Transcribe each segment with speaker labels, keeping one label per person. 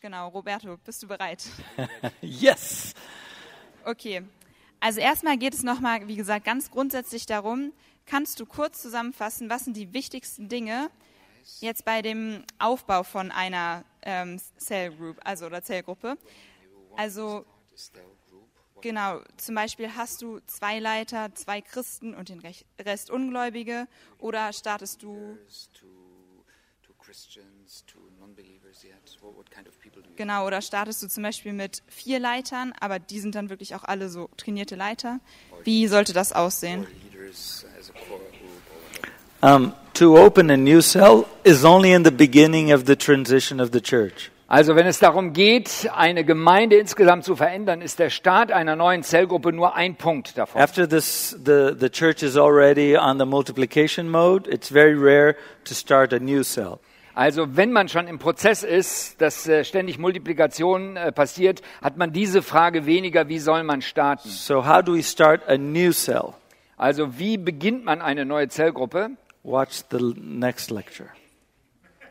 Speaker 1: Genau, Roberto, bist du bereit?
Speaker 2: Yes!
Speaker 1: Okay. Also erstmal geht es nochmal, wie gesagt, ganz grundsätzlich darum, kannst du kurz zusammenfassen, was sind die wichtigsten Dinge jetzt bei dem Aufbau von einer ähm, Cell Group, also oder Zellgruppe? Also genau, zum Beispiel hast du zwei Leiter, zwei Christen und den Rech- Rest Ungläubige oder startest du
Speaker 3: to to Christians to non-believers yet? What, what kind of people do you?
Speaker 1: Genau, oder startest du zum Beispiel mit vier Leitern, aber die sind dann wirklich auch alle so trainierte Leiter. Wie sollte das aussehen?
Speaker 3: Or leaders as a core group or whatever.
Speaker 2: Um, to open a new cell is only in the beginning of the transition of the church.
Speaker 4: Also wenn es darum geht, eine Gemeinde insgesamt zu verändern, ist der Start einer neuen Zellgruppe nur ein Punkt davon.
Speaker 2: After this, the, the church is already on the multiplication mode, it's very rare to start a new cell.
Speaker 4: Also wenn man schon im Prozess ist, dass äh, ständig Multiplikation äh, passiert, hat man diese Frage weniger, wie soll man starten?
Speaker 2: So, how do we start a new cell?
Speaker 4: Also wie beginnt man eine neue Zellgruppe?
Speaker 2: Watch the l- next lecture.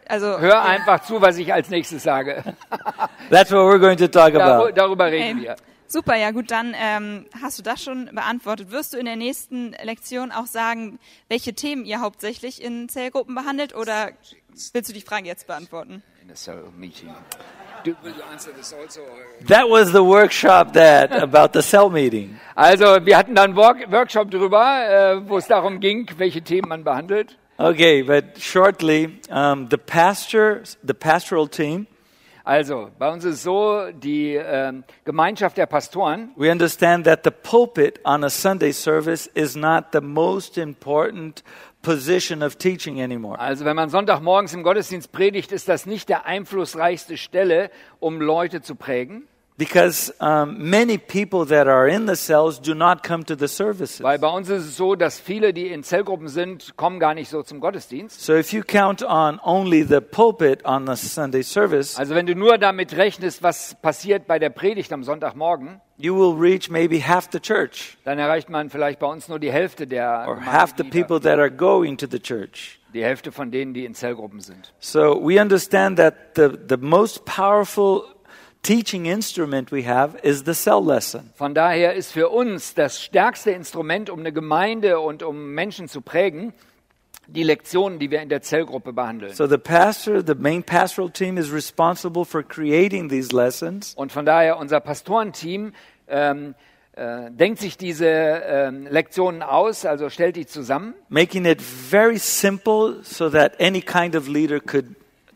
Speaker 1: Also
Speaker 4: Hör einfach zu, was ich als nächstes sage.
Speaker 2: That's what we're going to talk
Speaker 4: Dar
Speaker 2: about.
Speaker 4: darüber reden
Speaker 1: okay.
Speaker 4: wir.
Speaker 1: super, ja gut, dann ähm, hast du das schon beantwortet. Wirst du in der nächsten Lektion auch sagen, welche Themen ihr hauptsächlich in Zellgruppen behandelt oder willst du die Frage jetzt beantworten?
Speaker 4: In a cell meeting.
Speaker 3: Will you answer this also? Or
Speaker 2: That was the workshop that about the cell meeting.
Speaker 4: Also wir hatten dann Work Workshop drüber, äh, wo es darum ging, welche Themen man behandelt.
Speaker 2: Okay, but shortly, um, the pastor, the pastoral team,
Speaker 4: Also bei uns ist so, die ähm, Gemeinschaft der Pastoren
Speaker 2: we understand that the pulpit on a Sunday service is not the most important position of teaching anymore.
Speaker 4: Also wenn man Sonntagmorgens im Gottesdienst predigt, ist das nicht der einflussreichste Stelle, um Leute zu prägen,
Speaker 2: Because um, many people that are in the cells do not come to the services.
Speaker 4: weil bei uns ist es so, dass viele, die in Zellgruppen sind, kommen gar nicht so zum Gottesdienst.
Speaker 2: So if you count on only the pulpit on the Sunday service,
Speaker 4: Also wenn du nur damit rechnest, was passiert bei der Predigt am Sonntagmorgen,
Speaker 2: you will reach maybe half the church
Speaker 4: dann erreicht man vielleicht bei uns nur die Hälfte der
Speaker 2: or half the
Speaker 4: Gemeindeglieder,
Speaker 2: people that are going to the church.
Speaker 4: die Hälfte von denen, die in Zellgruppen sind.
Speaker 2: So we understand that the, the most powerful teaching instrument we have is the cell lesson.
Speaker 4: Von daher ist für uns das stärkste Instrument, um eine Gemeinde und um Menschen zu prägen, die Lektionen, die wir in der Zellgruppe behandeln.
Speaker 2: So the pastor, the main pastoral team is responsible for creating these lessons.
Speaker 4: Und von daher, unser Pastorenteam ähm, äh, denkt sich diese ähm, Lektionen aus, also stellt die zusammen,
Speaker 2: making it very simple so that any kind of leader could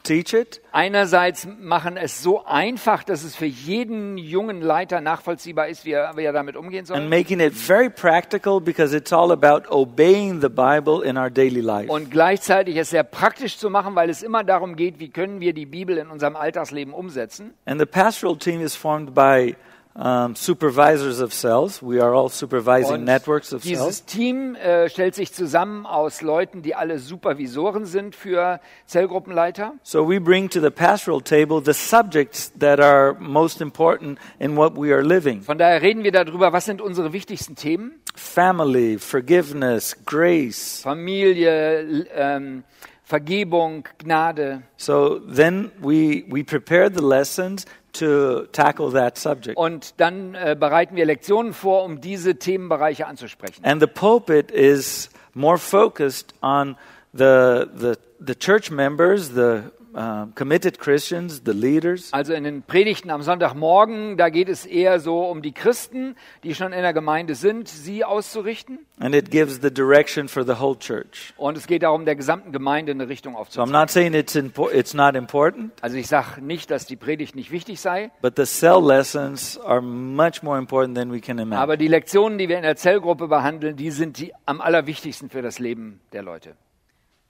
Speaker 2: teach it.
Speaker 4: einerseits machen es so einfach, dass es für jeden jungen Leiter nachvollziehbar ist, wie er, wie er damit umgehen
Speaker 2: And
Speaker 4: soll.
Speaker 2: making it very practical because it's all about obeying the Bible in our daily life.
Speaker 4: Und gleichzeitig es sehr praktisch zu machen, weil es immer darum geht, wie können wir die Bibel in unserem Alltagsleben umsetzen.
Speaker 2: And the pastoral team is formed by um, supervisors of cells. We are all supervising
Speaker 4: Und
Speaker 2: networks of cells.
Speaker 4: dieses Team äh, stellt sich zusammen aus Leuten, die alle Supervisoren sind für Zellgruppenleiter.
Speaker 2: So we bring to the pastoral table the subjects that are most important in what we are living
Speaker 4: Von daher reden wir darüber, was sind unsere wichtigsten Themen.
Speaker 2: family, forgiveness, grace.
Speaker 4: Familie, L- ähm, Vergebung, Gnade.
Speaker 2: So then we, we prepare the lessons to tackle that subject.
Speaker 4: Und dann äh, bereiten wir Lektionen vor, um diese Themenbereiche anzusprechen.
Speaker 2: And the pulpit is more focused on the, the, the church members, the um, committed Christians, the leaders.
Speaker 4: Also in den Predigten am Sonntagmorgen, da geht es eher so um die Christen, die schon in der Gemeinde sind, sie auszurichten.
Speaker 2: And it gives the direction for the whole church.
Speaker 4: Und es geht darum, der gesamten Gemeinde eine Richtung
Speaker 2: So I'm
Speaker 4: aufzuziehen.
Speaker 2: not saying it's, impo- it's not important,
Speaker 4: Also ich sage nicht, dass die Predigt nicht wichtig sei,
Speaker 2: but the cell lessons are much more important than we can imagine.
Speaker 4: aber die Lektionen, die wir in der Zellgruppe behandeln, die sind die am allerwichtigsten für das Leben der Leute.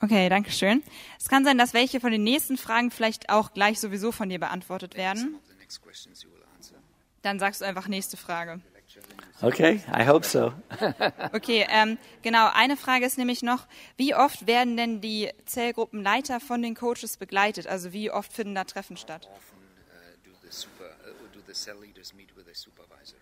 Speaker 1: Okay, danke schön. Es kann sein, dass welche von den nächsten Fragen vielleicht auch gleich sowieso von dir beantwortet werden.
Speaker 3: some of the next questions you will answer.
Speaker 1: Dann sagst du einfach nächste Frage.
Speaker 2: Okay, I hope so.
Speaker 1: Okay, ähm, genau. Eine Frage ist nämlich noch, wie oft werden denn die Zellgruppenleiter von den Coaches begleitet? Also wie oft finden da Treffen statt?
Speaker 3: Often uh, do the super uh, do the cell leaders meet with a supervisor?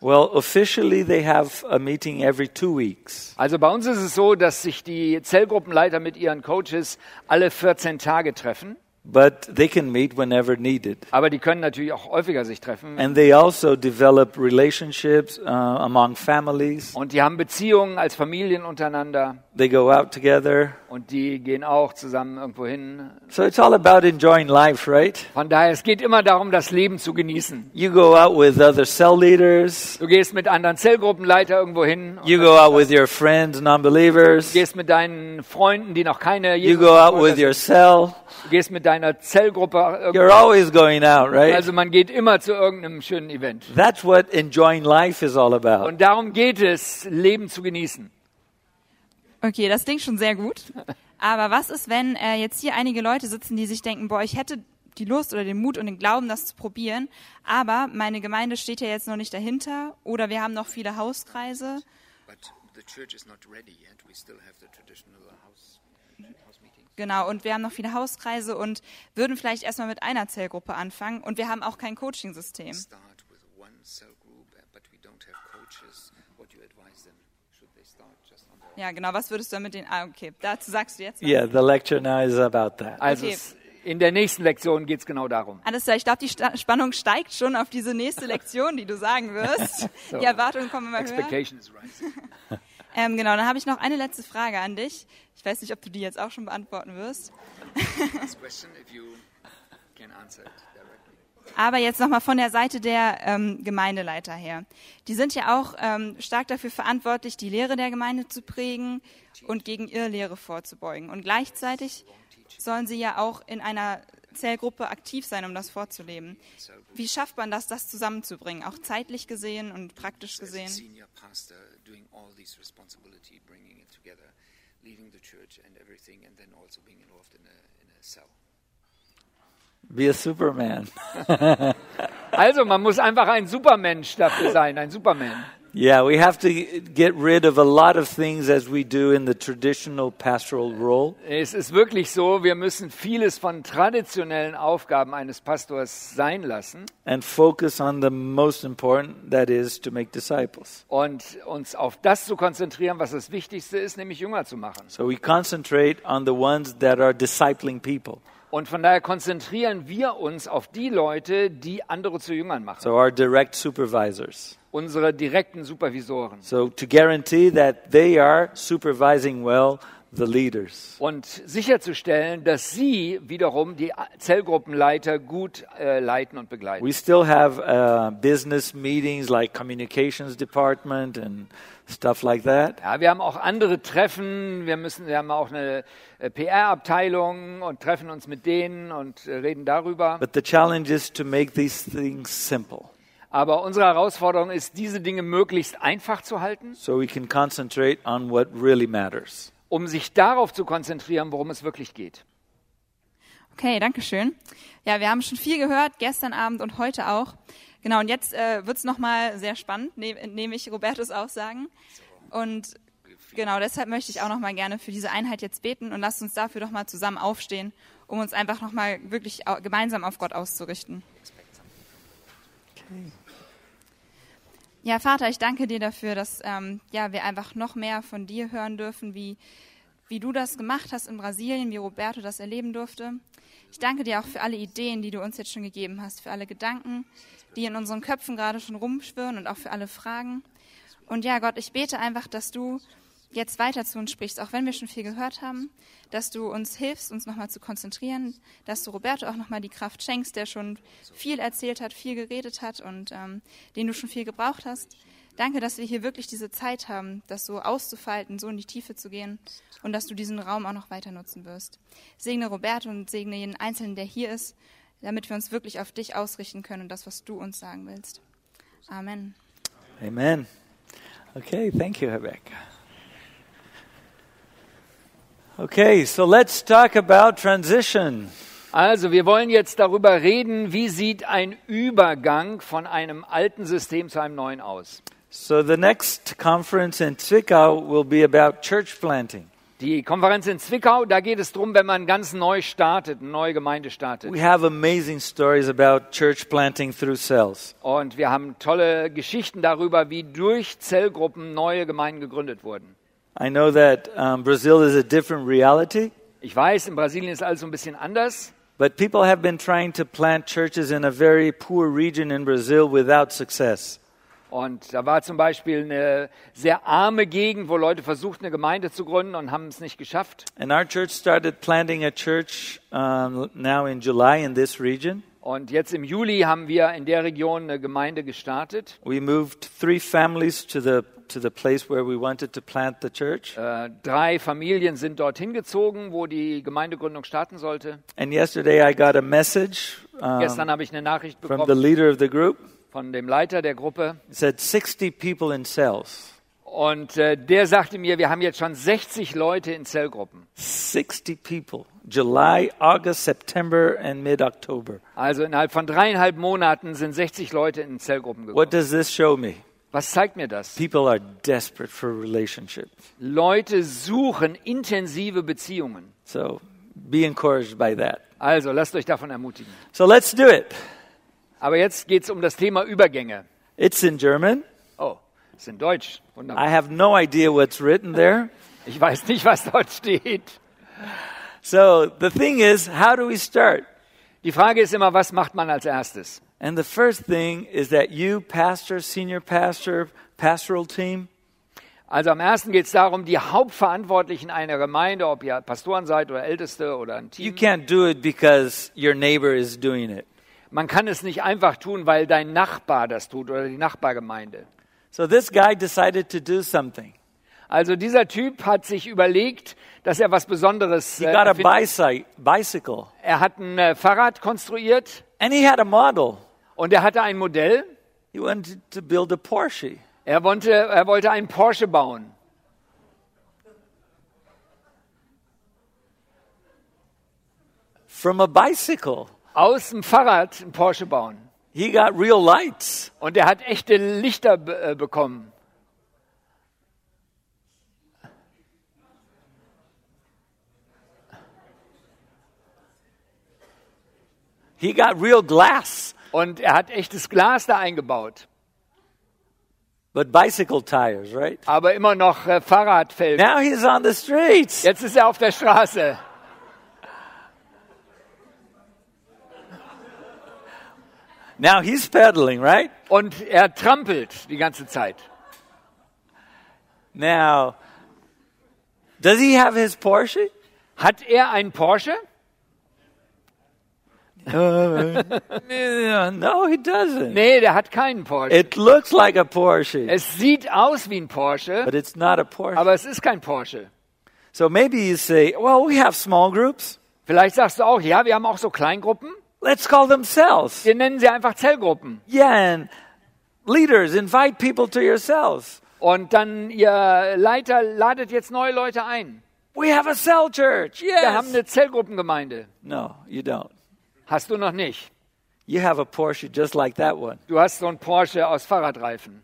Speaker 2: Well, officially, they have a meeting every two weeks.
Speaker 4: Also bei uns ist es so, dass sich die Zellgruppenleiter mit ihren Coaches alle 14 Tage treffen.
Speaker 2: but they can meet whenever needed.
Speaker 4: Aber die können natürlich auch häufiger sich treffen.
Speaker 2: And they also develop relationships uh, among families.
Speaker 4: Und die haben Beziehungen als Familien untereinander.
Speaker 2: They go out together.
Speaker 4: Und die gehen auch zusammen irgendwo hin.
Speaker 2: So it's all about enjoying life, right?
Speaker 4: Von daher, es geht immer darum, das Leben zu genießen.
Speaker 2: You go out with other cell leaders.
Speaker 4: Du gehst mit anderen Zellgruppenleiter irgendwo hin. Und
Speaker 2: You go out with your friends, non
Speaker 4: Du
Speaker 2: believers.
Speaker 4: gehst mit deinen Freunden, die noch keine
Speaker 2: You
Speaker 4: Jesus
Speaker 2: go out with your cell.
Speaker 4: Du gehst mit deiner Zellgruppe
Speaker 2: You're
Speaker 4: irgendwo.
Speaker 2: always going out, right?
Speaker 4: Also man geht immer zu irgendeinem schönen Event.
Speaker 2: That's what enjoying life is all about.
Speaker 4: Und darum geht es, Leben zu genießen.
Speaker 1: Okay, das klingt schon sehr gut. Aber was ist, wenn äh, jetzt hier einige Leute sitzen, die sich denken, boah, ich hätte die Lust oder den Mut und den Glauben, das zu probieren, aber meine Gemeinde steht ja jetzt noch nicht dahinter oder wir haben noch viele Hauskreise.
Speaker 3: But the church is not ready yet. We still have the traditional house, house meetings.
Speaker 1: Genau, und wir haben noch viele Hauskreise und würden vielleicht erstmal mit einer Zellgruppe anfangen und wir haben auch kein Coaching-System.
Speaker 3: Start with one cell group, uh, but we don't have coaches. What do you advise them? Should they start just on their own?
Speaker 1: Ja, genau, was würdest du damit den. Ah, okay, dazu sagst du jetzt was.
Speaker 2: Yeah, the lecture now is about that.
Speaker 4: Also
Speaker 1: Okay.
Speaker 4: es, in der nächsten Lektion geht es genau darum.
Speaker 1: Alles klar, ich glaube, die Sta Spannung steigt schon auf diese nächste Lektion, die du sagen wirst. Die Erwartungen kommen immer höher.
Speaker 4: Expectation is rising.
Speaker 1: Ähm, genau, dann habe ich noch eine letzte Frage an dich. Ich weiß nicht, ob du die jetzt auch schon beantworten wirst.
Speaker 3: Last question, if you can answer it directly.
Speaker 1: Aber jetzt nochmal von der Seite der ähm, Gemeindeleiter her. Die sind ja auch ähm, stark dafür verantwortlich, die Lehre der Gemeinde zu prägen und gegen Irrlehre vorzubeugen. Und gleichzeitig sollen sie ja auch in einer Zellgruppe aktiv sein, um das vorzuleben. Wie schafft man das, das zusammenzubringen, auch zeitlich gesehen und praktisch
Speaker 3: As a
Speaker 1: gesehen?
Speaker 3: senior pastor, doing all these responsibility, bringing it together, leading the church and everything, and then also being involved in a, in a cell.
Speaker 2: Be a superman.
Speaker 4: Also man muss einfach ein Supermensch dafür sein, ein Superman.
Speaker 2: Yeah, we have to get rid of a lot of things as we do in the traditional pastoral role.
Speaker 4: Es ist wirklich so, wir müssen vieles von traditionellen Aufgaben eines Pastors sein lassen
Speaker 2: and focus on the most important that is to make disciples.
Speaker 4: und uns auf das zu konzentrieren, was das Wichtigste ist, nämlich Jünger zu machen.
Speaker 2: So we concentrate on the ones that are discipling people.
Speaker 4: Und von daher konzentrieren wir uns auf die Leute, die andere zu Jüngern machen.
Speaker 2: So our direct supervisors.
Speaker 4: Unsere direkten Supervisoren.
Speaker 2: So to guarantee that they are supervising well the leaders.
Speaker 4: Und sicherzustellen, dass sie wiederum die Zellgruppenleiter gut äh, leiten und begleiten.
Speaker 2: We still have uh, business meetings like communications department and stuff like that.
Speaker 4: Ja, wir haben auch andere Treffen. Wir müssen, wir haben auch eine äh, PR-Abteilung und treffen uns mit denen und äh, reden darüber.
Speaker 2: But the challenge is to make these things simple
Speaker 4: Aber unsere Herausforderung ist, diese Dinge möglichst einfach zu halten,
Speaker 2: so we can concentrate on what really matters.
Speaker 4: um sich darauf zu konzentrieren, worum es wirklich geht.
Speaker 1: Okay, danke schön. Ja, wir haben schon viel gehört, gestern Abend und heute auch. Genau, und jetzt äh, wird's noch nochmal sehr spannend, ne nehme ich Robertos Aussagen. Und genau deshalb möchte ich auch nochmal gerne für diese Einheit jetzt beten und lasst uns dafür doch mal zusammen aufstehen, um uns einfach nochmal wirklich au- gemeinsam auf Gott auszurichten. Ja, Vater, ich danke dir dafür, dass ähm, ja, wir einfach noch mehr von dir hören dürfen, wie, wie du das gemacht hast in Brasilien, wie Roberto das erleben durfte. Ich danke dir auch für alle Ideen, die du uns jetzt schon gegeben hast, für alle Gedanken, die in unseren Köpfen gerade schon rumschwirren und auch für alle Fragen. Und ja, Gott, ich bete einfach, dass du jetzt weiter zu uns sprichst, auch wenn wir schon viel gehört haben, dass du uns hilfst, uns nochmal zu konzentrieren, dass du Roberto auch nochmal die Kraft schenkst, der schon viel erzählt hat, viel geredet hat und ähm, den du schon viel gebraucht hast. Danke, dass wir hier wirklich diese Zeit haben, das so auszufalten, so in die Tiefe zu gehen und dass du diesen Raum auch noch weiter nutzen wirst. Segne Roberto und segne jeden Einzelnen, der hier ist, damit wir uns wirklich auf dich ausrichten können und das, was du uns sagen willst. Amen.
Speaker 2: Amen. Okay, thank you, Rebecca. Okay, so let's talk about transition.
Speaker 4: Also, wir wollen jetzt darüber reden, wie sieht ein Übergang von einem alten System zu einem neuen aus.
Speaker 2: So the next conference in Zwickau will be about church planting.
Speaker 4: Die Konferenz in Zwickau, da geht es darum, wenn man ganz neu startet, eine neue Gemeinde startet.
Speaker 2: We have amazing stories about church planting through cells.
Speaker 4: Und wir haben tolle Geschichten darüber, wie durch Zellgruppen neue Gemeinden gegründet wurden.
Speaker 2: I know that um, Brazil is a different reality,
Speaker 4: Ich weiß, in Brasilien ist alles so ein bisschen anders,
Speaker 2: But people have been trying to plant churches in a very poor region in Brazil without success.
Speaker 4: Und da war zum Beispiel eine sehr arme Gegend, wo Leute versuchten, eine Gemeinde zu gründen und haben es nicht geschafft.
Speaker 2: And our church started planting a church um, now in July in this region.
Speaker 4: Und jetzt im Juli haben wir in der Region eine Gemeinde gestartet.
Speaker 2: We moved three families to the to the place where we wanted to plant the church.
Speaker 4: Äh, drei Familien sind dorthin gezogen, wo die Gemeindegründung starten sollte.
Speaker 2: And yesterday I got a message um,
Speaker 4: Gestern habe ich eine Nachricht
Speaker 2: from the
Speaker 4: bekommen
Speaker 2: leader of the group.
Speaker 4: von dem Leiter der Gruppe.
Speaker 2: It said 60 people in cells.
Speaker 4: Und äh, der sagte mir, wir haben jetzt schon 60 Leute in Zellgruppen.
Speaker 2: 60 people. July, August, September, and mid October.
Speaker 4: Also innerhalb von dreieinhalb Monaten sind 60 Leute in Zellgruppen gekommen.
Speaker 2: What does this show me?
Speaker 4: Was zeigt mir das?
Speaker 2: People are desperate for relationship.
Speaker 4: Leute suchen intensive Beziehungen.
Speaker 2: So be encouraged by that.
Speaker 4: Also lasst euch davon ermutigen.
Speaker 2: So let's do it.
Speaker 4: Aber jetzt geht es um das Thema Übergänge.
Speaker 2: It's in German.
Speaker 4: Oh, ist in Deutsch. Wunderbar.
Speaker 2: I have no idea what's written there.
Speaker 4: Ich weiß nicht, was dort steht.
Speaker 2: So the thing is, how do we start?
Speaker 4: Die Frage ist immer, was macht man als erstes?
Speaker 2: And the first thing is that you, pastor, senior pastor, pastoral team,
Speaker 4: Also am ersten geht es darum, die Hauptverantwortlichen einer Gemeinde, ob ihr Pastoren seid oder Älteste oder ein
Speaker 2: you
Speaker 4: Team.
Speaker 2: can't do it because your neighbor is doing it.
Speaker 4: Man kann es nicht einfach tun, weil dein Nachbar das tut oder die Nachbargemeinde.
Speaker 2: So this guy decided to do something.
Speaker 4: Also dieser Typ hat sich überlegt, dass er was Besonderes.
Speaker 2: He
Speaker 4: äh,
Speaker 2: got a
Speaker 4: erfindet.
Speaker 2: bicy- bicycle
Speaker 4: er hat ein äh, Fahrrad konstruiert
Speaker 2: and he had a model.
Speaker 4: und er hatte ein Modell.
Speaker 2: He wanted to build a Porsche.
Speaker 4: Er wollte, er wollte einen Porsche bauen.
Speaker 2: From a bicycle,
Speaker 4: Aus dem Fahrrad einen Porsche bauen.
Speaker 2: he got real lights.
Speaker 4: Und er hat echte Lichter be- äh, bekommen.
Speaker 2: He got real glass,
Speaker 4: Und er hat echtes Glas da eingebaut.
Speaker 2: but bicycle tires, right?
Speaker 4: Aber immer noch äh, Fahrradfeld.
Speaker 2: Now he's on the streets.
Speaker 4: Jetzt ist er auf der Straße.
Speaker 2: Now he's pedaling, right?
Speaker 4: Und er trampelt die ganze Zeit.
Speaker 2: Now, does he have his Porsche?
Speaker 4: Hat er einen Porsche?
Speaker 2: no, he doesn't.
Speaker 4: Nee, der hat keinen Porsche.
Speaker 2: It looks like a Porsche,
Speaker 4: Es sieht aus wie ein Porsche,
Speaker 2: but it's not a Porsche.
Speaker 4: aber es ist kein Porsche.
Speaker 2: So maybe you say, well, we have small groups.
Speaker 4: Vielleicht sagst du auch, ja, wir haben auch so Kleingruppen.
Speaker 2: Let's call them cells.
Speaker 4: Wir nennen sie einfach Zellgruppen.
Speaker 2: Yeah, and leaders, invite people to yourselves.
Speaker 4: Und dann ihr Leiter ladet jetzt neue Leute ein.
Speaker 2: We have a cell church.
Speaker 4: Wir haben
Speaker 2: Yes.
Speaker 4: eine Zellgruppengemeinde.
Speaker 2: No, you don't.
Speaker 4: Hast du noch nicht.
Speaker 2: You have a Porsche just like that one.
Speaker 4: Du hast so einen Porsche aus Fahrradreifen.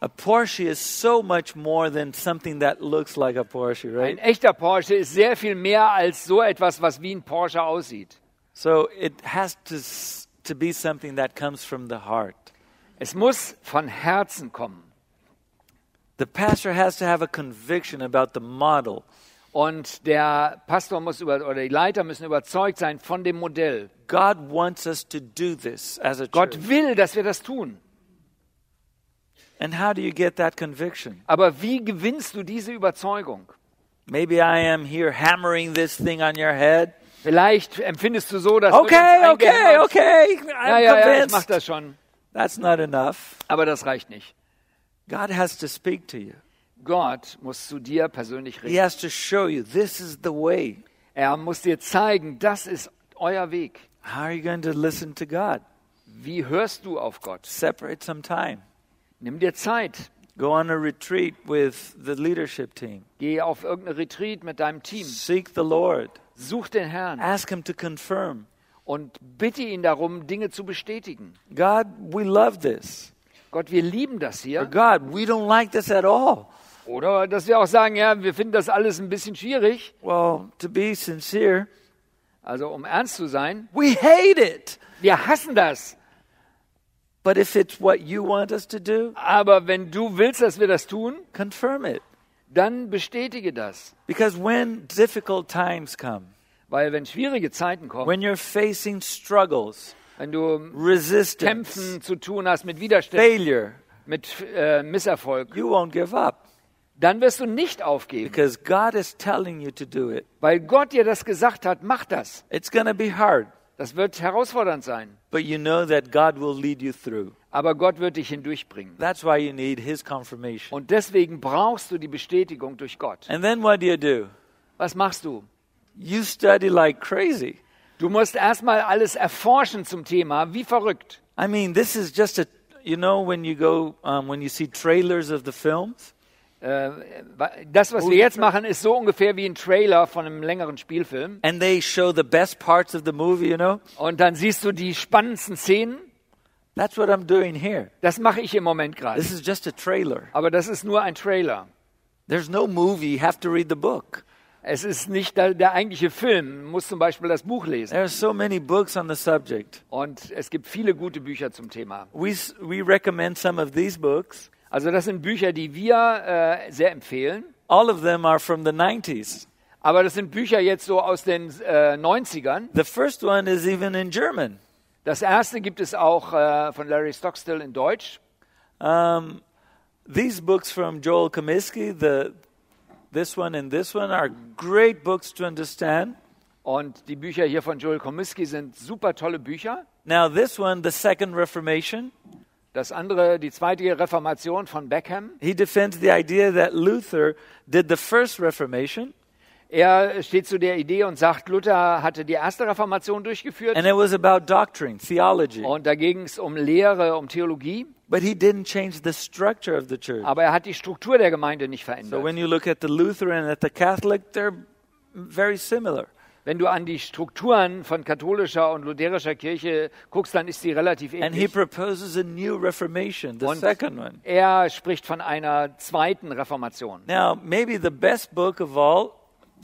Speaker 2: A Porsche is so much more than something that looks like a Porsche,
Speaker 4: Ein
Speaker 2: right?
Speaker 4: echter Porsche ist sehr viel mehr als so etwas, was wie ein Porsche aussieht.
Speaker 2: So it has to s- to be something that comes from the heart.
Speaker 4: Es muss von Herzen kommen.
Speaker 2: The pastor has to have a conviction about the model.
Speaker 4: Und der Pastor muss über, oder die Leiter müssen überzeugt sein von dem Modell.
Speaker 2: God wants us to do this as a church.
Speaker 4: Gott will, dass wir das tun.
Speaker 2: And how do you get that conviction?
Speaker 4: Aber wie gewinnst du diese Überzeugung?
Speaker 2: Maybe I am here hammering this thing on your head.
Speaker 4: Vielleicht empfindest du so, dass du
Speaker 2: Okay,
Speaker 4: ganz
Speaker 2: okay,
Speaker 4: eingehämmert-
Speaker 2: okay.
Speaker 4: Ja,
Speaker 2: I'm
Speaker 4: ja, ja, ich mach
Speaker 2: convinced.
Speaker 4: das schon.
Speaker 2: That's not enough.
Speaker 4: Aber das reicht nicht.
Speaker 2: God has to speak to you.
Speaker 4: Gott muss zu dir persönlich
Speaker 2: He
Speaker 4: reden.
Speaker 2: has to show you this is the way.
Speaker 4: Er muss dir zeigen, das ist euer Weg.
Speaker 2: How are you going to listen to God?
Speaker 4: Wie hörst du auf Gott?
Speaker 2: Separate some time.
Speaker 4: Nimm dir Zeit.
Speaker 2: Go on a retreat with the leadership team.
Speaker 4: Geh auf irgendein Retreat mit deinem Team.
Speaker 2: Seek the Lord.
Speaker 4: Such den Herrn
Speaker 2: Ask Him to confirm.
Speaker 4: und bitte ihn darum, Dinge zu bestätigen.
Speaker 2: God, we love this.
Speaker 4: Gott, wir lieben das
Speaker 2: Or
Speaker 4: hier.
Speaker 2: God, we don't like this at all.
Speaker 4: Oder dass wir auch sagen, ja, wir finden das alles ein bisschen schwierig.
Speaker 2: Well, to be sincere,
Speaker 4: Also um ernst zu sein,
Speaker 2: we hate it.
Speaker 4: wir hassen das.
Speaker 2: But if it's what you want us to do,
Speaker 4: Aber wenn du willst, dass wir das tun,
Speaker 2: confirm it.
Speaker 4: dann bestätige das.
Speaker 2: Because when difficult times come,
Speaker 4: Weil wenn schwierige Zeiten kommen,
Speaker 2: When you're facing struggles,
Speaker 4: wenn du
Speaker 2: resistance,
Speaker 4: Kämpfen zu tun hast mit Widerständen,
Speaker 2: failure,
Speaker 4: mit äh, Misserfolg,
Speaker 2: you won't give up
Speaker 4: dann wirst du nicht aufgeben,
Speaker 2: because God is telling you to do it.
Speaker 4: weil Gott dir das gesagt hat, mach das.
Speaker 2: It's going to be hard,
Speaker 4: Das wird herausfordernd sein,
Speaker 2: but you know that God will lead you through.
Speaker 4: aber Gott wird dich hindurchbringen.
Speaker 2: That's why you need His confirmation.
Speaker 4: Und deswegen brauchst du die Bestätigung durch Gott.
Speaker 2: And then what do you do?
Speaker 4: Was machst du?
Speaker 2: You study like crazy.
Speaker 4: Du musst erstmal alles erforschen zum Thema, wie verrückt.
Speaker 2: I mean, this is just a, you know, when you go, um, when you see trailers of the films,
Speaker 4: Äh, das, was wir jetzt machen, ist so ungefähr wie ein Trailer von einem längeren Spielfilm.
Speaker 2: and they show the best parts of the movie, you know?
Speaker 4: Und dann siehst du die spannendsten Szenen.
Speaker 2: That's what I'm doing here.
Speaker 4: Das mache ich im Moment gerade.
Speaker 2: This is just a trailer.
Speaker 4: Aber das ist nur ein Trailer.
Speaker 2: There's no movie. You have to read the book.
Speaker 4: Es ist nicht der, der eigentliche Film. Man muss zum Beispiel das Buch lesen.
Speaker 2: There are so many books on the subject.
Speaker 4: Und es gibt viele gute Bücher zum Thema.
Speaker 2: We, s- we recommend some of these books.
Speaker 4: Also das sind Bücher, die wir äh, sehr empfehlen.
Speaker 2: All of them are from the 90s.
Speaker 4: Aber das sind Bücher jetzt so aus den äh, 90ern.
Speaker 2: The first one is even in German.
Speaker 4: Das erste gibt es auch äh, von Larry Stockstill in Deutsch.
Speaker 2: Um, these books from Joel Comiskey, the this one and this one, are great books to understand.
Speaker 4: Und die Bücher hier von Joel Comiskey sind super tolle Bücher.
Speaker 2: Now, this one, the Second Reformation,
Speaker 4: Das andere, die zweite Reformation von Beckham.
Speaker 2: he defends the idea that Luther did the first Reformation,
Speaker 4: Er steht zu der Idee und sagt, Luther hatte die erste Reformation durchgeführt.
Speaker 2: and it was about doctrine, theology.
Speaker 4: Und da ging es um Lehre, um Theologie.
Speaker 2: But he didn't change the structure of the church.
Speaker 4: Aber er hat die Struktur der Gemeinde nicht
Speaker 2: So
Speaker 4: verändert.
Speaker 2: when you look at the Lutheran and at the Catholic, they're very similar.
Speaker 4: Wenn du an die Strukturen von katholischer und lutherischer Kirche guckst, dann ist sie relativ
Speaker 2: And he
Speaker 4: ähnlich.
Speaker 2: proposes a new Reformation, the
Speaker 4: Und-
Speaker 2: second one.
Speaker 4: Er spricht von einer zweiten Reformation.
Speaker 2: Now, maybe the best book of all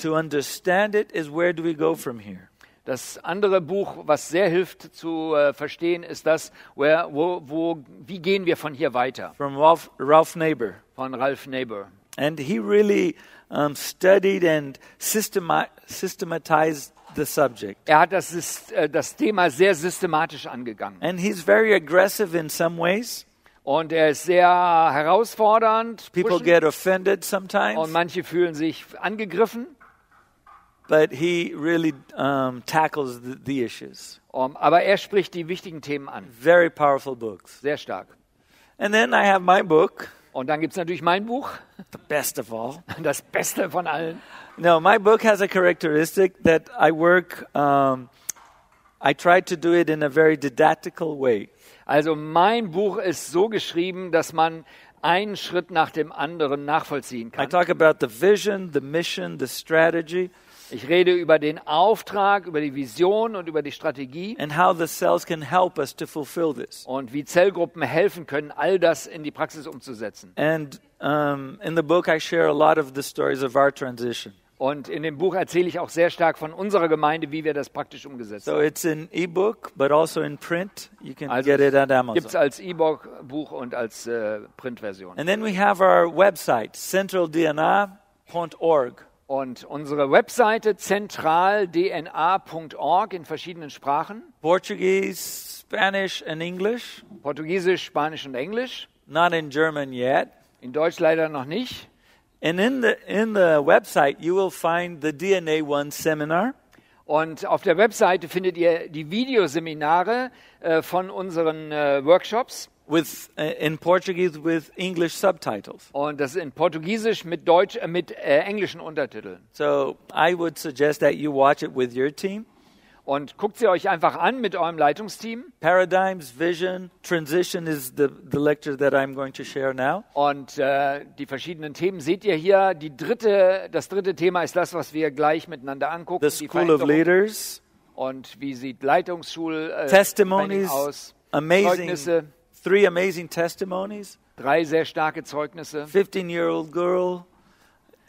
Speaker 2: to understand it is Where Do We Go From Here?
Speaker 4: Das andere Buch, was sehr hilft zu äh, verstehen, ist das, where, wo, wo, wie gehen wir von hier weiter,
Speaker 2: from Ralph, Ralph Neighbor.
Speaker 4: von Ralph Neighbor.
Speaker 2: And he really um, studied and systemi- systematized the subject.
Speaker 4: Er hat das, Sys- äh, das Thema sehr systematisch angegangen.
Speaker 2: And he's very aggressive in some ways.
Speaker 4: Und er ist sehr herausfordernd.
Speaker 2: People
Speaker 4: pushend.
Speaker 2: get offended
Speaker 4: Und
Speaker 2: sometimes,
Speaker 4: manche fühlen sich angegriffen.
Speaker 2: but he really um, tackles the, the issues.
Speaker 4: Um, aber er spricht die wichtigen Themen an.
Speaker 2: Very powerful books.
Speaker 4: Sehr stark.
Speaker 2: And then I have my book,
Speaker 4: Und dann gibt es natürlich mein Buch,
Speaker 2: the best of all.
Speaker 4: das Beste von allen.
Speaker 2: No, my book has a characteristic that I work, um, I try to do it in a very didactical way.
Speaker 4: Also mein Buch ist so geschrieben, dass man einen Schritt nach dem anderen nachvollziehen
Speaker 2: I
Speaker 4: kann.
Speaker 2: talk about the vision, the mission, the strategy,
Speaker 4: Ich rede über den Auftrag, über die Vision und über die Strategie
Speaker 2: and how the cells can help us to fulfill this.
Speaker 4: und wie Zellgruppen helfen können, all das in die Praxis umzusetzen.
Speaker 2: And um, in the book, I share a lot of the stories of our transition.
Speaker 4: Und in dem Buch erzähle ich auch sehr stark von unserer Gemeinde, wie wir das praktisch umgesetzt
Speaker 2: So
Speaker 4: haben.
Speaker 2: it's in ebook, but also in print. You can
Speaker 4: Also
Speaker 2: get it at
Speaker 4: Gibt es
Speaker 2: Amazon.
Speaker 4: als E-Book-Buch und als äh, Printversion.
Speaker 2: And then we have our website, centraldna.org.
Speaker 4: Und unsere Webseite zentraldna.org in verschiedenen Sprachen,
Speaker 2: Portuguese, Spanish, and English.
Speaker 4: Portugiesisch, Spanisch und Englisch.
Speaker 2: Not in German yet.
Speaker 4: In Deutsch leider noch nicht.
Speaker 2: And in the in the website, you will find the DNA One seminar.
Speaker 4: Und auf der Webseite findet ihr die Videoseminare äh, von unseren äh, Workshops.
Speaker 2: with uh, in Portuguese with English subtitles.
Speaker 4: Und das ist in Portugiesisch mit, Deutsch, äh, mit äh, englischen Untertiteln.
Speaker 2: So I would suggest that you watch it with your team.
Speaker 4: Und guckt sie euch einfach an mit eurem Leitungsteam.
Speaker 2: Paradigms, vision, transition is the, the lecture that I'm going to share now.
Speaker 4: Und äh, die verschiedenen Themen seht ihr hier. Die dritte, das dritte Thema ist das, was wir gleich miteinander angucken.
Speaker 2: The
Speaker 4: die
Speaker 2: School of
Speaker 4: Veränderung.
Speaker 2: Leaders,
Speaker 4: Und wie sieht Leitungsschul äh, Training
Speaker 2: testimonies,
Speaker 4: aus?
Speaker 2: amazing,
Speaker 4: Zeugnisse,
Speaker 2: three amazing testimonies.
Speaker 4: drei sehr starke Zeugnisse.
Speaker 2: 15 year old girl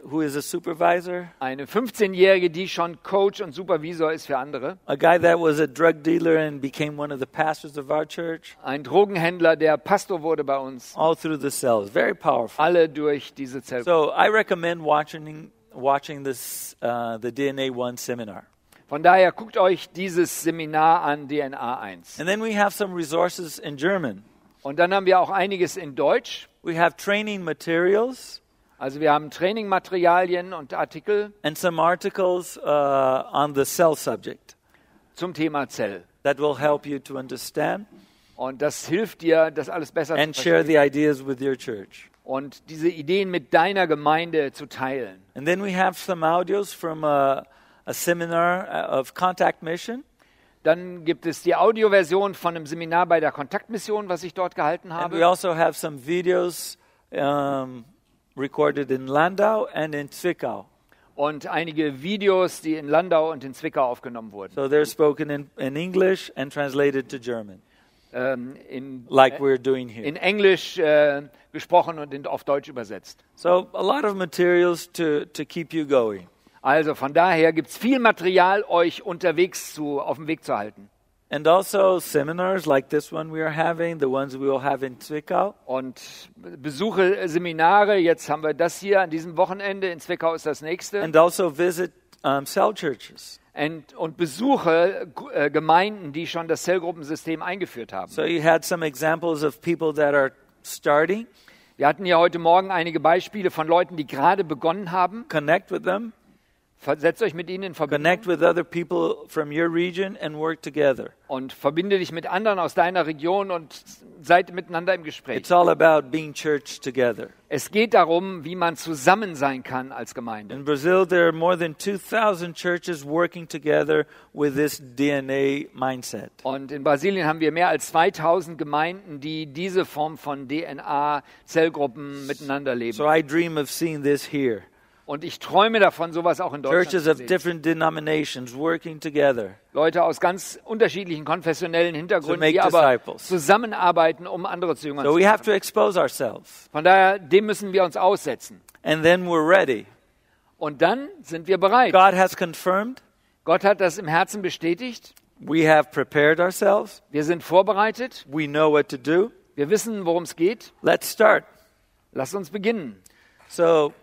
Speaker 2: who is a supervisor,
Speaker 4: Eine 15-Jährige, die schon Coach und Supervisor ist für andere.
Speaker 2: a guy that was a drug dealer and became one of the pastors of our church,
Speaker 4: Ein Drogenhändler, der Pastor wurde bei uns.
Speaker 2: all through the cells. Very powerful.
Speaker 4: Alle durch diese Zelle.
Speaker 2: So I recommend watching watching this uh, the DNA One seminar.
Speaker 4: Von daher guckt euch dieses Seminar an, DNA 1.
Speaker 2: And then we have some resources in German.
Speaker 4: Und dann haben wir auch einiges in Deutsch.
Speaker 2: We have training materials
Speaker 4: Also wir haben Trainingmaterialien und Artikel
Speaker 2: and some articles uh, on the cell subject
Speaker 4: zum Thema Zell.
Speaker 2: that will help you to understand
Speaker 4: Und das hilft dir, das alles besser
Speaker 2: and
Speaker 4: zu
Speaker 2: share
Speaker 4: verstehen
Speaker 2: the ideas with your church.
Speaker 4: und diese Ideen mit deiner Gemeinde zu teilen.
Speaker 2: And then we have some audios from a, a seminar uh, of Contact Mission,
Speaker 4: Dann gibt es die Audioversion von einem Seminar bei der Kontaktmission, was ich dort gehalten
Speaker 2: and we
Speaker 4: habe.
Speaker 2: also have some videos um, recorded in Landau and in Zwickau.
Speaker 4: Und einige Videos, die in Landau und in Zwickau aufgenommen wurden.
Speaker 2: So they're spoken in, in English and translated to German,
Speaker 4: Ähm, in,
Speaker 2: like we're doing here.
Speaker 4: in Englisch äh, gesprochen und in, auf Deutsch übersetzt.
Speaker 2: So a lot of materials to, to keep you going.
Speaker 4: Also von daher gibt es viel Material, euch unterwegs zu, auf dem Weg zu halten.
Speaker 2: And also seminars like this one we are having, the ones we will have in Zwickau.
Speaker 4: Und besuche äh, Seminare, jetzt haben wir das hier an diesem Wochenende, in Zwickau ist das nächste.
Speaker 2: And also visit um, cell churches.
Speaker 4: Und, und besuche äh, Gemeinden, die schon das Zellgruppensystem eingeführt haben.
Speaker 2: So you had some examples of people that are starting.
Speaker 4: Wir hatten ja heute Morgen einige Beispiele von Leuten, die gerade begonnen haben.
Speaker 2: Connect with them.
Speaker 4: Setzt euch mit ihnen in Verbindung
Speaker 2: Connect with other people from your region and work together.
Speaker 4: und verbinde dich mit anderen aus deiner Region und seid miteinander im Gespräch.
Speaker 2: It's all about being church together.
Speaker 4: Es geht darum, wie man zusammen sein kann als Gemeinde.
Speaker 2: In Brazil, there are more than 2,000 churches working together with this DNA mindset.
Speaker 4: Und in Brasilien haben wir mehr als 2000 Gemeinden, die diese Form von DNA-Zellgruppen miteinander leben.
Speaker 2: So I dream of seeing this here.
Speaker 4: Und ich träume davon, sowas auch in Deutschland
Speaker 2: Churches
Speaker 4: zu
Speaker 2: of
Speaker 4: sehen.
Speaker 2: different denominations working together.
Speaker 4: Leute aus ganz unterschiedlichen konfessionellen Hintergründen,
Speaker 2: make
Speaker 4: die aber
Speaker 2: disciples.
Speaker 4: zusammenarbeiten, um andere zu jüngern
Speaker 2: So
Speaker 4: zu
Speaker 2: we have
Speaker 4: machen.
Speaker 2: to expose ourselves.
Speaker 4: Von daher, dem müssen wir uns aussetzen.
Speaker 2: And then we're ready.
Speaker 4: Und dann sind wir bereit.
Speaker 2: God has confirmed.
Speaker 4: Gott hat das im Herzen bestätigt.
Speaker 2: We have prepared ourselves.
Speaker 4: Wir sind vorbereitet.
Speaker 2: We know what to do.
Speaker 4: Wir wissen, worum es geht.
Speaker 2: Let's start.
Speaker 4: Lass uns beginnen.
Speaker 2: So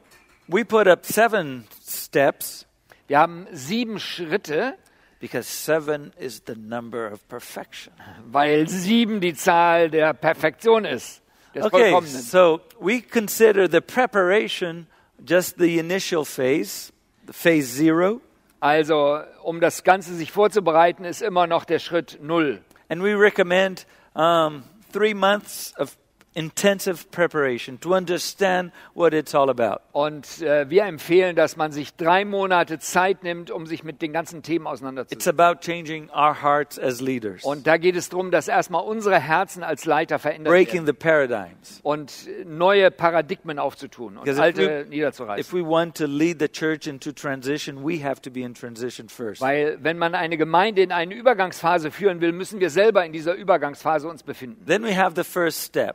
Speaker 2: we put up seven steps
Speaker 4: Wir haben sieben Schritte,
Speaker 2: because seven is the number of perfection.
Speaker 4: weil sieben die Zahl der Perfektion ist. Des
Speaker 2: Okay,
Speaker 4: Vollkommenen.
Speaker 2: so we consider the preparation just the initial phase, the phase zero,
Speaker 4: Also, um das Ganze sich vorzubereiten, ist immer noch der Schritt null.
Speaker 2: and we recommend um, three months of intensive preparation to understand what it's all about.
Speaker 4: Und äh, wir empfehlen, dass man sich drei Monate Zeit nimmt, um sich mit den ganzen Themen
Speaker 2: It's
Speaker 4: auseinanderzusetzen.
Speaker 2: about changing our hearts as leaders,
Speaker 4: Und da geht es darum, dass erstmal unsere Herzen als Leiter verändert
Speaker 2: breaking
Speaker 4: werden
Speaker 2: the paradigms.
Speaker 4: und äh, neue Paradigmen aufzutun und
Speaker 2: Because if we-
Speaker 4: alte niederzureißen.
Speaker 2: If we want to lead the church into transition, we have to be in transition first.
Speaker 4: Weil wenn man eine Gemeinde in eine Übergangsphase führen will, müssen wir selber in dieser Übergangsphase uns befinden.
Speaker 2: Then we have the first step.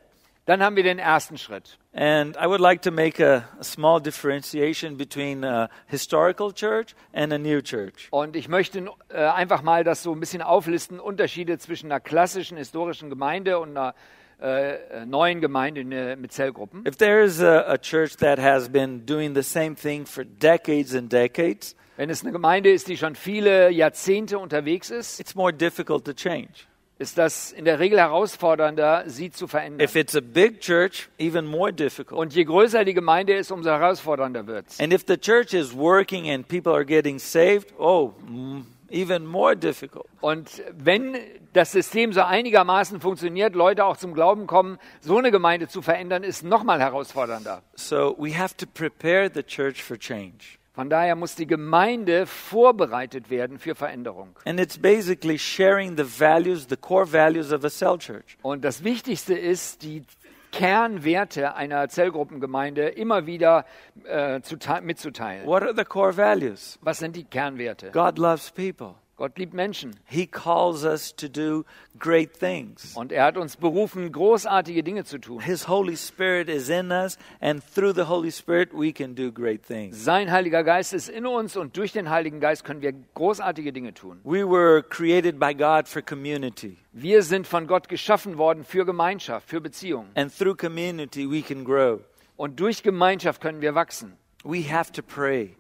Speaker 4: Dann haben wir den ersten Schritt.
Speaker 2: And I would like to make a, a small differentiation between a historical church and a new church.
Speaker 4: Und ich möchte äh, einfach mal das so ein bisschen auflisten, Unterschiede zwischen einer klassischen historischen Gemeinde und einer äh, äh, neuen Gemeinde in, äh, mit Zellgruppen.
Speaker 2: If there is a, a church that has been doing the same thing for decades and decades,
Speaker 4: Wenn es eine Gemeinde ist, die schon viele Jahrzehnte unterwegs ist,
Speaker 2: it's more difficult to change.
Speaker 4: ist das in der Regel herausfordernder, sie zu verändern.
Speaker 2: If it's a big church, even more difficult.
Speaker 4: Und je größer die Gemeinde ist, umso herausfordernder wird es.
Speaker 2: And if the church is working and people are getting saved, oh, mm, even more difficult.
Speaker 4: Und wenn das System so einigermaßen funktioniert, Leute auch zum Glauben kommen, so eine Gemeinde zu verändern, ist nochmal herausfordernder.
Speaker 2: So we have to prepare the church for change.
Speaker 4: Von daher muss die Gemeinde vorbereitet werden für Veränderung.
Speaker 2: And it's basically sharing the values, the core values of a cell church.
Speaker 4: Und das Wichtigste ist, die Kernwerte einer Zellgruppengemeinde immer wieder äh, zu te- mitzuteilen.
Speaker 2: What are the core values?
Speaker 4: Was sind die Kernwerte?
Speaker 2: God loves people.
Speaker 4: Gott liebt Menschen
Speaker 2: He calls us to do great things.
Speaker 4: und er hat uns berufen, großartige Dinge zu tun.
Speaker 2: His Holy Spirit is in us, and through the Holy Spirit, we can do great things.
Speaker 4: Sein Heiliger Geist ist in uns und durch den Heiligen Geist können wir großartige Dinge tun.
Speaker 2: We were created by God for community,
Speaker 4: Wir sind von Gott geschaffen worden für Gemeinschaft, für Beziehungen.
Speaker 2: and through community, we can grow.
Speaker 4: Und durch Gemeinschaft können wir wachsen.
Speaker 2: We have to pray.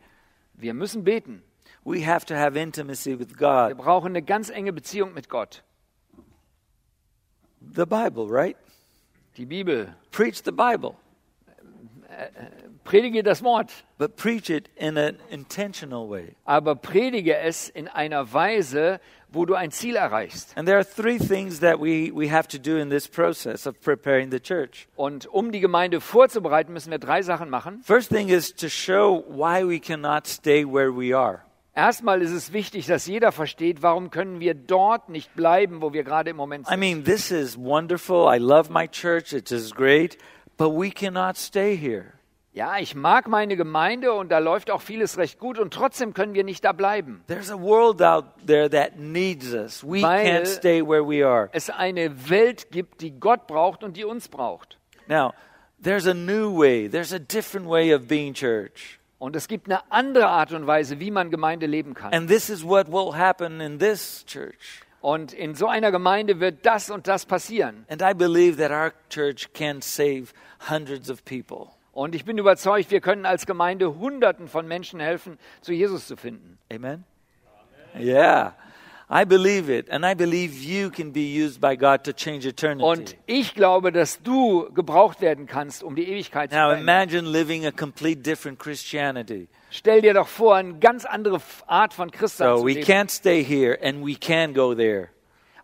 Speaker 4: Wir müssen beten.
Speaker 2: We have to have intimacy with
Speaker 4: Wir
Speaker 2: God.
Speaker 4: brauchen eine ganz enge Beziehung mit Gott.
Speaker 2: The Bible, right?
Speaker 4: Die Bibel.
Speaker 2: Preach the Bible,
Speaker 4: Predige das Wort,
Speaker 2: but preach it in an intentional way.
Speaker 4: aber predige es in einer Weise, wo du ein Ziel erreichst.
Speaker 2: And there are three things that we, we have to do in this process of preparing the church.
Speaker 4: Und um die Gemeinde vorzubereiten, müssen wir drei Sachen machen.
Speaker 2: First thing is to show why we cannot stay where we are.
Speaker 4: Erstmal ist es wichtig, dass jeder versteht, warum können wir dort nicht bleiben, wo wir gerade im Moment
Speaker 2: I
Speaker 4: sind.
Speaker 2: mean, this is wonderful. I love my church. It is great, but we cannot stay here.
Speaker 4: Ja, ich mag meine Gemeinde und da läuft auch vieles recht gut und trotzdem können wir nicht da bleiben.
Speaker 2: There's a world out there that needs us. We
Speaker 4: Weil-
Speaker 2: can't stay where we are.
Speaker 4: Es eine Welt gibt, die Gott braucht und die uns braucht.
Speaker 2: Now, there's a new way. There's a different way of being church.
Speaker 4: Und es gibt eine andere Art und Weise, wie man Gemeinde leben kann.
Speaker 2: And this is what will happen in this church.
Speaker 4: Und in so einer Gemeinde wird das und das passieren.
Speaker 2: And I believe that our church can save hundreds of people.
Speaker 4: Und ich bin überzeugt, wir können als Gemeinde Hunderten von Menschen helfen, zu Jesus zu finden.
Speaker 2: Amen? Yeah. I believe it. And I believe you can be used by God to change eternity.
Speaker 4: Und ich glaube, dass du gebraucht werden kannst, um die Ewigkeit zu
Speaker 2: now
Speaker 4: verändern.
Speaker 2: imagine living a complete different Christianity.
Speaker 4: Stell dir doch vor, eine ganz andere F- Art von Christus
Speaker 2: So
Speaker 4: zu
Speaker 2: we
Speaker 4: leben.
Speaker 2: can't stay here and we can go there.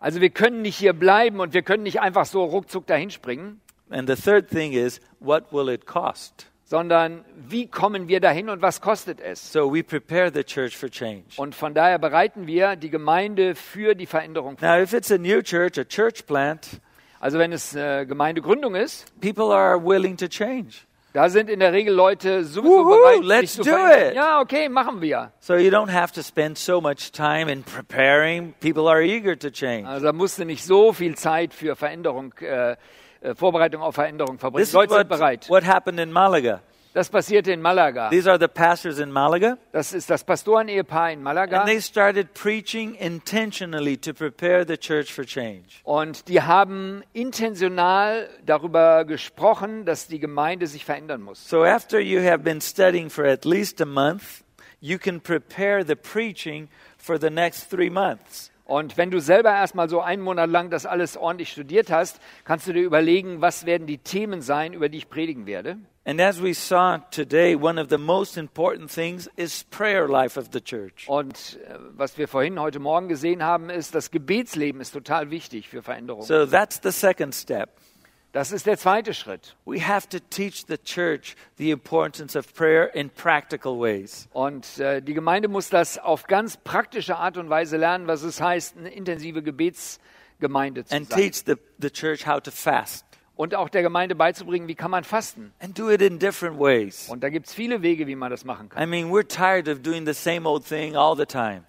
Speaker 4: Also wir können nicht hier bleiben und wir können nicht einfach so ruckzuck dahinspringen,
Speaker 2: And the third thing is, what will it cost?
Speaker 4: sondern wie kommen wir dahin und was kostet es?
Speaker 2: So we prepare the church for change.
Speaker 4: Und von daher bereiten wir die Gemeinde für die Veränderung. vor.
Speaker 2: Now, if it's a new church, a church plant,
Speaker 4: Also wenn es äh, Gemeindegründung ist,
Speaker 2: people are willing to change.
Speaker 4: da sind in der Regel Leute sowieso
Speaker 2: Wuhu,
Speaker 4: bereit, sich
Speaker 2: let's
Speaker 4: zu
Speaker 2: do
Speaker 4: verändern.
Speaker 2: it.
Speaker 4: Ja, okay, machen wir.
Speaker 2: So you don't have to spend so much time in preparing. People are eager to change.
Speaker 4: Also da musste nicht so viel Zeit für Veränderung, äh, äh, Vorbereitung auf Veränderung verbringen.
Speaker 2: This is
Speaker 4: Leute
Speaker 2: what,
Speaker 4: sind bereit.
Speaker 2: what happened in Malaga.
Speaker 4: Das passierte in Malaga.
Speaker 2: These are the pastors in Malaga.
Speaker 4: Das ist das Pastorenehepaar in Malaga.
Speaker 2: And they started preaching intentionally to prepare the church for change.
Speaker 4: Und die haben intentional darüber gesprochen, dass die Gemeinde sich verändern muss.
Speaker 2: So after you have been studying for at least a month, you can prepare the preaching for the next three months.
Speaker 4: Und wenn du selber erstmal so einen Monat lang das alles ordentlich studiert hast, kannst du dir überlegen, was werden die Themen sein, über die ich predigen werde.
Speaker 2: And as we saw today, one of the most important things is prayer life of the church.
Speaker 4: Und äh, was wir vorhin heute Morgen gesehen haben, ist, das Gebetsleben ist total wichtig für Veränderung.
Speaker 2: So that's the second step.
Speaker 4: Das ist der zweite Schritt.
Speaker 2: We have to teach the church the importance of prayer in practical ways.
Speaker 4: Und äh, die Gemeinde muss das auf ganz praktische Art und Weise lernen, was es heißt, eine intensive Gebetsgemeinde zu
Speaker 2: And
Speaker 4: sein.
Speaker 2: teach the, the church how to fast.
Speaker 4: Und auch der Gemeinde beizubringen, wie kann man fasten.
Speaker 2: And do it in different ways.
Speaker 4: Und da gibt es viele Wege, wie man das machen kann.
Speaker 2: I mean, we're tired of doing the same old thing all the time.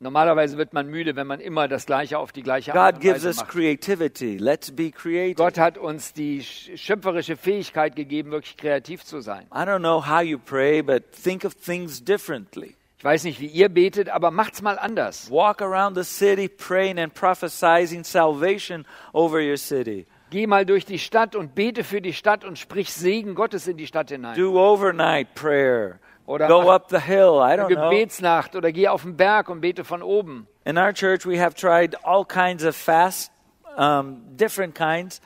Speaker 4: Normalerweise wird man müde, wenn man immer das Gleiche auf die gleiche
Speaker 2: God
Speaker 4: Art und
Speaker 2: gives
Speaker 4: Weise
Speaker 2: us
Speaker 4: macht.
Speaker 2: creativity. Let's be creative.
Speaker 4: Gott hat uns die sch- schöpferische Fähigkeit gegeben, wirklich kreativ zu sein.
Speaker 2: I don't know how you pray, but think of things differently.
Speaker 4: Ich weiß nicht, wie ihr betet, aber macht's mal anders.
Speaker 2: Walk around the city praying and prophesying salvation over your city.
Speaker 4: Geh mal durch die Stadt und bete für die Stadt und sprich Segen Gottes in die Stadt hinein.
Speaker 2: Do overnight prayer.
Speaker 4: Oder
Speaker 2: Go
Speaker 4: mach-
Speaker 2: up the hill. I don't know.
Speaker 4: Gebetsnacht oder geh auf den Berg und bete von oben.
Speaker 2: In our church, we have tried all kinds of fasts, um, different kinds.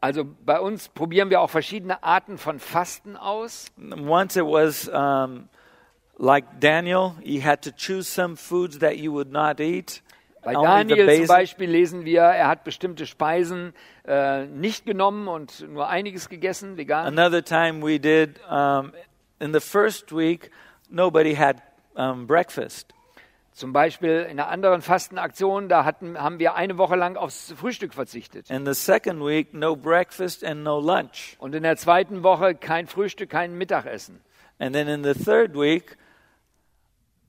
Speaker 4: Also bei uns probieren wir auch verschiedene Arten von Fasten aus.
Speaker 2: Once it was um, like Daniel, you had to choose some foods that you would not eat.
Speaker 4: Bei
Speaker 2: Only the
Speaker 4: Daniel zum
Speaker 2: basic-
Speaker 4: Beispiel lesen wir, er hat bestimmte Speisen äh, nicht genommen und nur einiges gegessen, vegan.
Speaker 2: Another time we did, um, in the first week, nobody had um, breakfast.
Speaker 4: Zum Beispiel in einer anderen Fastenaktion, da hatten, haben wir eine Woche lang aufs Frühstück verzichtet.
Speaker 2: In the second week, no breakfast and no lunch.
Speaker 4: Und in der zweiten Woche kein Frühstück, kein Mittagessen.
Speaker 2: And then in the third week,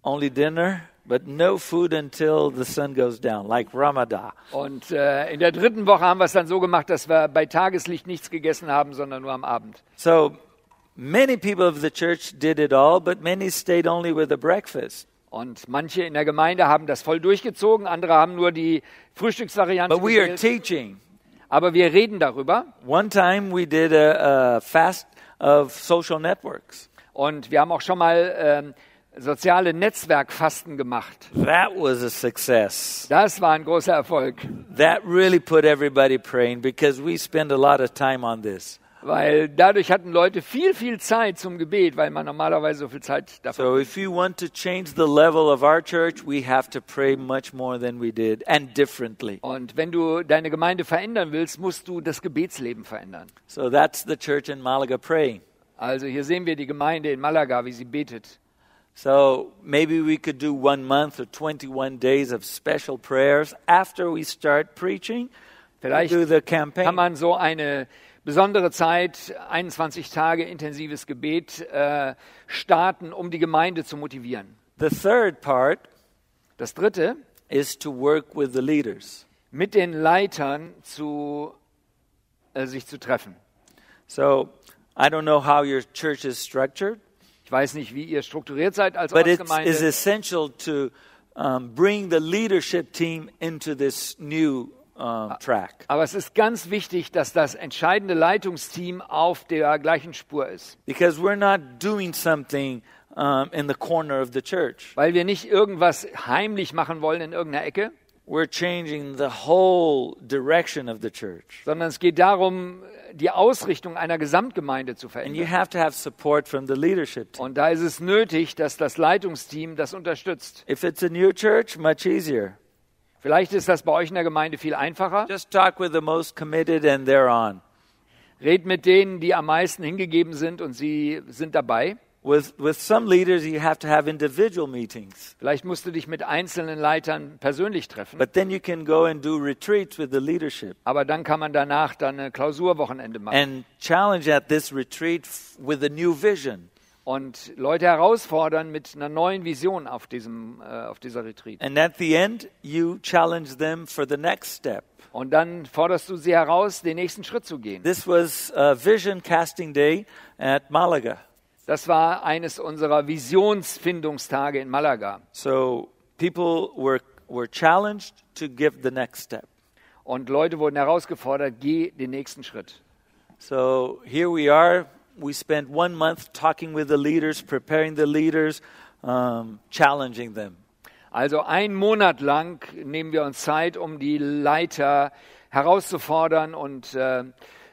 Speaker 2: only dinner, but no food until the sun goes down, like Ramadan.
Speaker 4: Und äh, in der dritten Woche haben wir es dann so gemacht, dass wir bei Tageslicht nichts gegessen haben, sondern nur am Abend.
Speaker 2: So many people of the church did it all, but many stayed only with the breakfast.
Speaker 4: Und manche in der Gemeinde haben das voll durchgezogen, andere haben nur die Frühstücksvariante
Speaker 2: But we are
Speaker 4: gewählt.
Speaker 2: teaching.
Speaker 4: Aber wir reden darüber
Speaker 2: One time we did a, a fast of social networks.
Speaker 4: und wir haben auch schon mal ähm, soziale Netzwerkfasten gemacht.
Speaker 2: That was a success.
Speaker 4: Das war ein großer Erfolg,
Speaker 2: That really put everybody praying because we spend a lot of time on this.
Speaker 4: weil dadurch hatten Leute viel, viel Zeit zum Gebet, weil man normalerweise so viel Zeit dafür
Speaker 2: So if you want to change the level of our church, we have to pray much more than we did and differently.
Speaker 4: Und wenn du deine Gemeinde verändern willst, musst du das Gebetsleben verändern.
Speaker 2: So that's the church in Malaga praying.
Speaker 4: Also hier sehen wir die Gemeinde in Malaga, wie sie betet.
Speaker 2: So maybe we could do one month or 21 days of special prayers after we start preaching. We
Speaker 4: Vielleicht
Speaker 2: do the
Speaker 4: Kann
Speaker 2: campaign.
Speaker 4: man so eine besondere Zeit, 21 Tage intensives Gebet äh, starten, um die Gemeinde zu motivieren.
Speaker 2: The third part
Speaker 4: Das Dritte,
Speaker 2: is to work with the leaders.
Speaker 4: mit den Leitern zu, äh, sich zu treffen.
Speaker 2: So I don't know how your church is structured,
Speaker 4: Ich weiß nicht, wie ihr strukturiert seid als
Speaker 2: but it is
Speaker 4: Ortsgemeinde,
Speaker 2: essential to um, bring the leadership team into this new um, track.
Speaker 4: aber es ist ganz wichtig, dass das entscheidende Leitungsteam auf der gleichen Spur ist.
Speaker 2: Because we're not doing something um, in the corner of the church.
Speaker 4: weil wir nicht irgendwas heimlich machen wollen in irgendeiner Ecke,
Speaker 2: We're changing the whole direction of the church.
Speaker 4: sondern es geht darum, die Ausrichtung einer Gesamtgemeinde zu
Speaker 2: And you
Speaker 4: verändern.
Speaker 2: have to have support from the leadership team.
Speaker 4: Und da ist es nötig, dass das Leitungsteam das unterstützt.
Speaker 2: If it's a new church, much easier.
Speaker 4: Vielleicht ist das bei euch in der Gemeinde viel einfacher.
Speaker 2: Just talk with the most committed and they're on.
Speaker 4: Red mit denen, die am meisten hingegeben sind und sie sind dabei.
Speaker 2: With, with some leaders, you have to have individual meetings.
Speaker 4: Vielleicht musst du dich mit einzelnen Leitern persönlich treffen,
Speaker 2: But then you can go and do retreats with the leadership
Speaker 4: aber dann kann man danach dann ein Klausurwochenende machen
Speaker 2: and challenge at this retreat f- with a new vision.
Speaker 4: und Leute herausfordern mit einer neuen Vision auf, diesem, äh, auf dieser Retreat.
Speaker 2: And at the end, you challenge them for the next step.
Speaker 4: Und dann forderst du sie heraus, den nächsten Schritt zu gehen.
Speaker 2: This was uh, Vision Casting Day at Malaga.
Speaker 4: Das war eines unserer Visionsfindungstage in Malaga.
Speaker 2: So people were, were challenged to give the next step.
Speaker 4: Und Leute wurden herausgefordert, geh den nächsten Schritt.
Speaker 2: So here we are. We spent one month talking with the leaders, preparing the leaders, um, challenging them.
Speaker 4: Also einen Monat lang nehmen wir uns Zeit, um die Leiter herauszufordern und äh,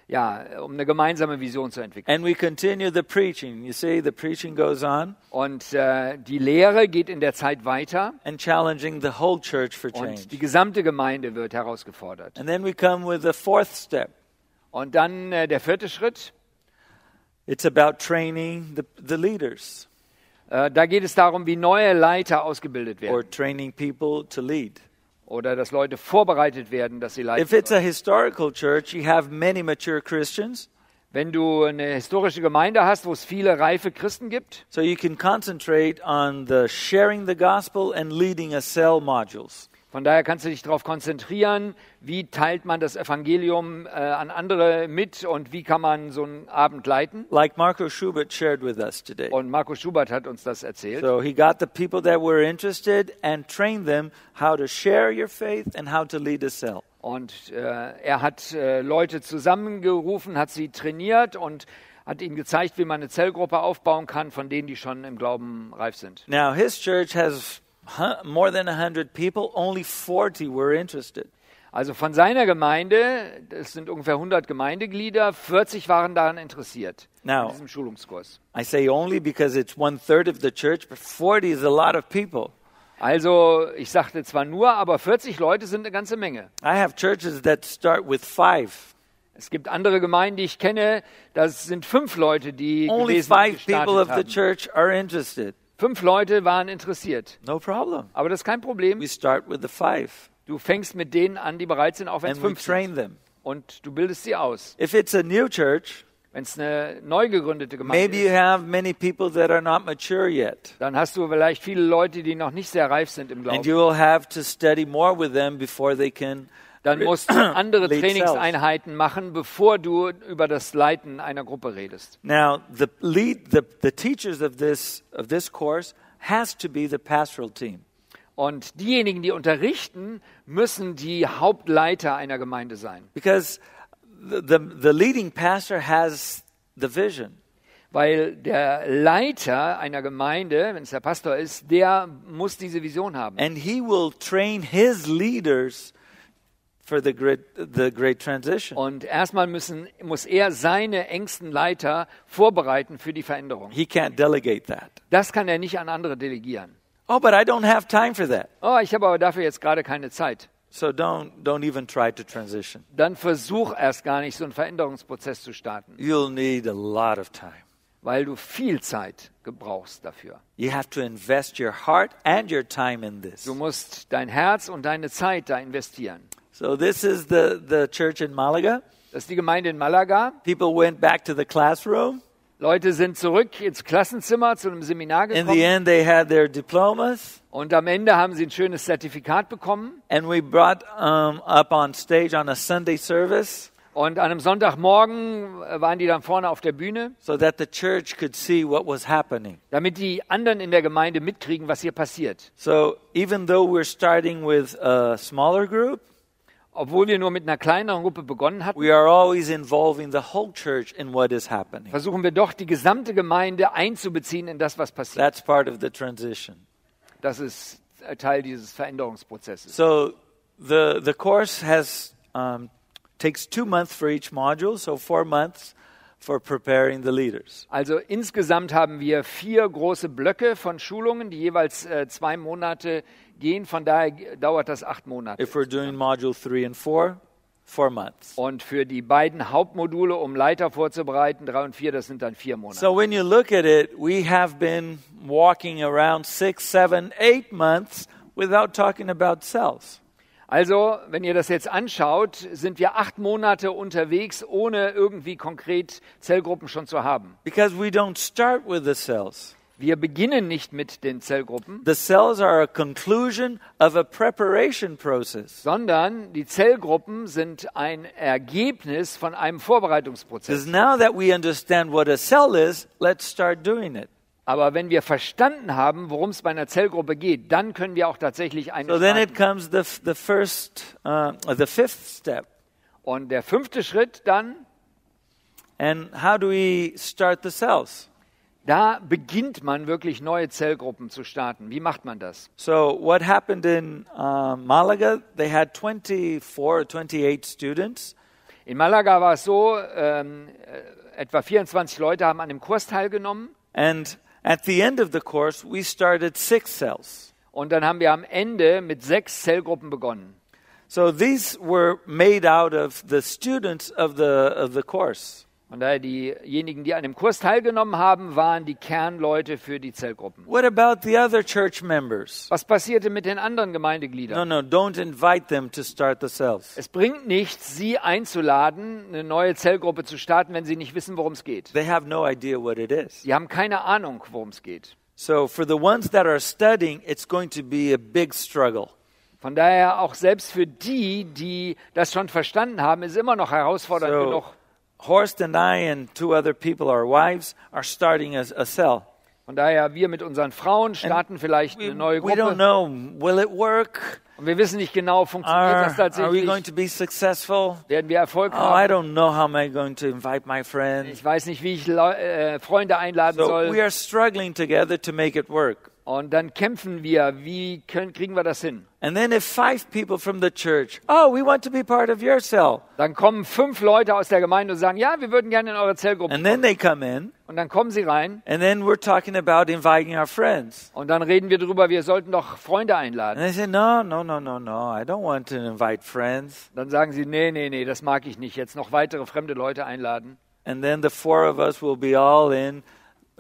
Speaker 4: ja, um eine gemeinsame Vision zu entwickeln.
Speaker 2: And we continue the preaching. You see, the preaching goes on
Speaker 4: Und äh, die Lehre geht in der Zeit weiter
Speaker 2: and challenging the whole church for
Speaker 4: und
Speaker 2: change.
Speaker 4: die gesamte Gemeinde wird herausgefordert.
Speaker 2: And then we come with the fourth step.
Speaker 4: Und dann äh, der vierte Schritt,
Speaker 2: It's about training the, the leaders
Speaker 4: äh, da geht es darum, wie neue Leiter ausgebildet werden.
Speaker 2: or training people to lead.
Speaker 4: oder dass Leute vorbereitet werden, dass sie leiten.
Speaker 2: If it's
Speaker 4: sollen.
Speaker 2: a historical church, you have many mature Christians,
Speaker 4: Wenn du eine historische Gemeinde hast, wo es viele reife Christen gibt,
Speaker 2: so you can concentrate on the sharing the gospel and leading a cell modules.
Speaker 4: von daher kannst du dich darauf konzentrieren, wie teilt man das Evangelium äh, an andere mit und wie kann man so einen Abend leiten.
Speaker 2: Like Marco Schubert shared with us today.
Speaker 4: Und Markus Schubert hat uns das erzählt.
Speaker 2: So he got the people that were interested and trained them how to share your faith and how to lead a cell.
Speaker 4: Und äh, er hat äh, Leute zusammengerufen, hat sie trainiert und hat ihnen gezeigt, wie man eine Zellgruppe aufbauen kann, von denen, die schon im Glauben reif sind.
Speaker 2: Now his church has hu- more than 100 people, only 40 were interested.
Speaker 4: Also von seiner Gemeinde, das sind ungefähr 100 Gemeindeglieder, 40 waren daran interessiert,
Speaker 2: Now-
Speaker 4: an diesem Schulungskurs.
Speaker 2: I say only because it's one third of the church, but 40 is a lot of people.
Speaker 4: Also ich sagte zwar nur, aber 40 Leute sind eine ganze Menge.
Speaker 2: I have churches that start with five
Speaker 4: Es gibt andere Gemeinden, die ich kenne, das sind fünf Leute, die
Speaker 2: Only
Speaker 4: gewesen, die
Speaker 2: five people of
Speaker 4: gestartet
Speaker 2: the
Speaker 4: haben.
Speaker 2: church are interested.
Speaker 4: Fünf Leute waren interessiert.
Speaker 2: No problem.
Speaker 4: Aber das ist kein
Speaker 2: We
Speaker 4: Problem.
Speaker 2: start with the five
Speaker 4: Du fängst mit denen an, die bereit sind, auch wenn es
Speaker 2: and we
Speaker 4: fünf sind.
Speaker 2: train them.
Speaker 4: Und du bildest sie aus.
Speaker 2: If it's a new church,
Speaker 4: Wenn es eine neu gegründete Gemeinde
Speaker 2: maybe you
Speaker 4: ist,
Speaker 2: have many people that are not mature yet.
Speaker 4: dann hast du vielleicht viele Leute, die noch nicht sehr reif sind im Glauben.
Speaker 2: And you will have to study more with them before they can.
Speaker 4: dann musst du andere
Speaker 2: Lead cells.
Speaker 4: Trainingseinheiten machen, bevor du über das Leiten einer Gruppe redest.
Speaker 2: Now, the lead, the, the teachers of this of this course has to be the pastoral team.
Speaker 4: Und diejenigen, die unterrichten, müssen die Hauptleiter einer Gemeinde sein,
Speaker 2: Because the, the, the leading pastor has the vision.
Speaker 4: weil der Leiter einer Gemeinde, wenn es der Pastor ist, der muss diese Vision haben.
Speaker 2: And he will train his leaders for the great, the great transition.
Speaker 4: Und erstmal müssen, muss er seine engsten Leiter vorbereiten für die Veränderung.
Speaker 2: He can't delegate that.
Speaker 4: Das kann er nicht an andere delegieren.
Speaker 2: Oh, but I don't have time for that.
Speaker 4: Oh, ich habe aber dafür jetzt gerade keine Zeit.
Speaker 2: So don't, don't even try to transition.
Speaker 4: Dann versuch erst gar nicht, so einen Veränderungsprozess zu starten,
Speaker 2: You'll need a lot of time.
Speaker 4: weil du viel Zeit gebrauchst dafür.
Speaker 2: You have to invest your heart and your time in this.
Speaker 4: Du musst dein Herz und deine Zeit da investieren.
Speaker 2: So this is the, the church in Malaga.
Speaker 4: Das ist die Gemeinde in Malaga.
Speaker 2: People went back to the classroom.
Speaker 4: Leute sind zurück ins Klassenzimmer zu einem Seminar
Speaker 2: In the
Speaker 4: gekommen
Speaker 2: end, they had their diplomas,
Speaker 4: und am Ende haben sie ein schönes Zertifikat bekommen.
Speaker 2: and we brought um, up on stage on a Sunday service
Speaker 4: Und an einem Sonntagmorgen äh, waren die dann vorne auf der Bühne,
Speaker 2: so that the church could see what was happening.
Speaker 4: damit die anderen in der Gemeinde mitkriegen, was hier passiert.
Speaker 2: So even though we're starting with a smaller group,
Speaker 4: Obwohl wir nur mit einer kleineren Gruppe begonnen hatten,
Speaker 2: we are always involving the whole church in what is happening.
Speaker 4: versuchen wir doch, die gesamte Gemeinde einzubeziehen in das, was passiert.
Speaker 2: That's part of the transition.
Speaker 4: Das ist äh, Teil dieses Veränderungsprozesses.
Speaker 2: So the the course has um, takes two months for each module, so four months for preparing the leaders.
Speaker 4: Also insgesamt haben wir vier große Blöcke von Schulungen, die jeweils äh, zwei Monate gehen. Von daher g- dauert das acht Monate.
Speaker 2: If we're doing module three and four, four months.
Speaker 4: Und für die beiden Hauptmodule, um Leiter vorzubereiten, drei und vier, das sind dann vier Monate.
Speaker 2: So when you look at it, we have been walking around six, seven, eight months without talking about cells.
Speaker 4: Also, wenn ihr das jetzt anschaut, sind wir acht Monate unterwegs, ohne irgendwie konkret Zellgruppen schon zu haben.
Speaker 2: Because we don't start with the cells.
Speaker 4: Wir beginnen nicht mit den Zellgruppen,
Speaker 2: The cells are a conclusion of a preparation process.
Speaker 4: sondern die Zellgruppen sind ein Ergebnis von einem Vorbereitungsprozess.
Speaker 2: Because now that we understand what a cell is, let's start doing it.
Speaker 4: Aber wenn wir verstanden haben, worum es bei einer Zellgruppe geht, dann können wir auch tatsächlich eine
Speaker 2: So then it
Speaker 4: starten.
Speaker 2: comes the, f- the first, uh, the fifth step.
Speaker 4: Und der fünfte Schritt dann,
Speaker 2: And how do we start the cells?
Speaker 4: da beginnt man wirklich neue Zellgruppen zu starten. Wie macht man das?
Speaker 2: So what happened in uh, Malaga, they had 24 or 28 students.
Speaker 4: In Malaga war es so, ähm, äh, etwa 24 Leute haben an dem Kurs teilgenommen
Speaker 2: And at the end of the course, we started six cells.
Speaker 4: und dann haben wir am Ende mit sechs Zellgruppen begonnen.
Speaker 2: So these were made out of the students of the, of the course.
Speaker 4: Von daher, diejenigen, die an dem Kurs teilgenommen haben, waren die Kernleute für die Zellgruppen.
Speaker 2: What about the other church members?
Speaker 4: Was passierte mit den anderen
Speaker 2: No,
Speaker 4: Gemeindegliedern?
Speaker 2: no, don't invite them to start the cells.
Speaker 4: Es bringt nichts, sie einzuladen, eine neue Zellgruppe zu starten, wenn sie nicht wissen, worum es geht.
Speaker 2: They have no idea what it is.
Speaker 4: Sie haben keine Ahnung, worum es geht.
Speaker 2: So for the ones that are studying, it's going to be a big struggle.
Speaker 4: Von daher, auch selbst für die, die das schon verstanden haben, ist immer noch herausfordernd
Speaker 2: So
Speaker 4: genug.
Speaker 2: Horst and I and two other people, our wives, are starting a, a cell.
Speaker 4: Von daher, wir mit unseren Frauen starten vielleicht
Speaker 2: We,
Speaker 4: eine neue
Speaker 2: we don't
Speaker 4: Gruppe.
Speaker 2: know. Will it work?
Speaker 4: Und wir wissen nicht genau, funktioniert
Speaker 2: Are,
Speaker 4: das
Speaker 2: are we going
Speaker 4: tatsächlich?
Speaker 2: to be successful?
Speaker 4: Werden wir Erfolg
Speaker 2: Oh, I
Speaker 4: haben?
Speaker 2: don't know how am I going to invite my friends.
Speaker 4: Ich weiß nicht, wie ich Leu äh, Freunde einladen
Speaker 2: So we
Speaker 4: soll.
Speaker 2: are struggling together to make it work.
Speaker 4: Und dann kämpfen wir. Wie können, kriegen wir das hin?
Speaker 2: And then if five people from the church, oh, we want to be part of your cell.
Speaker 4: Dann kommen fünf Leute aus der Gemeinde und sagen, ja, wir würden gerne in eure Zellgruppe.
Speaker 2: And then they come in,
Speaker 4: Und dann kommen sie rein
Speaker 2: and then we're talking about inviting our friends.
Speaker 4: und dann reden wir darüber, wir sollten doch Freunde
Speaker 2: And
Speaker 4: einladen.
Speaker 2: they say, no, no, no, no, no, I don't want to invite friends.
Speaker 4: Dann sagen sie, nee, nee, nee, das mag ich nicht. Jetzt noch weitere fremde Leute einladen.
Speaker 2: And then the four of us will be all in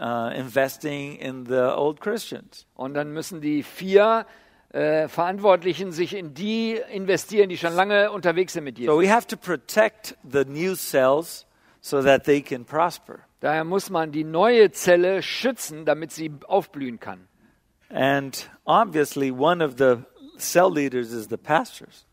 Speaker 2: uh, investing in the old Christians.
Speaker 4: Und dann müssen die vier äh, Verantwortlichen sich in die investieren, die schon lange unterwegs sind mit
Speaker 2: So
Speaker 4: Jesus.
Speaker 2: we have to protect the new cells so that they can prosper.
Speaker 4: Daher muss man die neue Zelle schützen, damit sie aufblühen kann.
Speaker 2: And obviously, one of the cell leaders is the pastors.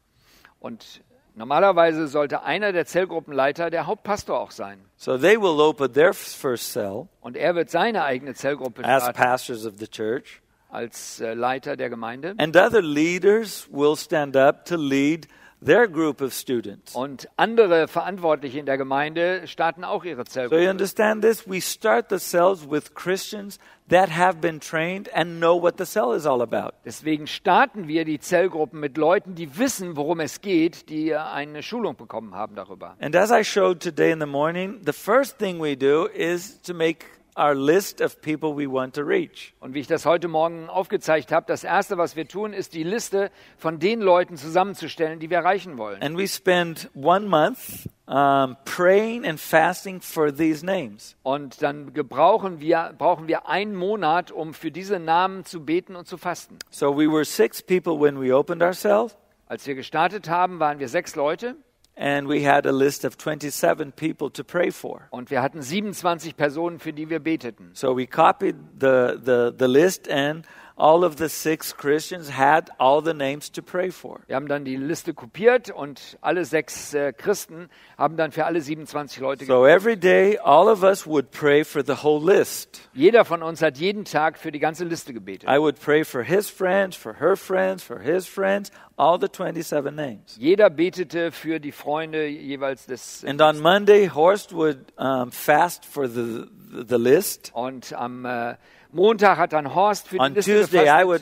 Speaker 4: Und normalerweise sollte einer der Zellgruppenleiter der Hauptpastor auch sein.
Speaker 2: So they will open their f- first cell
Speaker 4: Und er wird seine eigene Zellgruppe
Speaker 2: as
Speaker 4: starten
Speaker 2: pastors of the church.
Speaker 4: als äh, Leiter der Gemeinde.
Speaker 2: And other leaders will stand up to lead their group of students.
Speaker 4: Und andere Verantwortliche in der Gemeinde starten auch
Speaker 2: So
Speaker 4: ihre
Speaker 2: you
Speaker 4: Zellgruppe.
Speaker 2: understand this? We start the cells with Christians that have been trained and know what the cell is all about.
Speaker 4: Deswegen starten wir die Zellgruppen mit Leuten, die wissen, worum es geht, die äh, eine Schulung bekommen haben darüber.
Speaker 2: And as I showed today in the morning, the first thing we do is to make our list of people we want to reach.
Speaker 4: Und wie ich das heute Morgen aufgezeigt habe, das Erste, was wir tun, ist die Liste von den Leuten zusammenzustellen, die wir erreichen wollen.
Speaker 2: And we spend one month um, praying and fasting for these names.
Speaker 4: Und dann gebrauchen wir, brauchen wir einen Monat, um für diese Namen zu beten und zu fasten.
Speaker 2: So we were six people when we opened our cell,
Speaker 4: Als wir gestartet haben, waren wir sechs Leute
Speaker 2: and we had a list of 27 people to pray for.
Speaker 4: und wir hatten 27 Personen, für die wir beteten.
Speaker 2: So we copied the, the, the list, and all of the six Christians had all the names to pray for.
Speaker 4: Wir haben dann die Liste kopiert und alle sechs äh, Christen haben dann für alle 27 Leute
Speaker 2: So every day, all of us would pray for the whole list.
Speaker 4: Jeder von uns hat jeden Tag für die ganze Liste gebetet.
Speaker 2: I would pray for his friends, for her friends, for his friends, all the 27 names.
Speaker 4: Jeder betete für die Freunde jeweils des. äh,
Speaker 2: And on Monday, Horst would um, fast for the, the, the list.
Speaker 4: Und am äh, Montag hat dann Horst für die
Speaker 2: On
Speaker 4: Liste
Speaker 2: Tuesday, I would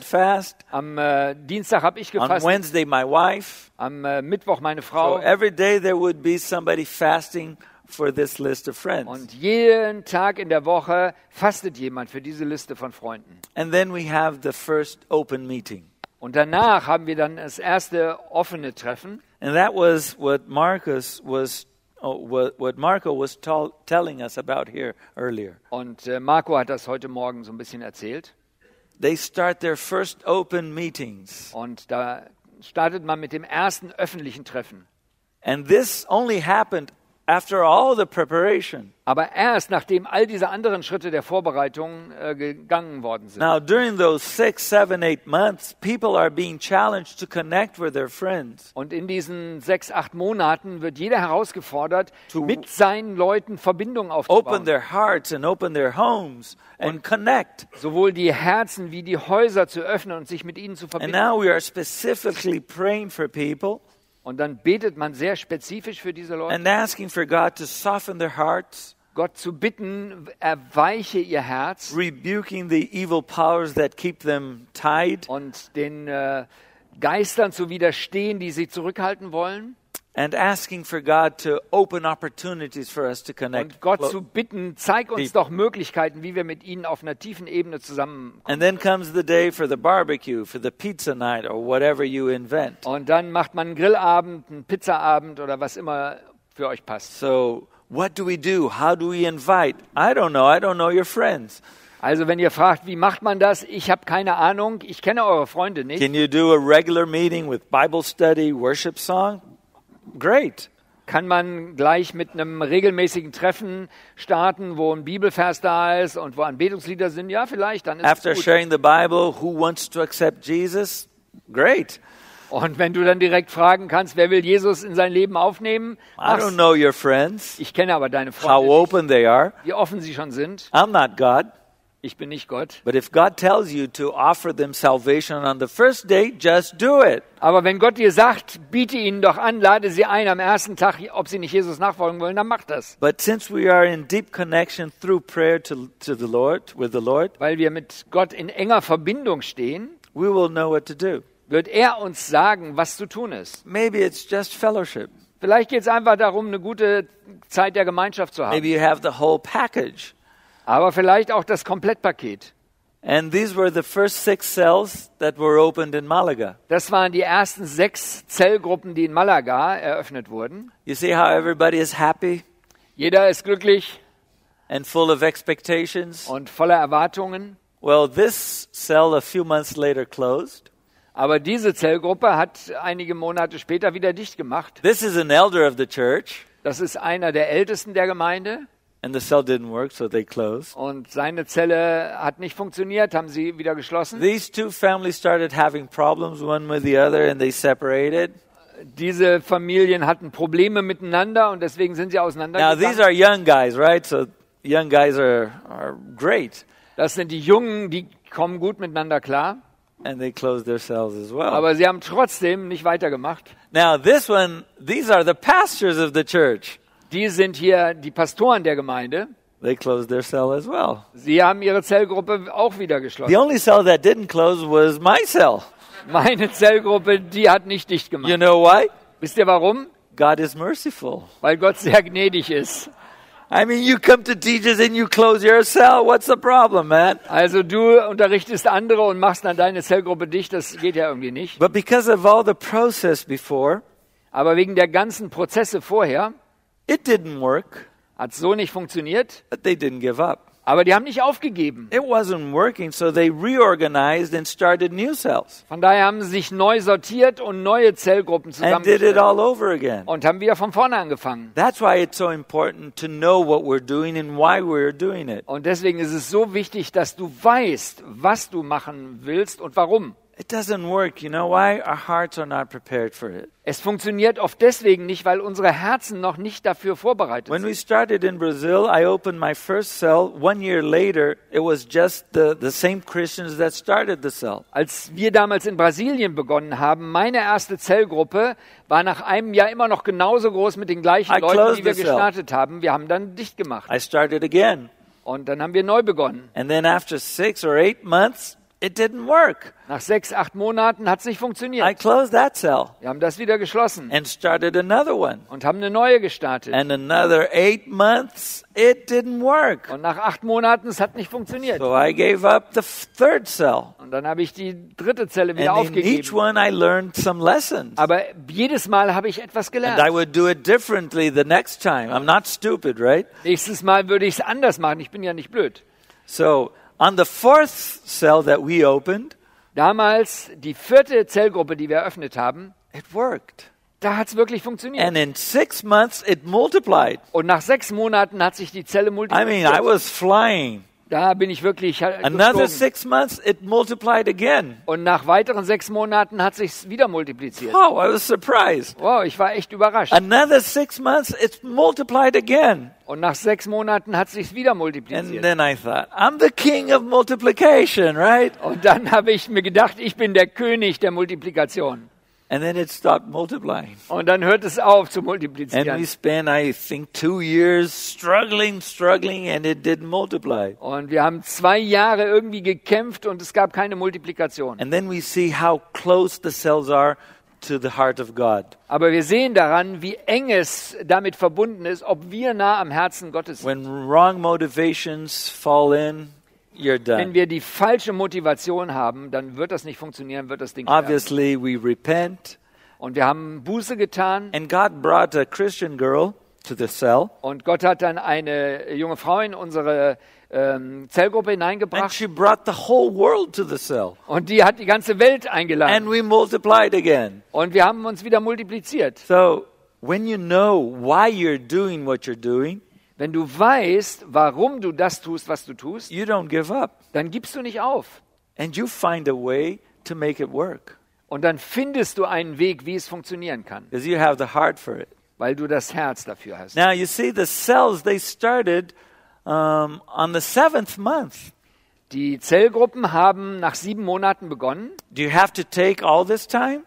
Speaker 2: fast.
Speaker 4: gefasst. Am äh, Dienstag habe ich
Speaker 2: On
Speaker 4: gefasst.
Speaker 2: Wednesday, my wife.
Speaker 4: Am äh, Mittwoch meine
Speaker 2: So
Speaker 4: Frau.
Speaker 2: every day, there would be somebody fasting for this list of
Speaker 4: Und
Speaker 2: friends.
Speaker 4: jeden Tag in der Woche fastet jemand für diese Liste von Freunden.
Speaker 2: And then we have the first open meeting.
Speaker 4: Und danach haben wir dann das erste offene Treffen.
Speaker 2: And that was what Marcus was, oh, what, what Marco was tell, telling us about here earlier.
Speaker 4: Und äh, Marco hat das heute Morgen so ein bisschen erzählt.
Speaker 2: They start their first open meetings.
Speaker 4: Und da startet man mit dem ersten öffentlichen Treffen.
Speaker 2: And this only happened after all the preparation.
Speaker 4: Aber erst nachdem all diese anderen Schritte der Vorbereitung äh, gegangen worden sind.
Speaker 2: Now, during those six, seven, eight months, people are being challenged to connect with their friends,
Speaker 4: Und in diesen sechs, acht Monaten wird jeder herausgefordert,
Speaker 2: To-
Speaker 4: mit seinen Leuten
Speaker 2: open
Speaker 4: Verbindung aufzubauen.
Speaker 2: their hearts and open their homes and connect.
Speaker 4: Sowohl die Herzen wie die Häuser zu öffnen und sich mit ihnen zu
Speaker 2: And
Speaker 4: verbinden.
Speaker 2: now we are specifically praying for people
Speaker 4: Und dann betet man sehr spezifisch für diese Leute.
Speaker 2: and asking for God to soften their hearts,
Speaker 4: Gott zu bitten, erweiche ihr Herz
Speaker 2: rebuking the evil powers that keep them tied,
Speaker 4: und den äh, Geistern zu widerstehen, die sie zurückhalten wollen.
Speaker 2: and asking for God to open opportunities for us to connect.
Speaker 4: Und Gott
Speaker 2: clo-
Speaker 4: zu bitten, zeig uns
Speaker 2: Deep.
Speaker 4: doch Möglichkeiten, wie wir mit ihnen auf einer tiefen Ebene zusammenkommen.
Speaker 2: And then comes the day for the barbecue, for the pizza night, or whatever you invent.
Speaker 4: Und dann macht man einen Grillabend, einen Pizzaabend oder was immer für euch passt.
Speaker 2: So, what do we do? How do we invite? I don't know. I don't know your friends.
Speaker 4: Also wenn ihr fragt, wie macht man das? Ich habe keine Ahnung. Ich kenne eure Freunde nicht.
Speaker 2: Can you do a regular meeting with Bible study, worship song? Great.
Speaker 4: Kann man gleich mit einem regelmäßigen Treffen starten, wo ein Bibelvers da ist und wo Anbetungslieder sind? Ja, vielleicht. Dann ist
Speaker 2: After
Speaker 4: es gut.
Speaker 2: sharing the Bible, who wants to accept Jesus? Great.
Speaker 4: Und wenn du dann direkt fragen kannst, wer will Jesus in sein Leben aufnehmen?
Speaker 2: I
Speaker 4: mach's.
Speaker 2: don't know your friends,
Speaker 4: Ich kenne aber deine
Speaker 2: how
Speaker 4: Freunde,
Speaker 2: open they are.
Speaker 4: wie offen sie schon sind.
Speaker 2: I'm not God.
Speaker 4: Ich bin nicht Gott.
Speaker 2: But if God tells you to offer them salvation on the first day, just do it.
Speaker 4: Aber wenn Gott dir sagt, biete ihnen doch an, lade sie ein am ersten Tag, ob sie nicht Jesus nachfolgen wollen, dann mach das.
Speaker 2: But since we are in deep connection through prayer to, to the Lord, with the Lord,
Speaker 4: Weil wir mit Gott in enger Verbindung stehen,
Speaker 2: we will know what to do.
Speaker 4: wird er uns sagen, was zu tun ist.
Speaker 2: Maybe it's just fellowship.
Speaker 4: Vielleicht geht es einfach darum, eine gute Zeit der Gemeinschaft zu haben.
Speaker 2: Maybe you have the whole package.
Speaker 4: Aber vielleicht auch das Komplettpaket.
Speaker 2: And these were the first six cells that were opened in Malaga.
Speaker 4: Das waren die ersten sechs Zellgruppen, die in Malaga eröffnet wurden.
Speaker 2: You see how everybody is happy
Speaker 4: Jeder ist glücklich
Speaker 2: and full of expectations?
Speaker 4: und voller Erwartungen.
Speaker 2: Well, this cell a few months later closed.
Speaker 4: Aber diese Zellgruppe hat einige Monate später wieder dicht gemacht.
Speaker 2: This is an elder of the church,
Speaker 4: Das ist einer der Ältesten der Gemeinde
Speaker 2: and the cell didn't work, so they closed.
Speaker 4: und seine Zelle hat nicht funktioniert, haben sie wieder geschlossen.
Speaker 2: These two families started having problems one with the other, and they separated.
Speaker 4: Diese Familien hatten Probleme miteinander und deswegen sind sie
Speaker 2: Now, these
Speaker 4: auseinandergegangen.
Speaker 2: are young guys, right? So young guys are, are great.
Speaker 4: Das sind die Jungen, die kommen gut miteinander klar.
Speaker 2: and they closed their cells as well.
Speaker 4: Aber sie haben trotzdem nicht weitergemacht.
Speaker 2: now, this one, these are the pastors of the church.
Speaker 4: Die sind hier die Pastoren der Gemeinde.
Speaker 2: They closed their cell as well.
Speaker 4: Sie haben ihre Zellgruppe auch wieder
Speaker 2: The
Speaker 4: geschlossen.
Speaker 2: only cell that didn't close was my cell.
Speaker 4: Meine Zellgruppe, die hat nicht dicht
Speaker 2: You
Speaker 4: gemacht.
Speaker 2: know why?
Speaker 4: Wisst ihr warum?
Speaker 2: God is merciful.
Speaker 4: Weil Gott sehr gnädig ist.
Speaker 2: I mean, you come to teach us and you close your cell. What's the problem, man?
Speaker 4: Also du unterrichtest andere und machst dann deine Zellgruppe dicht, das geht ja irgendwie nicht.
Speaker 2: But because of all the process before,
Speaker 4: Aber wegen der ganzen Prozesse vorher
Speaker 2: it didn't work,
Speaker 4: hat so nicht funktioniert.
Speaker 2: but they didn't give up.
Speaker 4: Aber die haben nicht aufgegeben.
Speaker 2: It wasn't working, so they reorganized and started new cells
Speaker 4: Von daher haben sie sich neu sortiert und neue Zellgruppen
Speaker 2: and did it
Speaker 4: zusammengestellt
Speaker 2: all over again.
Speaker 4: und haben wieder von vorne angefangen.
Speaker 2: That's why it's so important to know what we're doing and why we're doing it.
Speaker 4: Und deswegen ist es so wichtig, dass du weißt, was du machen willst und warum.
Speaker 2: It doesn't work. You know why? Our hearts are not prepared for it.
Speaker 4: Es funktioniert oft deswegen nicht, weil unsere Herzen noch nicht dafür vorbereitet
Speaker 2: When we
Speaker 4: sind.
Speaker 2: started in Brazil, I opened my first cell. One year later, it was just the, the same Christians that started the cell.
Speaker 4: Als wir damals in Brasilien begonnen haben, meine erste Zellgruppe war nach einem Jahr immer noch genauso groß mit den gleichen
Speaker 2: I
Speaker 4: Leuten,
Speaker 2: closed
Speaker 4: die wir
Speaker 2: the cell.
Speaker 4: gestartet haben. Wir haben dann dicht gemacht
Speaker 2: I started again.
Speaker 4: und dann haben wir neu begonnen.
Speaker 2: And then after six or eight months, it didn't work.
Speaker 4: Nach sechs, acht Monaten hat es nicht
Speaker 2: I
Speaker 4: funktioniert.
Speaker 2: closed that cell
Speaker 4: Wir haben das wieder geschlossen
Speaker 2: and started another one.
Speaker 4: und haben eine neue gestartet.
Speaker 2: And another eight months, it didn't work.
Speaker 4: Und nach acht Monaten, es hat nicht funktioniert.
Speaker 2: So I gave up the f- third cell.
Speaker 4: Und dann habe ich die dritte Zelle wieder
Speaker 2: And in each
Speaker 4: aufgegeben.
Speaker 2: one, I learned some lessons.
Speaker 4: Aber jedes Mal habe ich etwas
Speaker 2: And I
Speaker 4: gelernt.
Speaker 2: would do it differently the next time. I'm not stupid, right?
Speaker 4: Nächstes Mal würde ich es anders machen. Ich bin ja nicht blöd.
Speaker 2: So on the fourth cell that we opened,
Speaker 4: Damals die vierte Zellgruppe, die wir eröffnet haben,
Speaker 2: it worked.
Speaker 4: da hat es wirklich funktioniert.
Speaker 2: And in six months, it multiplied.
Speaker 4: Und nach sechs Monaten hat sich die Zelle
Speaker 2: I mean, I
Speaker 4: multipliziert.
Speaker 2: was flying.
Speaker 4: Da bin ich wirklich äh,
Speaker 2: Another
Speaker 4: geflogen.
Speaker 2: six months, it multiplied again.
Speaker 4: Und nach weiteren sechs Monaten hat sich wieder multipliziert.
Speaker 2: Oh, I was surprised.
Speaker 4: Wow, ich war echt überrascht.
Speaker 2: Another six months, it's multiplied again.
Speaker 4: Und nach sechs Monaten hat sich wieder
Speaker 2: And
Speaker 4: multipliziert.
Speaker 2: then I thought, I'm the king of multiplication, right?
Speaker 4: Und dann habe ich mir gedacht, ich bin der König der Multiplikation.
Speaker 2: And then it stopped multiplying.
Speaker 4: Und dann hört es auf zu
Speaker 2: And we
Speaker 4: multiplizieren.
Speaker 2: spent, I think, two years struggling, struggling, and it didn't multiply.
Speaker 4: Und wir haben zwei Jahre irgendwie gekämpft und es gab keine Multiplikation.
Speaker 2: And then we see how close the cells are to the heart of God.
Speaker 4: Aber wir sehen daran, wie eng es damit verbunden ist, ob wir nah am Herzen Gottes sind.
Speaker 2: When wrong motivations fall in, you're
Speaker 4: Wenn
Speaker 2: done.
Speaker 4: wir die falsche Motivation haben, dann wird das nicht funktionieren, wird das Ding sterben.
Speaker 2: Obviously, we repent.
Speaker 4: Und wir haben Buße getan
Speaker 2: And God brought a Christian girl to the cell,
Speaker 4: und Gott hat dann eine junge Frau in unsere ähm, Zellgruppe
Speaker 2: and
Speaker 4: hineingebracht
Speaker 2: she brought the whole world to the cell.
Speaker 4: und die hat die ganze Welt
Speaker 2: And
Speaker 4: eingeladen.
Speaker 2: we multiplied again.
Speaker 4: Und wir haben uns wieder multipliziert.
Speaker 2: So, when you know why you're doing what you're doing,
Speaker 4: Wenn du weißt, warum du das tust, was du tust,
Speaker 2: you don't give up.
Speaker 4: dann gibst du nicht auf.
Speaker 2: And you find a way to make it work
Speaker 4: Und dann findest du einen Weg, wie es funktionieren kann,
Speaker 2: because you have the heart for it.
Speaker 4: weil du das Herz dafür hast.
Speaker 2: Now you see the cells they started um, on the seventh month.
Speaker 4: Die Zellgruppen haben nach sieben Monaten begonnen.
Speaker 2: Do you have to take all this time?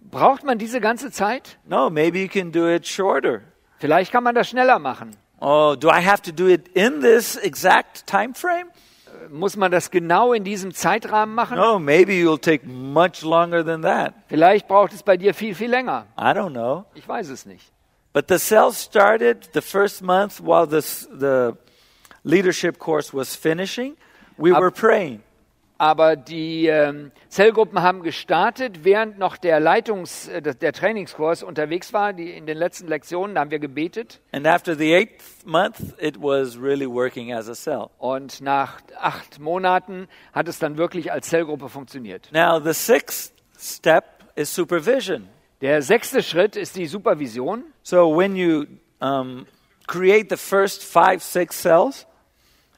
Speaker 4: Braucht man diese ganze Zeit?
Speaker 2: No, maybe you can do it shorter.
Speaker 4: Vielleicht kann man das schneller machen.
Speaker 2: Oh, do I have to do it in this exact time frame?
Speaker 4: Muss man das genau in diesem Zeitrahmen machen?
Speaker 2: No, maybe you'll take much longer than that.
Speaker 4: Vielleicht braucht es bei dir viel, viel länger.
Speaker 2: I don't know.
Speaker 4: Ich weiß es nicht.
Speaker 2: But the cells started the first month while this, the leadership course was finishing. We
Speaker 4: Ab-
Speaker 2: were praying.
Speaker 4: Aber die ähm, Zellgruppen haben gestartet, während noch der Leitungs-, äh, der der Trainingskurs unterwegs war. Die, in den letzten Lektionen da haben wir gebetet.
Speaker 2: And after the eighth month, it was really working as a cell.
Speaker 4: Und nach acht Monaten hat es dann wirklich als Zellgruppe funktioniert.
Speaker 2: Now, the sixth step is supervision.
Speaker 4: Der sechste Schritt ist die Supervision.
Speaker 2: So, when you um, create the first five, six cells,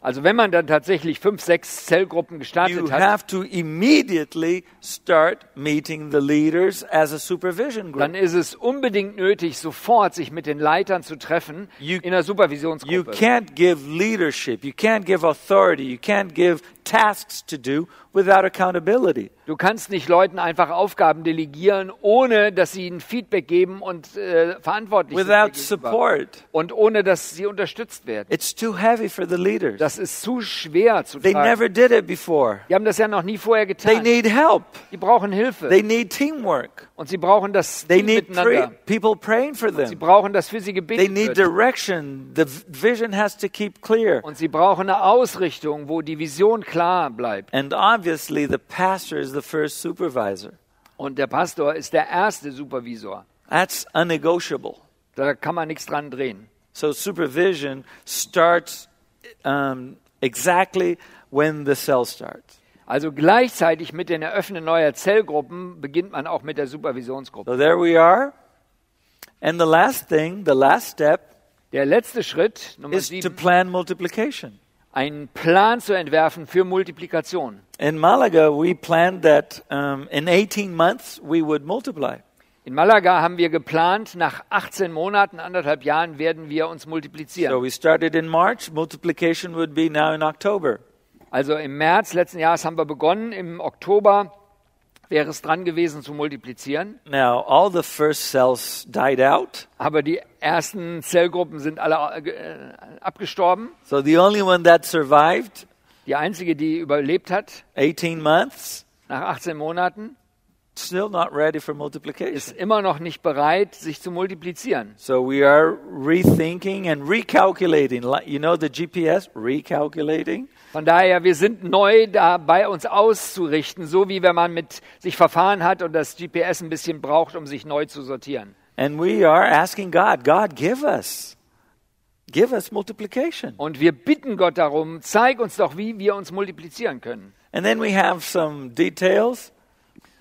Speaker 4: Also wenn man dann tatsächlich fünf, sechs Zellgruppen
Speaker 2: you
Speaker 4: gestartet hat,
Speaker 2: have to immediately start meeting the leaders as a supervision
Speaker 4: dann
Speaker 2: group.
Speaker 4: ist es unbedingt nötig, sofort sich mit den Leitern zu treffen
Speaker 2: You-
Speaker 4: in der
Speaker 2: You
Speaker 4: Supervisionsgruppe.
Speaker 2: can't give leadership, you can't give authority, you can't give tasks to do without accountability.
Speaker 4: Du kannst nicht Leuten einfach Aufgaben delegieren, ohne dass sie ihnen Feedback geben und äh, verantwortlich
Speaker 2: Without
Speaker 4: sind. gegenüber.
Speaker 2: support.
Speaker 4: Und ohne, dass sie unterstützt werden.
Speaker 2: It's too heavy for the leaders.
Speaker 4: Das ist zu schwer zu
Speaker 2: They
Speaker 4: tragen.
Speaker 2: never did it before.
Speaker 4: die haben das ja noch nie vorher
Speaker 2: They
Speaker 4: getan.
Speaker 2: need help.
Speaker 4: die brauchen Hilfe.
Speaker 2: They need teamwork.
Speaker 4: und sie brauchen das
Speaker 2: They
Speaker 4: Team
Speaker 2: need
Speaker 4: miteinander.
Speaker 2: pray- people praying for
Speaker 4: Sie
Speaker 2: them.
Speaker 4: brauchen das für sie
Speaker 2: They
Speaker 4: gebetet
Speaker 2: need
Speaker 4: wird.
Speaker 2: direction. The v- vision has to keep clear.
Speaker 4: Und sie brauchen eine Ausrichtung, wo die Vision klar bleibt.
Speaker 2: And obviously, the pastor is the first supervisor.
Speaker 4: Und der Pastor ist der erste Supervisor.
Speaker 2: That's unnegotiable.
Speaker 4: Da kann man nichts dran drehen.
Speaker 2: So, supervision starts um, exactly when the cell starts.
Speaker 4: Also gleichzeitig mit den Eröffnen neuer Zellgruppen beginnt man auch mit der Supervisionsgruppe.
Speaker 2: So, there we are. And the last thing, the last step,
Speaker 4: Der letzte Schritt, Nummer
Speaker 2: is to
Speaker 4: sieben,
Speaker 2: plan multiplication.
Speaker 4: einen Plan zu entwerfen für Multiplikation.
Speaker 2: In Malaga, we planned that um, in 18 months we would multiply.
Speaker 4: In Malaga haben wir geplant, nach 18 Monaten, anderthalb Jahren werden wir uns
Speaker 2: So
Speaker 4: multiplizieren.
Speaker 2: we started in March. Multiplication would be now in October.
Speaker 4: Also im März letzten Jahres haben wir begonnen, im Oktober wäre es dran gewesen zu multiplizieren,
Speaker 2: Now, all the first cells died out.
Speaker 4: aber die ersten Zellgruppen sind alle äh, abgestorben.
Speaker 2: So the only one that survived,
Speaker 4: Die einzige, die überlebt hat,
Speaker 2: 18 months,
Speaker 4: nach 18 Monaten,
Speaker 2: still not ready for
Speaker 4: ist
Speaker 2: multiplication.
Speaker 4: immer noch nicht bereit, sich zu multiplizieren.
Speaker 2: So we are rethinking and recalculating. Like, You know the GPS? Recalculating.
Speaker 4: Von daher, wir sind neu dabei, uns auszurichten, so wie wenn man mit sich verfahren hat und das GPS ein bisschen braucht, um sich neu zu sortieren.
Speaker 2: And we are asking God, God, give us. Give us multiplication.
Speaker 4: Und wir bitten Gott darum, zeig uns doch, wie wir uns multiplizieren können.
Speaker 2: And then we have some details.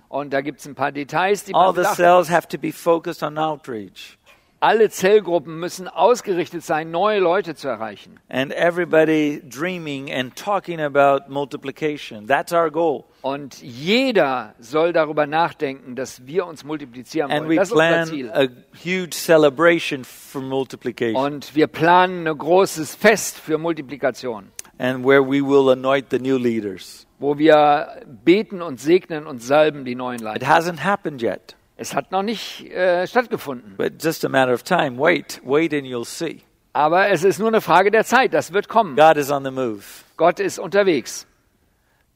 Speaker 4: Und da gibt es ein paar Details, die
Speaker 2: All
Speaker 4: man
Speaker 2: the
Speaker 4: beachten
Speaker 2: cells have to be focused on outreach.
Speaker 4: Alle Zellgruppen müssen ausgerichtet sein, neue Leute zu erreichen.
Speaker 2: And everybody dreaming and talking about multiplication. That's our goal.
Speaker 4: Und jeder soll darüber nachdenken, dass wir uns multiplizieren
Speaker 2: And
Speaker 4: wollen.
Speaker 2: we
Speaker 4: Das ist unser
Speaker 2: plan
Speaker 4: Ziel.
Speaker 2: a huge celebration for multiplication.
Speaker 4: Und wir planen ein großes Fest für Multiplikation,
Speaker 2: and where we will anoint the new leaders.
Speaker 4: wo wir beten und segnen und salben die neuen
Speaker 2: It
Speaker 4: Leiter.
Speaker 2: hasn't happened yet,
Speaker 4: Es hat noch nicht äh, stattgefunden.
Speaker 2: but just a matter of time. Wait, wait, and you'll see.
Speaker 4: Aber es ist nur eine Frage der Zeit. Das wird kommen.
Speaker 2: God is on the move.
Speaker 4: Gott ist unterwegs.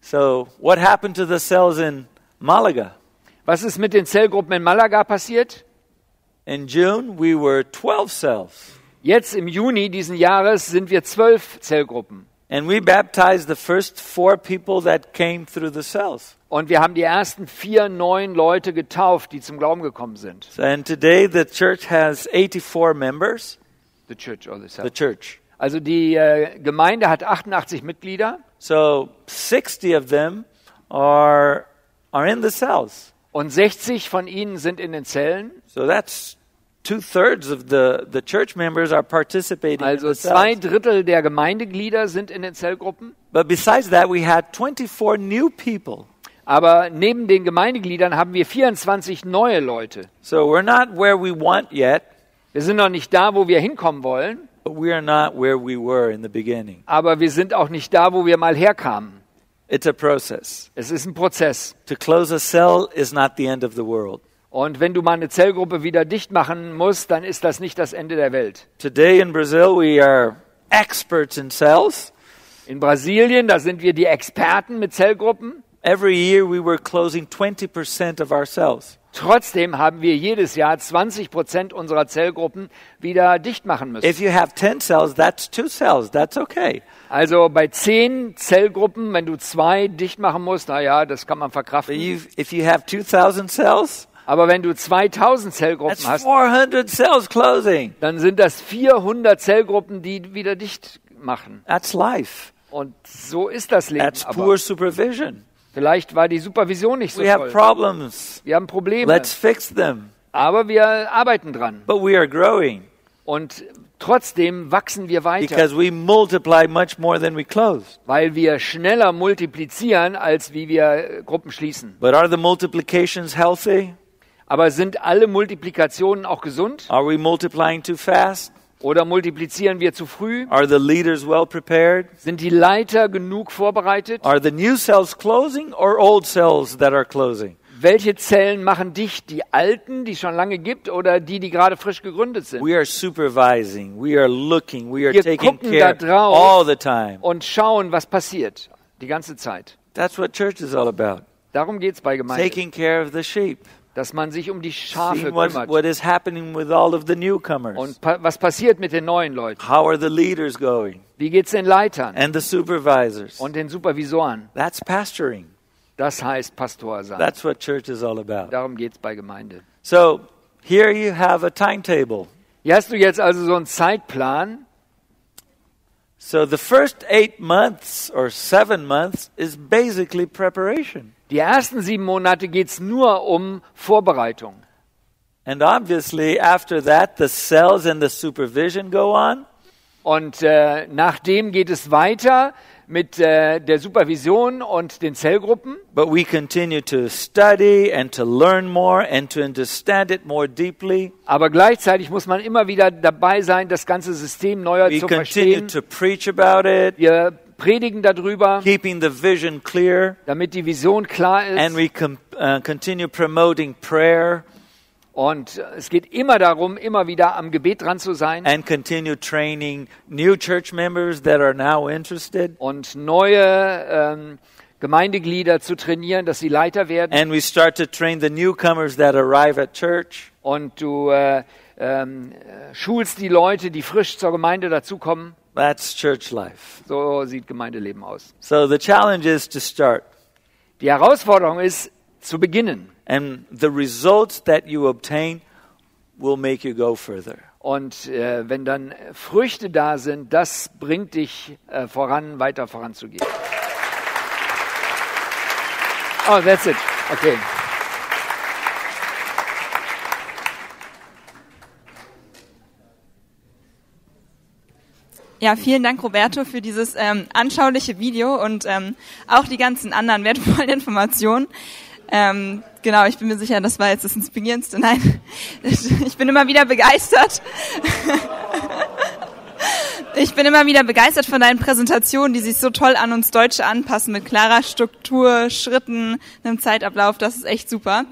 Speaker 2: So, what happened to the cells in Malaga?
Speaker 4: Was ist mit den Zellgruppen in Malaga passiert?
Speaker 2: In June, we were 12 cells,
Speaker 4: Jetzt im Juni diesen Jahres sind wir zwölf Zellgruppen.
Speaker 2: and we baptized the first four people that came through the cells.
Speaker 4: Und wir haben die ersten vier neuen Leute getauft, die zum Glauben gekommen sind.
Speaker 2: So, and today, the church has 84 members.
Speaker 4: The church or the
Speaker 2: The
Speaker 4: cell.
Speaker 2: church.
Speaker 4: Also die äh, Gemeinde hat 88 Mitglieder
Speaker 2: So, 60 of them are, are in the cells.
Speaker 4: und 60 von ihnen sind in den Zellen.
Speaker 2: So that's two thirds of the, the church members are participating. in
Speaker 4: Also
Speaker 2: the
Speaker 4: zwei
Speaker 2: cells.
Speaker 4: Drittel der Gemeindeglieder sind in den Zellgruppen.
Speaker 2: But besides that, we had 24 new people.
Speaker 4: Aber neben den Gemeindegliedern haben wir 24 neue Leute.
Speaker 2: So we're not where we want yet,
Speaker 4: Wir sind noch nicht da, wo wir hinkommen wollen,
Speaker 2: but we are not where we were in the beginning.
Speaker 4: aber wir sind auch nicht da, wo wir mal herkamen.
Speaker 2: It's a process.
Speaker 4: Es ist ein Prozess.
Speaker 2: To close a cell is not the end of the world.
Speaker 4: Und wenn du mal eine Zellgruppe wieder dicht machen musst, dann ist das nicht das Ende der Welt.
Speaker 2: Today in Brazil, we are experts in cells.
Speaker 4: In Brasilien, da sind wir die Experten mit Zellgruppen.
Speaker 2: Every year, we were closing 20% of our cells.
Speaker 4: Trotzdem haben wir jedes Jahr 20 Prozent unserer Zellgruppen wieder dicht machen müssen.
Speaker 2: If you have 10 cells, that's two cells. That's okay.
Speaker 4: Also bei 10 Zellgruppen, wenn du zwei dicht machen musst, naja, das kann man
Speaker 2: But
Speaker 4: verkraften.
Speaker 2: you if you have 2,000 cells,
Speaker 4: Aber wenn du 2000 Zellgruppen
Speaker 2: That's
Speaker 4: hast,
Speaker 2: 400 cells closing.
Speaker 4: dann sind das 400 Zellgruppen, die wieder dicht machen.
Speaker 2: That's life.
Speaker 4: Und so ist das Leben.
Speaker 2: That's
Speaker 4: Aber
Speaker 2: poor supervision.
Speaker 4: vielleicht war die Supervision nicht so
Speaker 2: We have
Speaker 4: toll.
Speaker 2: problems.
Speaker 4: Wir haben Probleme,
Speaker 2: Let's fix them.
Speaker 4: aber wir arbeiten dran.
Speaker 2: But we are growing
Speaker 4: Und trotzdem wachsen wir weiter.
Speaker 2: because we multiply much more than we close.
Speaker 4: weil wir schneller multiplizieren, als wie wir äh, Gruppen schließen.
Speaker 2: But are the multiplications healthy?
Speaker 4: Aber sind alle Multiplikationen auch gesund?
Speaker 2: Are we multiplying too fast?
Speaker 4: Oder multiplizieren wir zu früh?
Speaker 2: Are the leaders well prepared?
Speaker 4: Sind die Leiter genug vorbereitet?
Speaker 2: Are the new cells closing or old cells that are closing?
Speaker 4: Welche Zellen machen dicht? Die alten, die es schon lange gibt, oder die, die gerade frisch gegründet sind?
Speaker 2: We are supervising, we are looking, we are
Speaker 4: Wir
Speaker 2: taking
Speaker 4: gucken da
Speaker 2: care
Speaker 4: drauf.
Speaker 2: all the time.
Speaker 4: Und schauen, was passiert. Die ganze Zeit.
Speaker 2: That's what church is all about.
Speaker 4: Darum geht es bei Gemeinden,
Speaker 2: Taking care of the sheep.
Speaker 4: dass man sich um die Schafe
Speaker 2: Seeing what, what
Speaker 4: kümmert.
Speaker 2: is happening with all of the newcomers.
Speaker 4: Und pa was passiert mit den neuen Leuten?
Speaker 2: How are the leaders going?
Speaker 4: Wie geht es den Leitern
Speaker 2: And the supervisors.
Speaker 4: und den Supervisoren?
Speaker 2: That's pastoring.
Speaker 4: Das heißt Pastor sein.
Speaker 2: That's what church is all about.
Speaker 4: Darum geht es bei Gemeinde.
Speaker 2: So here you have a timetable.
Speaker 4: Hier hast du jetzt also so einen Zeitplan.
Speaker 2: So the first eight months or seven months is basically preparation.
Speaker 4: Die ersten sieben Monate geht es nur um Vorbereitung.
Speaker 2: And obviously, after that, the cells and the supervision go on.
Speaker 4: Und äh, nachdem geht es weiter mit äh, der Supervision und den Zellgruppen.
Speaker 2: But we continue to study and to learn more and to understand it more deeply.
Speaker 4: Aber gleichzeitig muss man immer wieder dabei sein, das ganze System neuer
Speaker 2: We
Speaker 4: zu
Speaker 2: continue
Speaker 4: verstehen.
Speaker 2: to preach about it,
Speaker 4: Wir predigen darüber,
Speaker 2: keeping the vision clear,
Speaker 4: damit die Vision klar
Speaker 2: and
Speaker 4: ist.
Speaker 2: we com- uh, continue promoting prayer
Speaker 4: Und es geht immer darum, immer wieder am Gebet dran zu sein
Speaker 2: and continue training new church members that are now interested.
Speaker 4: und neue ähm, Gemeindeglieder zu trainieren, dass sie Leiter werden.
Speaker 2: And we start to train the newcomers that arrive at church.
Speaker 4: und du äh, ähm, äh, schulst die Leute, die frisch zur Gemeinde dazukommen.
Speaker 2: That's church life.
Speaker 4: So sieht Gemeindeleben aus.
Speaker 2: So the challenge is to start.
Speaker 4: Die Herausforderung ist, zu beginnen.
Speaker 2: And the results that you obtain will make you go further.
Speaker 4: Und äh, wenn dann Früchte da sind, das bringt dich äh, voran, weiter voranzugehen. Oh, that's it. Okay.
Speaker 1: Ja, vielen Dank, Roberto, für dieses ähm, anschauliche Video und ähm, auch die ganzen anderen wertvollen Informationen. Ähm, genau, ich bin mir sicher, das war jetzt das Inspirierendste. Nein, ich bin immer wieder begeistert. Ich bin immer wieder begeistert von deinen Präsentationen, die sich so toll an uns Deutsche anpassen, mit klarer Struktur, Schritten, einem Zeitablauf. Das ist echt super.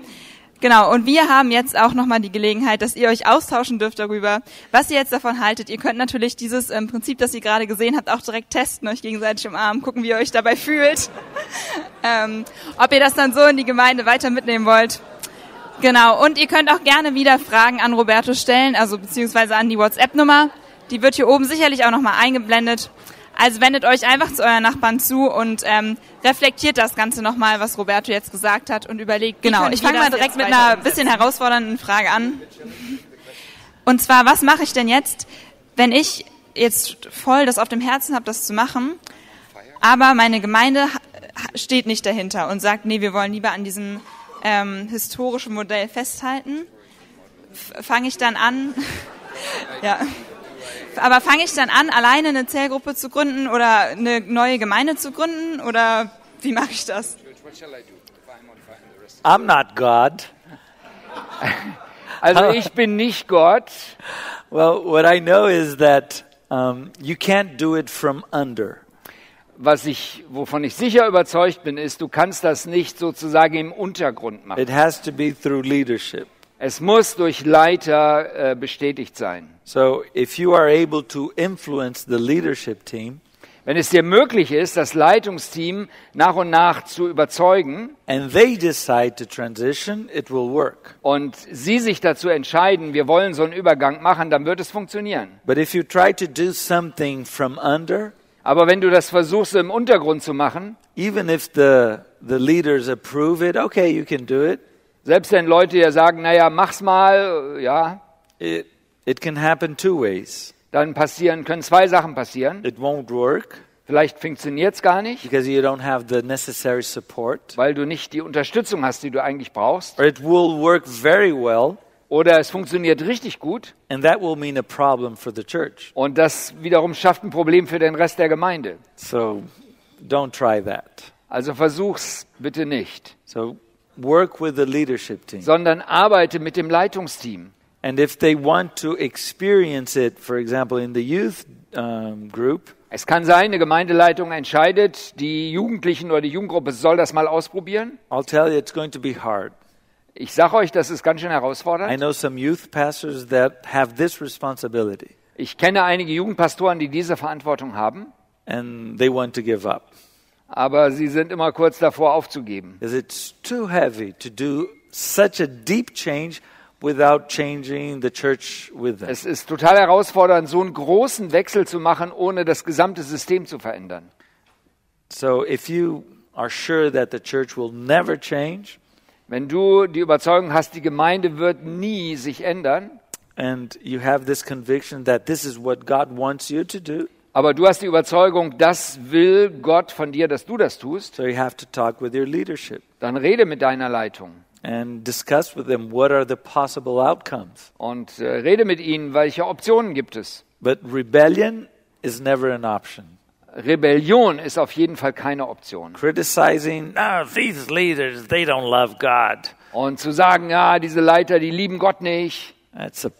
Speaker 1: Genau, und wir haben jetzt auch nochmal die Gelegenheit, dass ihr euch austauschen dürft darüber, was ihr jetzt davon haltet. Ihr könnt natürlich dieses ähm, Prinzip, das ihr gerade gesehen habt, auch direkt testen, euch gegenseitig umarmen, gucken, wie ihr euch dabei fühlt, ähm, ob ihr das dann so in die Gemeinde weiter mitnehmen wollt. Genau, und ihr könnt auch gerne wieder Fragen an Roberto stellen, also beziehungsweise an die WhatsApp-Nummer. Die wird hier oben sicherlich auch nochmal eingeblendet. Also wendet euch einfach zu euren Nachbarn zu und ähm, reflektiert das Ganze nochmal, was Roberto jetzt gesagt hat und überlegt, genau,
Speaker 5: könnt
Speaker 1: ich
Speaker 5: ihr
Speaker 1: fange mal
Speaker 5: das
Speaker 1: direkt
Speaker 5: jetzt
Speaker 1: mit
Speaker 5: weiter
Speaker 1: einer bisschen herausfordernden Frage an. Und zwar, was mache ich denn jetzt, wenn ich jetzt voll das auf dem Herzen habe, das zu machen, aber meine Gemeinde ha- steht nicht dahinter und sagt, nee, wir wollen lieber an diesem ähm, historischen Modell festhalten. F- Fange ich dann an, ja, aber fange ich dann an, alleine eine Zellgruppe zu gründen oder eine neue Gemeinde zu gründen oder wie mache ich das?
Speaker 3: Church, what shall I do if I'm on fire and the rest?
Speaker 2: I'm not God.
Speaker 4: Also ich bin nicht Gott.
Speaker 2: Well, what I know is that um, you can't do it from under.
Speaker 4: Was ich, wovon ich sicher überzeugt bin, ist, du kannst das nicht sozusagen im Untergrund machen.
Speaker 2: It has to be through leadership.
Speaker 4: Es muss durch Leiter äh, bestätigt sein.
Speaker 2: So if you are able to influence the leadership team
Speaker 4: Wenn es dir möglich ist, das Leitungsteam nach und nach zu überzeugen
Speaker 2: and they decide to transition, it will work.
Speaker 4: und sie sich dazu entscheiden, wir wollen so einen Übergang machen, dann wird es funktionieren.
Speaker 2: But if you try to do something from under,
Speaker 4: Aber wenn du das versuchst, im Untergrund zu machen,
Speaker 2: even if the the leaders approve it, okay, you can do it.
Speaker 4: selbst wenn Leute ja sagen, naja, mach's mal, äh, ja,
Speaker 2: It it can happen two ways.
Speaker 4: dann passieren, können zwei Sachen passieren.
Speaker 2: It won't work
Speaker 4: Vielleicht funktioniert's gar nicht,
Speaker 2: because you don't have the necessary support,
Speaker 4: weil du nicht die Unterstützung hast, die du eigentlich brauchst.
Speaker 2: or it will work very well,
Speaker 4: Oder es funktioniert richtig gut
Speaker 2: and that will mean a problem for the church.
Speaker 4: und das wiederum schafft ein Problem für den Rest der Gemeinde.
Speaker 2: So don't try that.
Speaker 4: Also versuch's bitte nicht.
Speaker 2: So work with the leadership team
Speaker 4: sondern arbeite mit dem Leitungsteam.
Speaker 2: And if they want to experience it, for example, in the youth um, group,
Speaker 4: Es kann sein, eine Gemeindeleitung entscheidet, die Jugendlichen oder die Jugendgruppe soll das mal ausprobieren.
Speaker 2: I'll tell you it's going to be hard.
Speaker 4: Ich sage euch, das ist ganz schön
Speaker 2: I
Speaker 4: herausfordernd.
Speaker 2: know some youth pastors that have this responsibility
Speaker 4: Ich kenne einige Jugendpastoren, die diese Verantwortung haben,
Speaker 2: and they want to give up
Speaker 4: aber sie sind immer kurz davor aufzugeben.
Speaker 2: because it's too heavy to do such a deep change without changing the church with them.
Speaker 4: Es ist total herausfordernd, so einen großen Wechsel zu machen, ohne das gesamte System zu verändern.
Speaker 2: So if you are sure that the church will never change
Speaker 4: Wenn du die Überzeugung hast, die Gemeinde wird nie sich ändern,
Speaker 2: and you have this conviction that this is what God wants you to do,
Speaker 4: aber du hast die Überzeugung, das will Gott von dir, dass du das tust,
Speaker 2: so you have to talk with your leadership
Speaker 4: dann rede mit deiner Leitung
Speaker 2: and discuss with them what are the possible outcomes.
Speaker 4: und äh, rede mit ihnen, welche Optionen gibt es.
Speaker 2: But rebellion is never an option.
Speaker 4: Rebellion ist auf jeden Fall keine Option.
Speaker 2: Criticizing, no, these leaders, they don't love God.
Speaker 4: Und zu sagen, ja, diese Leiter, die lieben Gott nicht,
Speaker 2: That's an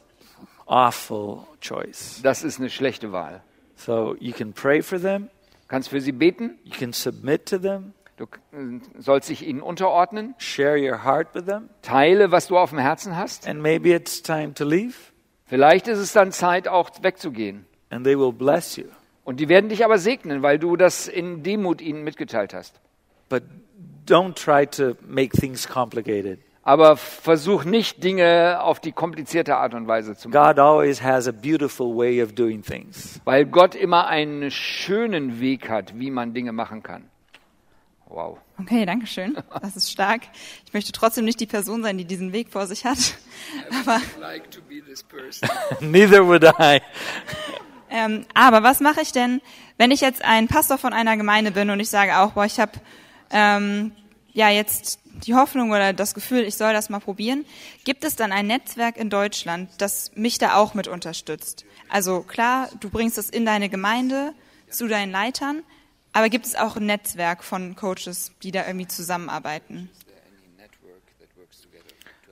Speaker 2: awful choice.
Speaker 4: das ist eine schlechte Wahl.
Speaker 2: So you can pray for them,
Speaker 4: Kannst für sie beten,
Speaker 2: you can submit to them,
Speaker 4: du äh, sollst dich ihnen unterordnen,
Speaker 2: share your heart with them,
Speaker 4: teile, was du auf dem Herzen hast.
Speaker 2: and maybe it's time to leave,
Speaker 4: Vielleicht ist es dann Zeit, auch wegzugehen.
Speaker 2: and they will bless you.
Speaker 4: Und die werden dich aber segnen, weil du das in Demut ihnen mitgeteilt hast.
Speaker 2: But don't try to make things complicated.
Speaker 4: Aber versuch nicht, Dinge auf die komplizierte Art und Weise zu machen.
Speaker 2: God always has a beautiful way of doing things.
Speaker 4: Weil Gott immer einen schönen Weg hat, wie man Dinge machen kann. Wow.
Speaker 1: Okay, danke schön. Das ist stark. Ich möchte trotzdem nicht die Person sein, die diesen Weg vor sich hat. Aber,
Speaker 3: Like to be this person.
Speaker 2: Neither would I.
Speaker 1: ähm, aber was mache ich denn, wenn ich jetzt ein Pastor von einer Gemeinde bin und ich sage auch, boah, ich habe ähm, ja jetzt die Hoffnung oder das Gefühl, ich soll das mal probieren. Gibt es dann ein Netzwerk in Deutschland, das mich da auch mit unterstützt? Also klar, du bringst es in deine Gemeinde zu deinen Leitern, aber gibt es auch ein Netzwerk von Coaches, die da irgendwie zusammenarbeiten?
Speaker 3: Is there any network that works together to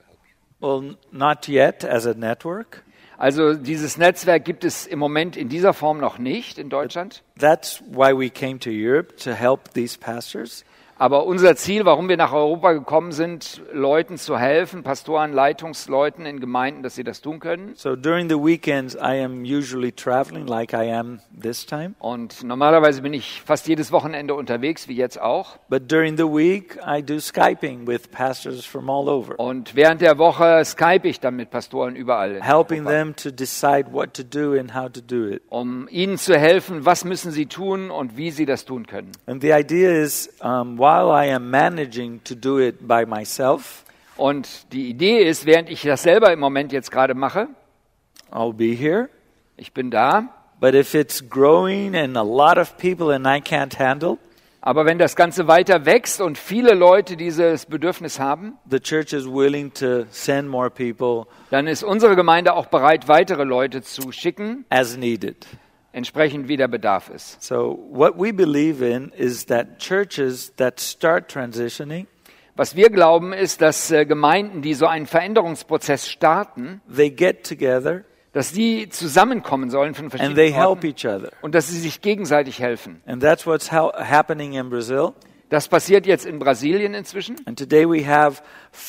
Speaker 2: Well,
Speaker 3: help you?
Speaker 2: n- not yet as a network.
Speaker 4: Also dieses Netzwerk gibt es im Moment in dieser Form noch nicht in Deutschland.
Speaker 2: That's why we came to Europe to help these pastors.
Speaker 4: Aber unser Ziel, warum wir nach Europa gekommen sind, Leuten zu helfen, Pastoren, Leitungsleuten in Gemeinden, dass sie das tun können.
Speaker 2: So during the weekends, I am usually traveling like I am this time.
Speaker 4: Und normalerweise bin ich fast jedes Wochenende unterwegs, wie jetzt auch.
Speaker 2: But during the week, I do Skyping with pastors from all over,
Speaker 4: Und während der Woche Skype ich dann mit Pastoren überall,
Speaker 2: helping them to decide what to do and how to do it.
Speaker 4: um ihnen zu helfen, was müssen sie tun und wie sie das tun können.
Speaker 2: And the idea is, um, while I am managing to do it by myself,
Speaker 4: Und die Idee ist, während ich das selber im Moment jetzt gerade mache,
Speaker 2: I'll be here.
Speaker 4: ich bin da,
Speaker 2: But if it's growing and a lot of people and I can't handle,
Speaker 4: aber wenn das Ganze weiter wächst und viele Leute dieses Bedürfnis haben,
Speaker 2: the church is willing to send more people
Speaker 4: dann ist unsere Gemeinde auch bereit, weitere Leute zu schicken,
Speaker 2: as needed.
Speaker 4: entsprechend wie der Bedarf ist.
Speaker 2: So, what we believe in is that churches that start transitioning,
Speaker 4: Was wir glauben, ist, dass äh, Gemeinden, die so einen Veränderungsprozess starten,
Speaker 2: they get together
Speaker 4: dass die zusammenkommen sollen von
Speaker 2: and they
Speaker 4: verschiedenen
Speaker 2: help
Speaker 4: Orten
Speaker 2: each other.
Speaker 4: und dass sie sich gegenseitig helfen.
Speaker 2: And that's what's how, happening in Brazil.
Speaker 4: Das passiert jetzt in Brasilien inzwischen.
Speaker 2: And today we have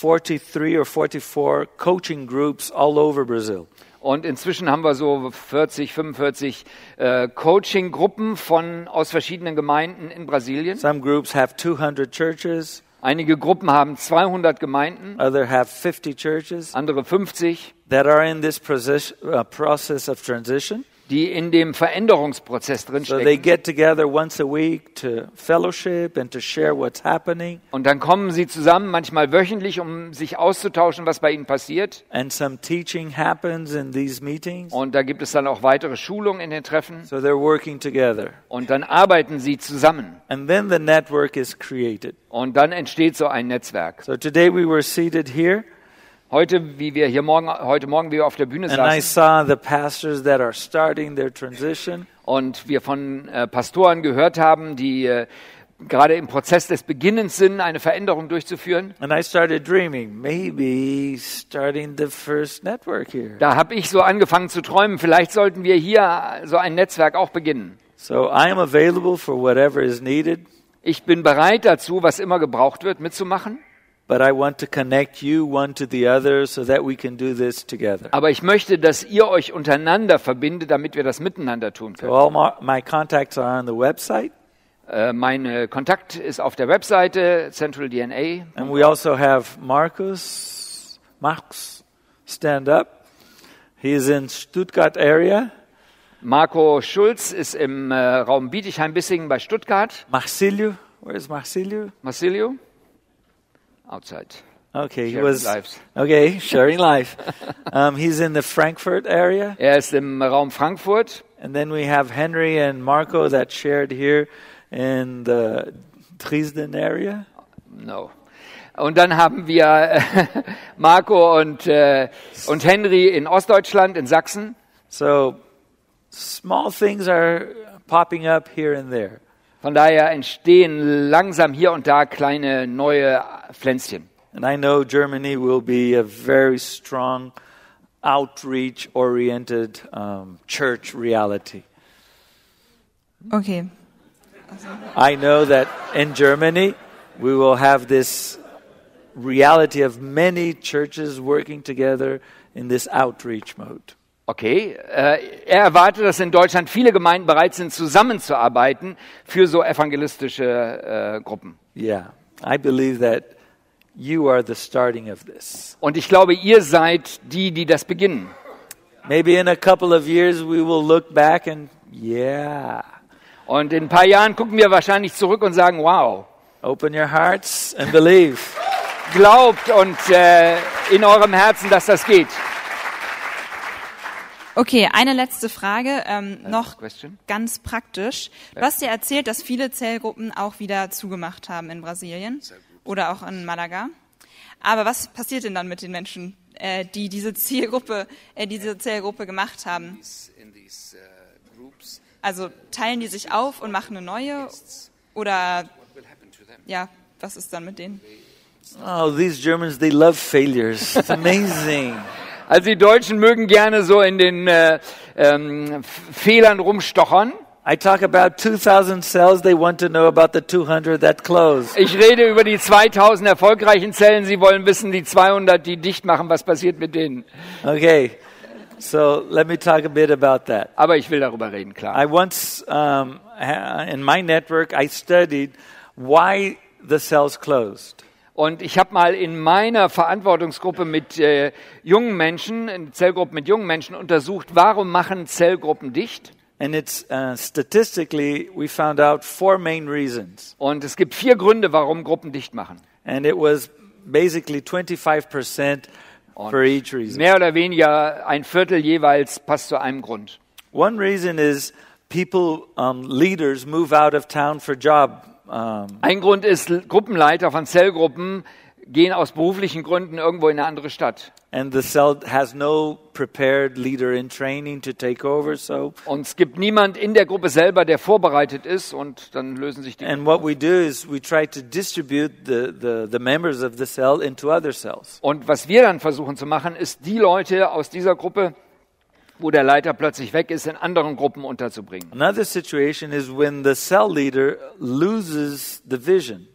Speaker 2: 43 or 44 coaching groups all over Brazil.
Speaker 4: Und inzwischen haben wir so 40, 45 äh, Coaching-Gruppen von, aus verschiedenen Gemeinden in Brasilien.
Speaker 2: Some groups have 200 churches,
Speaker 4: Einige Gruppen haben 200 Gemeinden,
Speaker 2: other have 50 churches
Speaker 4: andere 50,
Speaker 2: that are in this process, uh, process of transition.
Speaker 4: die in dem Veränderungsprozess
Speaker 2: So they
Speaker 4: drinstecken.
Speaker 2: get together once a week to fellowship and to share what's happening.
Speaker 4: Und dann kommen sie zusammen, manchmal wöchentlich, um sich auszutauschen, was bei ihnen passiert.
Speaker 2: And some teaching happens in these meetings.
Speaker 4: Und da gibt es dann auch weitere Schulungen in den Treffen.
Speaker 2: So they're working together.
Speaker 4: Und dann arbeiten sie zusammen.
Speaker 2: And then the network is created.
Speaker 4: Und dann entsteht so ein Netzwerk.
Speaker 2: So today we were seated here,
Speaker 4: Heute, wie wir hier morgen, heute Morgen, wie wir auf der Bühne
Speaker 2: and I
Speaker 4: saßen,
Speaker 2: saw the pastors that are starting their transition.
Speaker 4: und wir von äh, Pastoren gehört haben, die äh, gerade im Prozess des Beginnens sind, eine Veränderung durchzuführen.
Speaker 2: And I started dreaming, maybe starting the first network here.
Speaker 4: Da habe ich so angefangen zu träumen, vielleicht sollten wir hier so ein Netzwerk auch beginnen.
Speaker 2: So I am available for whatever is needed,
Speaker 4: Ich bin bereit dazu, was immer gebraucht wird, mitzumachen.
Speaker 2: but I want to connect you one to the other so that we can do this together.
Speaker 4: Aber ich möchte, dass ihr euch untereinander verbindet, damit wir das miteinander tun
Speaker 2: So
Speaker 4: können.
Speaker 2: all my, my contacts are on the website,
Speaker 4: Äh, mein Kontakt ist auf der Webseite centraldna.
Speaker 2: and we also have Marcus, Max, stand up. He is in Stuttgart area.
Speaker 4: Marco Schulz ist im äh, Raum Bietigheim-Bissingen bei Stuttgart.
Speaker 2: Marsilio, where is Marsilio?
Speaker 4: Marsilio? Outside.
Speaker 2: Okay, he
Speaker 4: Sharing
Speaker 2: was
Speaker 4: lives.
Speaker 2: okay sharing life. um, he's in the Frankfurt area,
Speaker 4: Er ist im Raum Frankfurt.
Speaker 2: and then we have Henry and Marco that shared here in the Dresden area.
Speaker 4: No. Und dann haben wir äh, Marco und, äh, und Henry in Ostdeutschland, in Sachsen.
Speaker 2: So small things are popping up here and there.
Speaker 4: Von daher entstehen langsam hier und da kleine neue Pflänzchen.
Speaker 2: And I know Germany will be a very strong outreach oriented um, church reality.
Speaker 1: Okay.
Speaker 2: I know that in Germany we will have this reality of many churches working together in this outreach mode.
Speaker 4: Okay, äh, er erwartet, dass in Deutschland viele Gemeinden bereit sind, zusammenzuarbeiten für so evangelistische äh, Gruppen.
Speaker 2: Yeah, I believe that you are the starting of this.
Speaker 4: Und ich glaube, ihr seid die, die das beginnen.
Speaker 2: Maybe in a couple of years we will look back and, yeah,
Speaker 4: Und in ein paar Jahren gucken wir wahrscheinlich zurück und sagen, wow,
Speaker 2: open your hearts and believe.
Speaker 4: glaubt und äh, in eurem Herzen, dass das geht.
Speaker 1: Okay, eine letzte Frage, ähm, noch
Speaker 4: question?
Speaker 1: ganz praktisch. Du hast ja erzählt, dass viele Zellgruppen auch wieder zugemacht haben in Brasilien oder auch in Malaga. Aber was passiert denn dann mit den Menschen, äh, die diese Zielgruppe, äh, diese Zellgruppe gemacht haben?
Speaker 3: These- In these uh, groups,
Speaker 1: Also teilen die sich auf und machen eine neue? Oder
Speaker 3: what will happen to them?
Speaker 1: ja, was ist dann mit denen?
Speaker 2: Oh, these Germans, they love failures. It's amazing.
Speaker 4: Also die Deutschen mögen gerne so in den äh, ähm, F- Fehlern rumstochern.
Speaker 2: I talk about 2,000 cells, they want to know about the 200 that closed.
Speaker 4: Ich rede über die 2000 erfolgreichen Zellen. Sie wollen wissen, die 200, die dicht machen, was passiert mit denen.
Speaker 2: Okay, so let me talk a bit about that.
Speaker 4: Aber ich will darüber reden, klar.
Speaker 2: I once, um, ha- in my network, I studied why the cells closed.
Speaker 4: Und ich habe mal in meiner Verantwortungsgruppe mit äh, jungen Menschen, in Zellgruppen mit jungen Menschen untersucht, warum machen Zellgruppen dicht?
Speaker 2: And it's uh, statistically, we found out four main reasons.
Speaker 4: Und es gibt vier Gründe, warum Gruppen dicht machen.
Speaker 2: And it was basically 25% for each reason.
Speaker 4: Mehr oder weniger ein Viertel jeweils passt zu einem Grund.
Speaker 2: One reason is people, um, leaders move out of town for job. Um,
Speaker 4: Ein Grund ist, L- Gruppenleiter von Zellgruppen gehen aus beruflichen Gründen irgendwo in eine andere Stadt.
Speaker 2: and the cell has no prepared leader in training to take over. So,
Speaker 4: Und es gibt niemand in der Gruppe selber, der vorbereitet ist und dann lösen sich die.
Speaker 2: and what we do is we try to distribute the, the, the members of the cell into other cells.
Speaker 4: Und was wir dann versuchen zu machen, ist die Leute aus dieser Gruppe, wo der Leiter plötzlich weg ist, in anderen Gruppen unterzubringen.
Speaker 2: Another situation is when the cell leader loses the vision.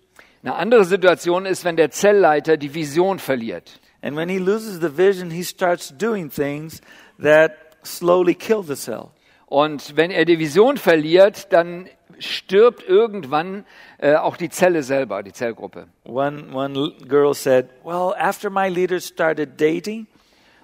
Speaker 4: Eine andere Situation ist, wenn der Zellleiter die Vision verliert.
Speaker 2: And when he loses the vision, he starts doing things that slowly kill the cell.
Speaker 4: Und wenn er die Vision verliert, dann stirbt irgendwann äh, auch die Zelle selber, die Zellgruppe.
Speaker 2: One, one l- girl said, Well, after my leader started dating,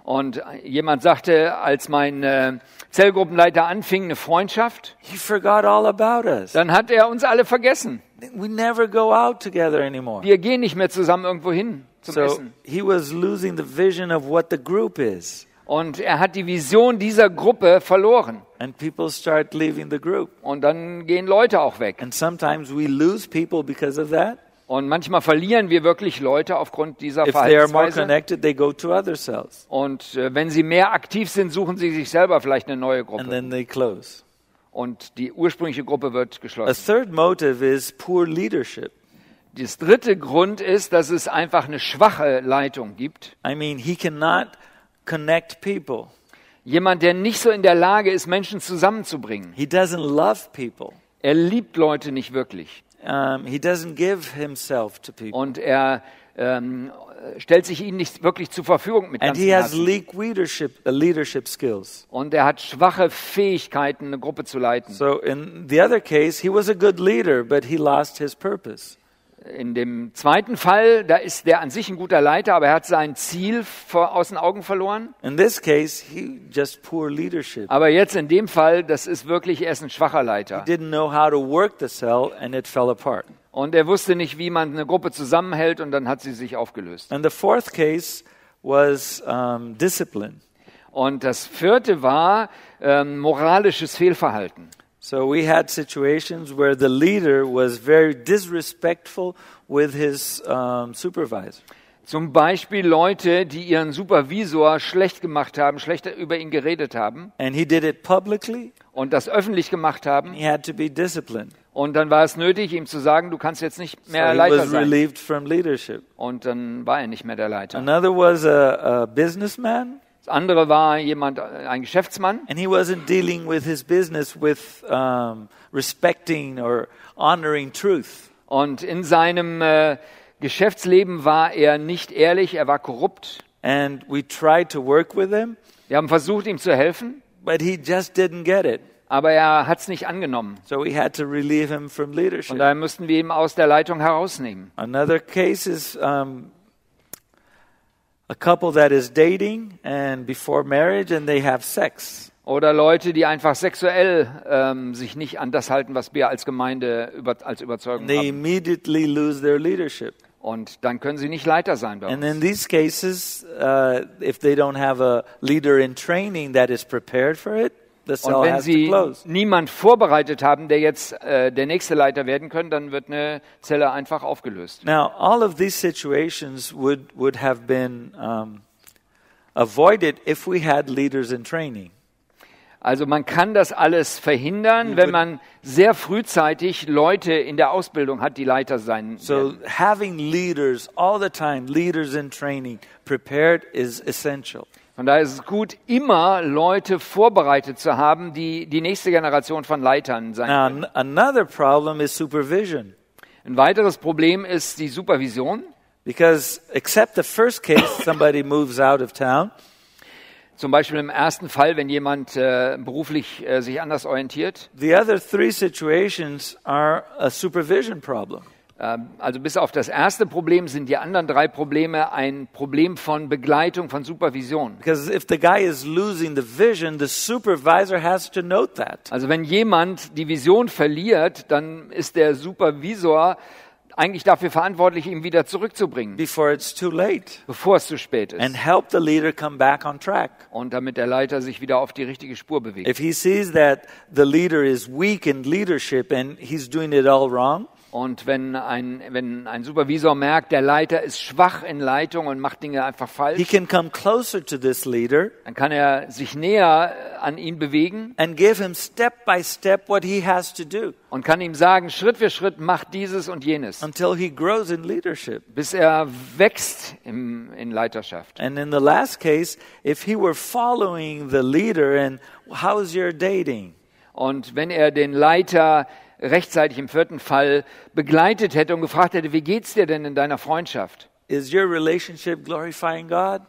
Speaker 4: Und jemand sagte, als mein äh, Zellgruppenleiter anfing, eine Freundschaft,
Speaker 2: he forgot all about us.
Speaker 4: dann hat er uns alle vergessen.
Speaker 2: We never go out together anymore.
Speaker 4: Wir gehen nicht mehr zusammen irgendwo hin zum
Speaker 2: So
Speaker 4: Essen.
Speaker 2: he was losing the vision of what the group is.
Speaker 4: Und er hat die Vision dieser Gruppe verloren.
Speaker 2: And people start leaving the group.
Speaker 4: Und dann gehen Leute auch weg.
Speaker 2: And sometimes we lose people because of that.
Speaker 4: Und manchmal verlieren wir wirklich Leute aufgrund dieser
Speaker 2: If they are more
Speaker 4: Verhaltensweise.
Speaker 2: connected, they go to other cells.
Speaker 4: Und äh, wenn sie mehr aktiv sind, suchen sie sich selber vielleicht eine neue
Speaker 2: And
Speaker 4: Gruppe.
Speaker 2: then they close.
Speaker 4: Und die ursprüngliche Gruppe wird
Speaker 2: A
Speaker 4: geschlossen.
Speaker 2: third motive is poor leadership.
Speaker 4: Das dritte Grund ist, dass es einfach eine schwache Leitung gibt.
Speaker 2: I mean, he cannot connect people,
Speaker 4: Jemand, der nicht so in der Lage ist, Menschen zusammenzubringen.
Speaker 2: he doesn't love people,
Speaker 4: Er liebt Leute nicht wirklich.
Speaker 2: um, he doesn't give himself to people.
Speaker 4: Und er ähm, stellt sich ihnen nicht wirklich zur Verfügung mit
Speaker 2: And
Speaker 4: ganzem
Speaker 2: he has
Speaker 4: Herzen.
Speaker 2: weak leadership, uh, leadership skills.
Speaker 4: Und er hat schwache Fähigkeiten, eine Gruppe zu leiten.
Speaker 2: So in the other case, he was a good leader, but he lost his purpose.
Speaker 4: In dem zweiten Fall, da ist der an sich ein guter Leiter, aber er hat sein Ziel vor, aus den Augen verloren.
Speaker 2: In this case, he just poor leadership.
Speaker 4: Aber jetzt in dem Fall, das ist wirklich, er ist ein schwacher Leiter.
Speaker 2: Didn't know how to work the cell, and it fell apart.
Speaker 4: Und er wusste nicht, wie man eine Gruppe zusammenhält und dann hat sie sich aufgelöst.
Speaker 2: And the fourth case was um, discipline.
Speaker 4: Und das vierte war ähm, moralisches Fehlverhalten.
Speaker 2: So we had situations where the leader was very disrespectful with his um, supervisor.
Speaker 4: Zum Beispiel Leute, die ihren Supervisor schlecht gemacht haben, schlecht über ihn geredet haben
Speaker 2: And he did it publicly.
Speaker 4: und das öffentlich gemacht haben.
Speaker 2: He had to be disciplined.
Speaker 4: Und dann war es nötig, ihm zu sagen, du kannst jetzt nicht mehr
Speaker 2: So he
Speaker 4: Leiter
Speaker 2: was
Speaker 4: sein.
Speaker 2: relieved from leadership.
Speaker 4: Und dann war er nicht mehr der Leiter.
Speaker 2: Another was a, a businessman,
Speaker 4: Das andere war jemand, äh, ein Geschäftsmann.
Speaker 2: and he wasn't dealing with his business with um, respecting or honoring truth.
Speaker 4: Und in seinem äh, Geschäftsleben war er nicht ehrlich, er war korrupt.
Speaker 2: And we tried to work with him,
Speaker 4: Wir haben versucht, ihm zu helfen,
Speaker 2: but he just didn't get it.
Speaker 4: aber er hat es nicht angenommen.
Speaker 2: So we had to relieve him from leadership.
Speaker 4: Und daher mussten wir ihn aus der Leitung herausnehmen.
Speaker 2: Another case is um, a couple that is dating and before marriage and they have sex.
Speaker 4: Oder Leute, die einfach sexuell ähm, sich nicht an das halten, was wir als Gemeinde über, als Überzeugung
Speaker 2: They
Speaker 4: haben.
Speaker 2: immediately lose their leadership.
Speaker 4: Und dann können sie nicht Leiter sein bei
Speaker 2: And
Speaker 4: uns.
Speaker 2: in these cases, uh, if they don't have a leader in training that is prepared for it, the
Speaker 4: Und
Speaker 2: cell
Speaker 4: wenn
Speaker 2: has to
Speaker 4: sie
Speaker 2: close.
Speaker 4: niemand vorbereitet haben, der jetzt äh, der nächste Leiter werden können, dann wird eine Zelle einfach aufgelöst.
Speaker 2: Now, all of these situations would, would have been um, avoided if we had leaders in training.
Speaker 4: Also man kann das alles verhindern, wenn man sehr frühzeitig Leute in der Ausbildung hat, die Leiter sein
Speaker 2: So,
Speaker 4: werden.
Speaker 2: having leaders all the time, leaders in training, prepared is essential.
Speaker 4: Von daher ist es gut, immer Leute vorbereitet zu haben, die die nächste Generation von Leitern sein
Speaker 2: Now,
Speaker 4: können.
Speaker 2: n- another problem is supervision.
Speaker 4: Ein weiteres Problem ist die Supervision.
Speaker 2: Because, except the first case, somebody moves out of town,
Speaker 4: Zum Beispiel im ersten Fall, wenn jemand äh, beruflich äh, sich anders orientiert.
Speaker 2: the other three situations are a supervision problem.
Speaker 4: Ähm, also bis auf das erste Problem sind die anderen drei Probleme ein Problem von Begleitung, von Supervision.
Speaker 2: Because if the guy is losing the vision, the supervisor has to note that.
Speaker 4: Also wenn jemand die Vision verliert, dann ist der Supervisor eigentlich dafür verantwortlich, ihn wieder zurückzubringen,
Speaker 2: before it's too late
Speaker 4: bevor es zu spät ist.
Speaker 2: and help the leader come back on track.
Speaker 4: und damit der Leiter sich wieder auf die richtige Spur bewegt.
Speaker 2: If he sees that the leader is weak in leadership and he's doing it all wrong,
Speaker 4: Und wenn ein, wenn ein Supervisor merkt, der Leiter ist schwach in Leitung und macht Dinge einfach
Speaker 2: he
Speaker 4: falsch,
Speaker 2: can come closer to this leader
Speaker 4: dann kann er sich näher äh, an ihn bewegen
Speaker 2: and give him step by step what he has to do
Speaker 4: und kann ihm sagen, Schritt für Schritt, mach dieses und jenes,
Speaker 2: until he grows in leadership.
Speaker 4: bis er wächst im, in Leiterschaft.
Speaker 2: And in the last case, if he were following the leader and how's your dating?
Speaker 4: Und wenn er den Leiter rechtzeitig im vierten Fall begleitet hätte und gefragt hätte, wie geht's dir denn in deiner Freundschaft?
Speaker 2: Is your relationship glorifying God?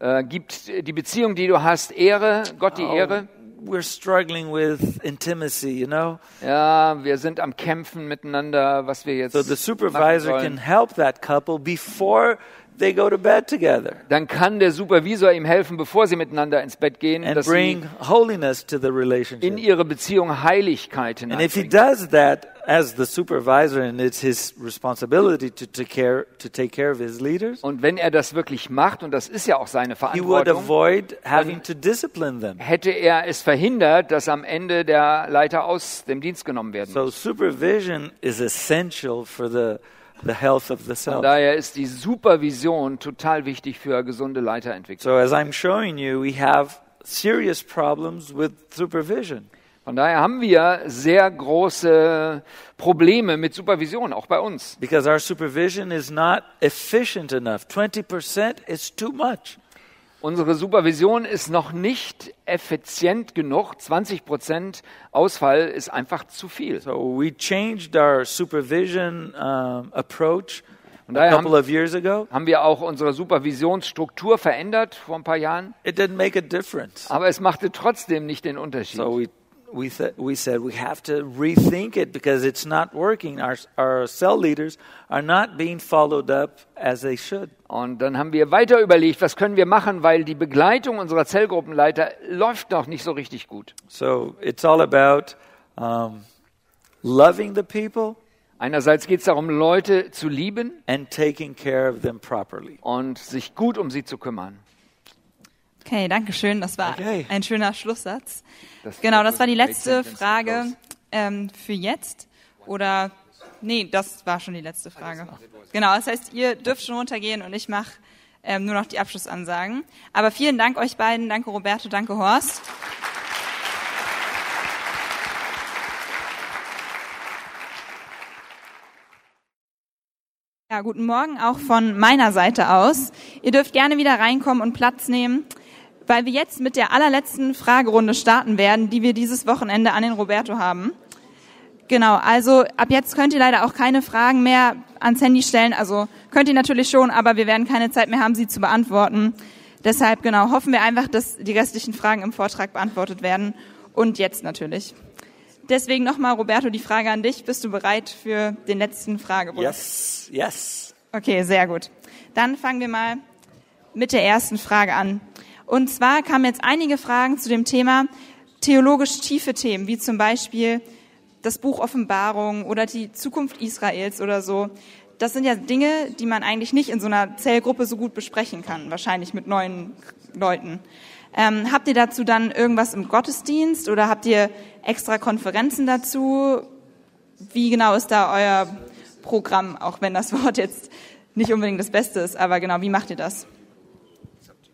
Speaker 4: Äh, gibt die Beziehung, die du hast, Ehre, Gott die Ehre?
Speaker 2: We're struggling with intimacy, you know?
Speaker 4: Ja, wir sind am Kämpfen miteinander, was wir jetzt.
Speaker 2: So the supervisor can
Speaker 4: machen sollen.
Speaker 2: help that couple before they go to bed together
Speaker 4: Dann kann der Supervisor ihm helfen, bevor sie miteinander ins Bett gehen,
Speaker 2: and
Speaker 4: dass
Speaker 2: bring
Speaker 4: sie
Speaker 2: holiness to the
Speaker 4: in
Speaker 2: relationship.
Speaker 4: ihre Beziehung Heiligkeit
Speaker 2: And if he
Speaker 4: hineinbringen.
Speaker 2: does that as the supervisor and it's his responsibility to take care to take care of his leaders,
Speaker 4: Und wenn er das wirklich macht, und das ist ja auch seine
Speaker 2: he would
Speaker 4: Verantwortung,
Speaker 2: avoid having to discipline them.
Speaker 4: hätte er es verhindert, dass am Ende der Leiter aus dem Dienst genommen werden muss.
Speaker 2: So supervision is essential for the the health of the
Speaker 4: Von
Speaker 2: self.
Speaker 4: daher ist die Supervision total wichtig für gesunde Leiterentwicklung.
Speaker 2: So as I'm showing you, we have serious problems with supervision.
Speaker 4: Von daher haben wir sehr große Probleme mit Supervision, auch bei uns.
Speaker 2: because our supervision is not efficient enough. 20% is too much.
Speaker 4: Unsere Supervision ist noch nicht effizient genug. 20 Prozent Ausfall ist einfach zu viel.
Speaker 2: So we changed our supervision um, approach a
Speaker 4: daher haben-
Speaker 2: couple of years ago.
Speaker 4: Haben wir auch unsere Supervisionsstruktur verändert vor ein paar Jahren,
Speaker 2: It didn't make a difference.
Speaker 4: aber es machte trotzdem nicht den Unterschied.
Speaker 2: So we we th- we said we have to rethink it because it's not working. Our our cell leaders are not being followed up as they should.
Speaker 4: Und dann haben wir weiter überlegt, was können wir machen, weil die Begleitung unserer Zellgruppenleiter läuft noch nicht so richtig gut.
Speaker 2: So it's all about um, loving the people
Speaker 4: Einerseits geht es darum, Leute zu lieben
Speaker 2: and taking care of them properly.
Speaker 4: und sich gut um sie zu kümmern.
Speaker 1: Okay, danke schön. Das war
Speaker 2: Okay.
Speaker 1: ein schöner Schlusssatz.
Speaker 4: Das-
Speaker 1: genau, das war die
Speaker 4: Great
Speaker 1: letzte
Speaker 4: sentence.
Speaker 1: Frage ähm, für jetzt. Oder, nee, das war schon die letzte Frage. Genau, das heißt, ihr dürft schon runtergehen und ich mache ähm, nur noch die Abschlussansagen. Aber vielen Dank euch beiden. Danke Roberto, danke Horst. Ja, guten Morgen auch von meiner Seite aus. Ihr dürft gerne wieder reinkommen und Platz nehmen, weil wir jetzt mit der allerletzten Fragerunde starten werden, die wir dieses Wochenende an den Roberto haben. Genau, also ab jetzt könnt ihr leider auch keine Fragen mehr ans Handy stellen. Also könnt ihr natürlich schon, aber wir werden keine Zeit mehr haben, sie zu beantworten. Deshalb genau, hoffen wir einfach, dass die restlichen Fragen im Vortrag beantwortet werden und jetzt natürlich. Deswegen nochmal, Roberto, die Frage an dich. Bist du bereit für den letzten Fragerunde?
Speaker 2: Yes, yes.
Speaker 1: Okay, sehr gut. Dann fangen wir mal mit der ersten Frage an. Und zwar kamen jetzt einige Fragen zu dem Thema theologisch tiefe Themen, wie zum Beispiel das Buch Offenbarung oder die Zukunft Israels oder so. Das sind ja Dinge, die man eigentlich nicht in so einer Zellgruppe so gut besprechen kann, wahrscheinlich mit neuen Leuten. Ähm, habt ihr dazu dann irgendwas im Gottesdienst oder habt ihr extra Konferenzen dazu? Wie genau ist da euer Programm, auch wenn das Wort jetzt nicht unbedingt das Beste ist, aber genau, wie macht ihr das?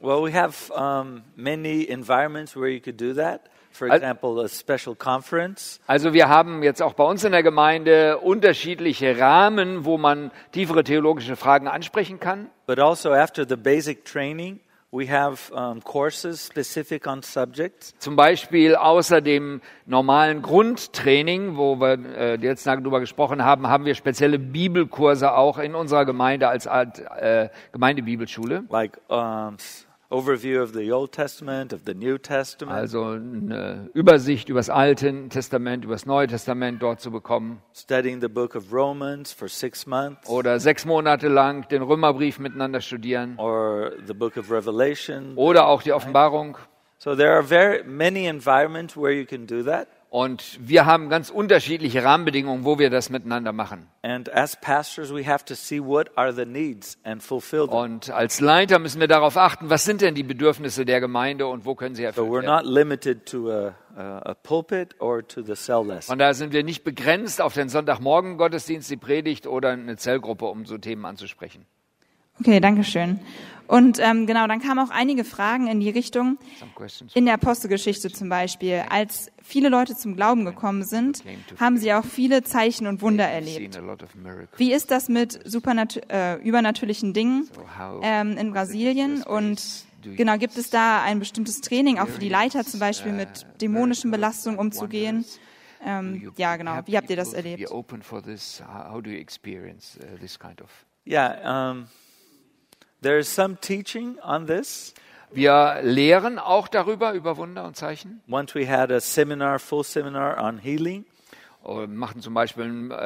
Speaker 2: Well, we have um, many environments where you could do that. For
Speaker 4: Al-
Speaker 2: example, a special conference.
Speaker 4: Also wir haben jetzt auch bei uns in der Gemeinde unterschiedliche Rahmen, wo man tiefere theologische Fragen ansprechen kann.
Speaker 2: But also, after the basic training, we have um, courses specific on subjects.
Speaker 4: Zum Beispiel außer dem normalen Grundtraining, wo wir äh, jetzt darüber gesprochen haben, haben wir spezielle Bibelkurse auch in unserer Gemeinde als Art äh, Gemeindebibelschule.
Speaker 2: like um, s- overview of the Old Testament, of the New Testament,
Speaker 4: Also eine Übersicht über das Alte Testament, über das Neue Testament dort zu bekommen.
Speaker 2: studying the book of Romans for six months,
Speaker 4: Oder sechs Monate lang den Römerbrief miteinander studieren.
Speaker 2: or the book of Revelation.
Speaker 4: Oder auch die Offenbarung.
Speaker 2: So there are very many environments where you can do that.
Speaker 4: Und wir haben ganz unterschiedliche Rahmenbedingungen, wo wir das miteinander machen.
Speaker 2: And as pastors, we have to see what are the needs and fulfill them.
Speaker 4: Und als Leiter müssen wir darauf achten, was sind denn die Bedürfnisse der Gemeinde und wo können sie
Speaker 2: So
Speaker 4: erfüllt
Speaker 2: we're
Speaker 4: werden.
Speaker 2: not limited to a, a, a pulpit or to the cell lesson.
Speaker 4: Von daher sind wir nicht begrenzt auf den Sonntagmorgen-Gottesdienst, die Predigt oder eine Zellgruppe, um so Themen anzusprechen.
Speaker 1: Okay, danke schön. Und ähm, genau, dann kamen auch einige Fragen in die Richtung,
Speaker 4: Some questions.
Speaker 1: in der Apostelgeschichte zum Beispiel, als viele Leute zum Glauben gekommen sind, haben sie auch viele Zeichen und Wunder erlebt.
Speaker 4: Seen a lot of miracles.
Speaker 1: Wie ist das mit supernat- äh, übernatürlichen Dingen ähm, in Brasilien? Und genau, gibt es da ein bestimmtes Training auch für die Leiter zum Beispiel
Speaker 4: Uh,
Speaker 1: mit dämonischen Belastungen umzugehen? Ähm, ja, genau. Wie habt ihr das erlebt?
Speaker 4: Open for this. How do you experience uh, this kind of
Speaker 2: Yeah, um, there is some teaching on this.
Speaker 4: Wir lehren auch darüber, über Wunder und Zeichen.
Speaker 2: Once we had a seminar, full seminar on healing.
Speaker 4: Oder Machen zum Beispiel ein, äh,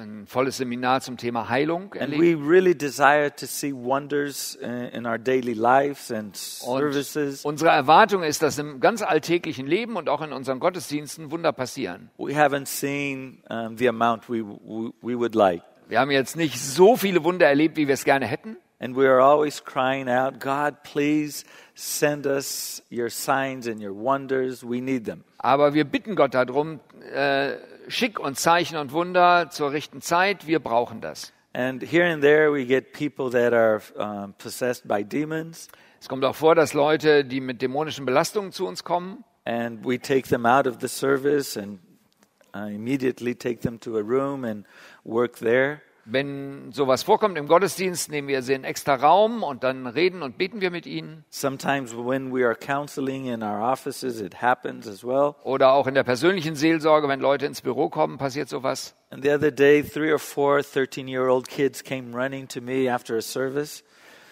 Speaker 4: ein volles Seminar zum Thema Heilung.
Speaker 2: And
Speaker 4: erleben.
Speaker 2: we really desire to see wonders uh, in our daily lives and
Speaker 4: Und
Speaker 2: services.
Speaker 4: unsere Erwartung ist, dass im ganz alltäglichen Leben und auch in unseren Gottesdiensten Wunder passieren.
Speaker 2: We haven't seen um, the amount we, we, we would like.
Speaker 4: Wir haben jetzt nicht so viele Wunder erlebt, wie wir es gerne hätten.
Speaker 2: And we are always crying out, God, please send us your signs and your wonders. We need them.
Speaker 4: Aber wir bitten Gott darum, äh, schick uns Zeichen und Wunder zur rechten Zeit. Wir brauchen das.
Speaker 2: And here and there, we get people that are um, possessed by demons,
Speaker 4: Es kommt auch vor, dass Leute, die mit dämonischen Belastungen zu uns kommen,
Speaker 2: and we take them out of the service and I immediately take them to a room and work there.
Speaker 4: Wenn sowas vorkommt im Gottesdienst, nehmen wir sie in einen extra Raum und dann reden und beten wir mit ihnen.
Speaker 2: Sometimes when we are counseling in our offices, it happens as well.
Speaker 4: Oder auch in der persönlichen Seelsorge, wenn Leute ins Büro kommen, passiert sowas.
Speaker 2: And the other day, three or four 13 year old kids came running to me after a service.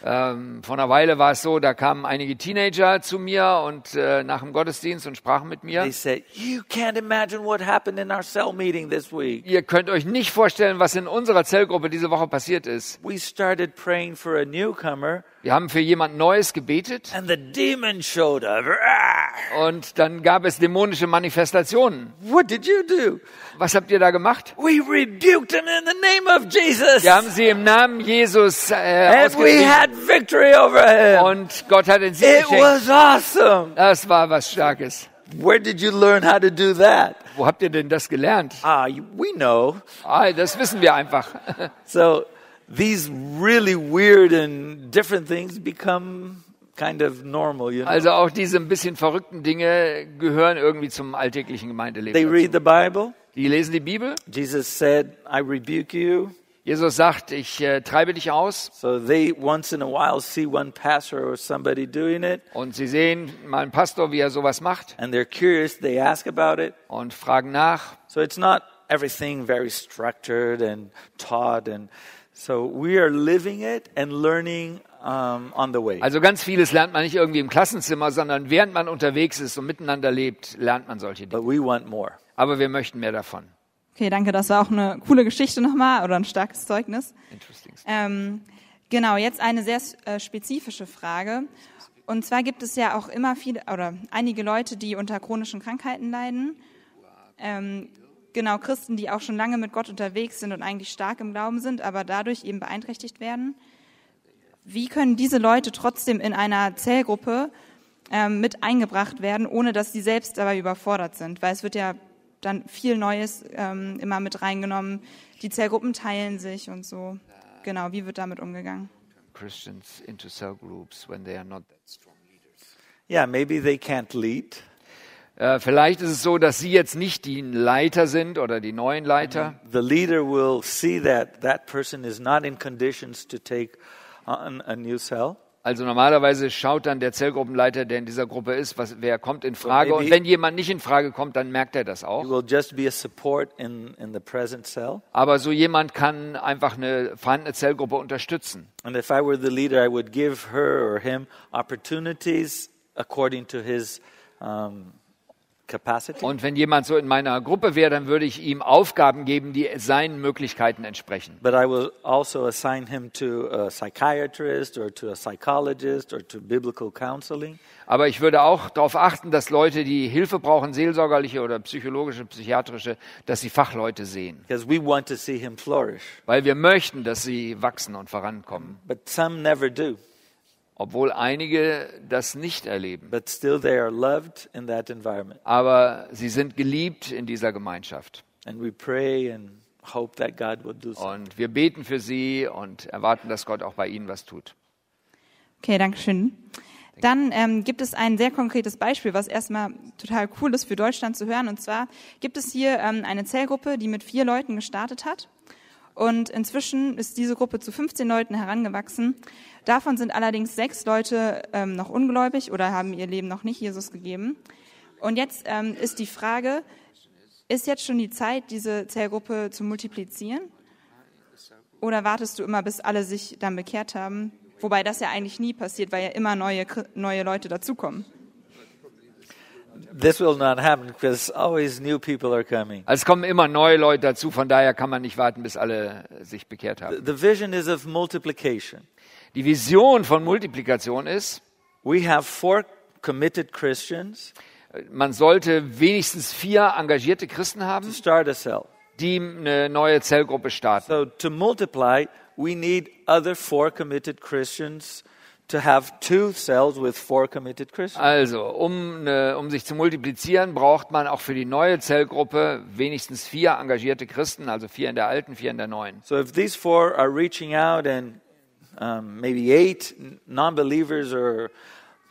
Speaker 4: Ähm, vor einer Weile war es so, da kamen einige Teenager zu mir und äh, nach dem Gottesdienst und sprachen mit mir.
Speaker 2: They said, You can't imagine what happened in our cell meeting this week.
Speaker 4: Ihr könnt euch nicht vorstellen, was in unserer Zellgruppe diese Woche passiert ist.
Speaker 2: We started praying for a newcomer,
Speaker 4: Wir haben für jemand Neues gebetet
Speaker 2: and the demon showed up. Rah!
Speaker 4: und dann gab es dämonische Manifestationen.
Speaker 2: What did you do?
Speaker 4: Was habt ihr da gemacht?
Speaker 2: We rebuked him in the name of Jesus.
Speaker 4: Wir haben sie im Namen Jesus äh,
Speaker 2: And we
Speaker 4: ausgetrieben
Speaker 2: had victory over him.
Speaker 4: und Gott hat den Sieg
Speaker 2: It
Speaker 4: geschenkt.
Speaker 2: was awesome.
Speaker 4: Das war was Starkes.
Speaker 2: Where did you learn how to do that?
Speaker 4: Wo habt ihr denn das gelernt?
Speaker 2: Ah, you- we know.
Speaker 4: Ah, das wissen wir einfach.
Speaker 2: So these really weird and different things become kind of normal, you know.
Speaker 4: Also auch diese ein bisschen verrückten Dinge gehören irgendwie zum alltäglichen
Speaker 2: They
Speaker 4: Gemeindeleben.
Speaker 2: read the Bible.
Speaker 4: Die lesen die Bibel.
Speaker 2: Jesus said, I rebuke you.
Speaker 4: Jesus sagt, ich äh, treibe dich aus.
Speaker 2: So they once in a while see one pastor or somebody doing it
Speaker 4: Und sie sehen mal einen Pastor, wie er sowas macht
Speaker 2: and they're curious. They ask about it.
Speaker 4: und fragen nach.
Speaker 2: So it's not everything very structured and taught. And so we are living it and learning um, on the way.
Speaker 4: Also ganz vieles lernt man nicht irgendwie im Klassenzimmer, sondern während man unterwegs ist und miteinander lebt, lernt man solche Dinge.
Speaker 2: But we want more.
Speaker 4: Aber wir möchten mehr davon.
Speaker 1: Okay, danke, das war auch eine coole Geschichte nochmal oder ein starkes Zeugnis.
Speaker 4: Interesting.
Speaker 1: Ähm, genau, jetzt eine sehr äh, spezifische Frage. Und zwar gibt es ja auch immer viele oder einige Leute, die unter chronischen Krankheiten leiden. Ähm, genau, Christen, die auch schon lange mit Gott unterwegs sind und eigentlich stark im Glauben sind, aber dadurch eben beeinträchtigt werden. Wie können diese Leute trotzdem in einer Zellgruppe ähm, mit eingebracht werden, ohne dass sie selbst dabei überfordert sind? Weil es wird ja dann viel Neues ähm, immer mit reingenommen. Die Zellgruppen teilen sich und so. Genau, wie wird damit umgegangen?
Speaker 4: Christians into cell groups when they are not that strong.
Speaker 2: Yeah, maybe they can't lead.
Speaker 4: Äh, vielleicht ist es so, dass Sie jetzt nicht die Leiter sind oder die neuen Leiter.
Speaker 2: The leader will see that that person is not in conditions to take on a new cell.
Speaker 4: Also normalerweise schaut dann der Zellgruppenleiter, der in dieser Gruppe ist, was, wer kommt in Frage.
Speaker 2: maybe-
Speaker 4: Und wenn jemand nicht in Frage kommt, dann merkt er das
Speaker 2: He
Speaker 4: auch.
Speaker 2: will just be a support in, in the present cell.
Speaker 4: Aber so jemand kann einfach eine vorhandene Zellgruppe unterstützen.
Speaker 2: And if I were the leader, I would give her or him opportunities according to his um, capacity.
Speaker 4: Und wenn jemand so in meiner Gruppe wäre, dann würde ich ihm Aufgaben geben, die seinen Möglichkeiten entsprechen.
Speaker 2: But I will also assign him to a psychiatrist or to a psychologist or to biblical counseling.
Speaker 4: Aber ich würde auch darauf achten, dass Leute, die Hilfe brauchen, seelsorgerliche oder psychologische, psychiatrische, dass sie Fachleute sehen.
Speaker 2: because we want to see him flourish.
Speaker 4: Weil wir möchten, dass sie wachsen und vorankommen.
Speaker 2: But some never do.
Speaker 4: Obwohl einige das nicht erleben.
Speaker 2: But still, they are loved in that environment.
Speaker 4: aber sie sind geliebt in dieser Gemeinschaft.
Speaker 2: And we pray and hope that God will do so.
Speaker 4: Und wir beten für sie und erwarten, dass Gott auch bei ihnen was tut.
Speaker 1: Okay, danke schön. Dann ähm, gibt es ein sehr konkretes Beispiel, was erstmal total cool ist für Deutschland zu hören. Und zwar gibt es hier ähm, eine Zellgruppe, die mit vier Leuten gestartet hat. Und inzwischen ist diese Gruppe zu 15 Leuten herangewachsen. Davon sind allerdings sechs Leute ähm, noch ungläubig oder haben ihr Leben noch nicht Jesus gegeben. Und jetzt ähm, ist die Frage, ist jetzt schon die Zeit, diese Zellgruppe zu multiplizieren? Oder wartest du immer, bis alle sich dann bekehrt haben? Wobei das ja eigentlich nie passiert, weil ja immer neue, Chri- neue Leute dazukommen.
Speaker 2: This will not happen because always new people are coming.
Speaker 4: Also es kommen immer neue Leute dazu, von daher kann man nicht warten, bis alle sich bekehrt haben.
Speaker 2: The vision is of multiplication.
Speaker 4: Die Vision von Multiplikation ist,
Speaker 2: We have four committed Christians
Speaker 4: man sollte wenigstens vier engagierte Christen
Speaker 2: to
Speaker 4: haben,
Speaker 2: start a cell.
Speaker 4: die eine neue Zellgruppe starten.
Speaker 2: So, to multiply, we need other four committed Christians to have two cells with four committed Christians.
Speaker 4: Also, um, eine, um sich zu multiplizieren, braucht man auch für die neue Zellgruppe wenigstens vier engagierte Christen, also vier in der alten, vier in der neuen.
Speaker 2: So if these four are reaching out and um, maybe eight non believers or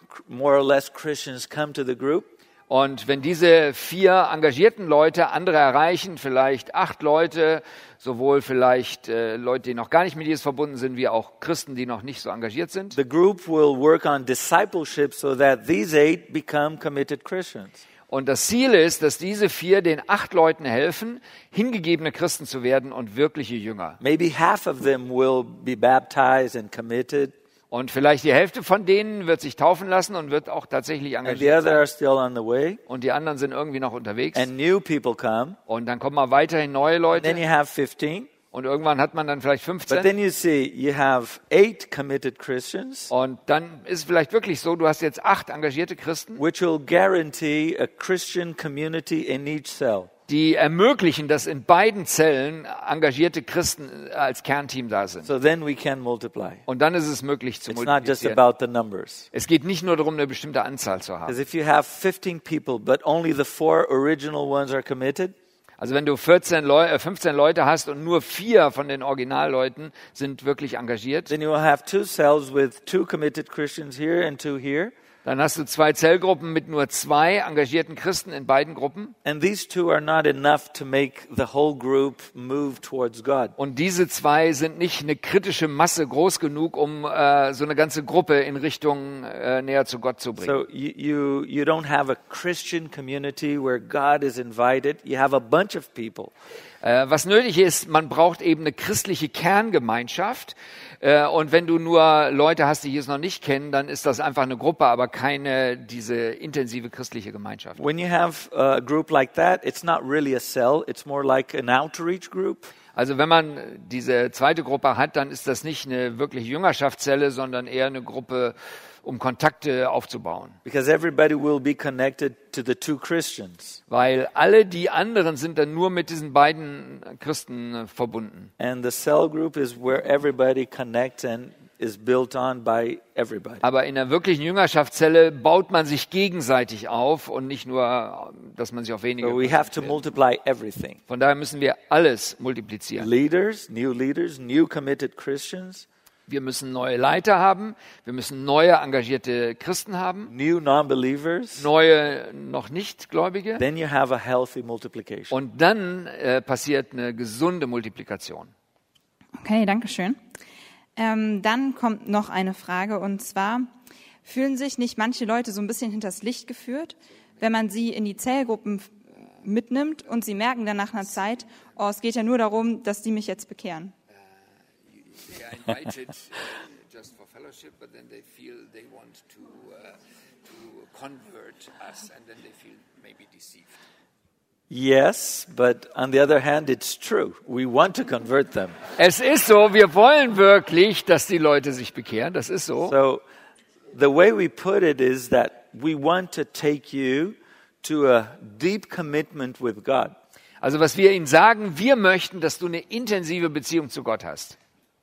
Speaker 2: cr- more or less Christians come to the group,
Speaker 4: Und wenn diese vier engagierten Leute andere erreichen, vielleicht acht Leute, sowohl vielleicht äh, Leute, die noch gar nicht mit Jesus verbunden sind, wie auch Christen, die noch nicht so engagiert sind.
Speaker 2: The group will work on discipleship so that these eight become committed Christians.
Speaker 4: Und das Ziel ist, dass diese vier den acht Leuten helfen, hingegebene Christen zu werden und wirkliche Jünger.
Speaker 2: Maybe half of them will be baptized and committed,
Speaker 4: Und vielleicht die Hälfte von denen wird sich taufen lassen und wird auch tatsächlich
Speaker 2: and the
Speaker 4: engagiert.
Speaker 2: other are still on the way.
Speaker 4: Und die anderen sind irgendwie noch unterwegs.
Speaker 2: And new people come.
Speaker 4: Und dann kommen mal weiterhin neue
Speaker 2: Then you
Speaker 4: Leute.
Speaker 2: have 15.
Speaker 4: Und irgendwann hat man dann vielleicht
Speaker 2: But
Speaker 4: 15.
Speaker 2: then you see, you have eight committed Christians,
Speaker 4: Und dann ist es vielleicht wirklich so, du hast jetzt acht engagierte Christen,
Speaker 2: which will guarantee a Christian community in each cell.
Speaker 4: die ermöglichen, dass in beiden Zellen engagierte Christen äh, als Kernteam da sind.
Speaker 2: So then we can multiply.
Speaker 4: Und dann ist es möglich zu
Speaker 2: It's not just
Speaker 4: multiplizieren.
Speaker 2: about the numbers.
Speaker 4: Es geht nicht nur darum, eine bestimmte Anzahl zu haben.
Speaker 2: Because if you have 15 people, but only the four original ones are committed,
Speaker 4: Also wenn du 14 Leu äh, 15 Leute hast und nur vier von den Originalleuten sind wirklich engagiert,
Speaker 2: then you will have two cells with two committed Christians here and two here.
Speaker 4: dann hast du zwei Zellgruppen mit nur zwei engagierten Christen in beiden Gruppen.
Speaker 2: And these two are not enough to make the whole group move towards God.
Speaker 4: Und diese zwei sind nicht eine kritische Masse groß genug, um äh, so eine ganze Gruppe in Richtung äh, näher zu Gott zu bringen.
Speaker 2: So you, you, you don't have a Christian community where God is invited. You have a bunch of people.
Speaker 4: Äh, was nötig ist, man braucht eben eine christliche Kerngemeinschaft. Äh, und wenn du nur Leute hast, die Jesus noch nicht kennen, dann ist das einfach eine Gruppe, aber keine diese intensive christliche Gemeinschaft.
Speaker 2: When you have a group like that, it's not really a cell. It's more like an outreach group.
Speaker 4: Also wenn man diese zweite Gruppe hat, dann ist das nicht eine wirkliche Jüngerschaftszelle, sondern eher eine Gruppe, um Kontakte aufzubauen.
Speaker 2: Because everybody will be connected to the two Christians.
Speaker 4: Weil alle die anderen sind dann nur mit diesen beiden Christen äh, verbunden.
Speaker 2: And the cell group is where everybody connects and is built on by everybody.
Speaker 4: Aber in einer wirklichen Jüngerschaftszelle baut man sich gegenseitig auf und nicht nur, äh, dass man sich auf wenige.
Speaker 2: So we have to
Speaker 4: konzentriert.
Speaker 2: multiply everything.
Speaker 4: Von daher müssen wir alles multiplizieren.
Speaker 2: Leaders, new leaders, new committed Christians,
Speaker 4: Wir müssen neue Leiter haben, wir müssen neue engagierte Christen haben,
Speaker 2: new non-believers.
Speaker 4: neue noch nicht Gläubige.
Speaker 2: Then you have a healthy multiplication.
Speaker 4: Und dann äh, passiert eine gesunde Multiplikation.
Speaker 1: Okay, danke schön. Ähm, dann kommt noch eine Frage und zwar, fühlen sich nicht manche Leute so ein bisschen hinters Licht geführt, wenn man sie in die Zellgruppen f- mitnimmt und sie merken dann nach einer Zeit, oh, es geht ja nur darum, dass die mich jetzt bekehren.
Speaker 3: They are invited uh, just for fellowship, but then they feel they want to uh, to convert us, and then they feel maybe deceived.
Speaker 2: Yes, but on the other hand, it's true. We want to convert them.
Speaker 4: Es ist so, wir wollen wirklich, dass die Leute sich bekehren. Das ist so.
Speaker 2: So the way we put it is that we want to take you to a deep commitment with God.
Speaker 4: Also was wir ihnen sagen, wir möchten, dass du eine intensive Beziehung zu Gott hast.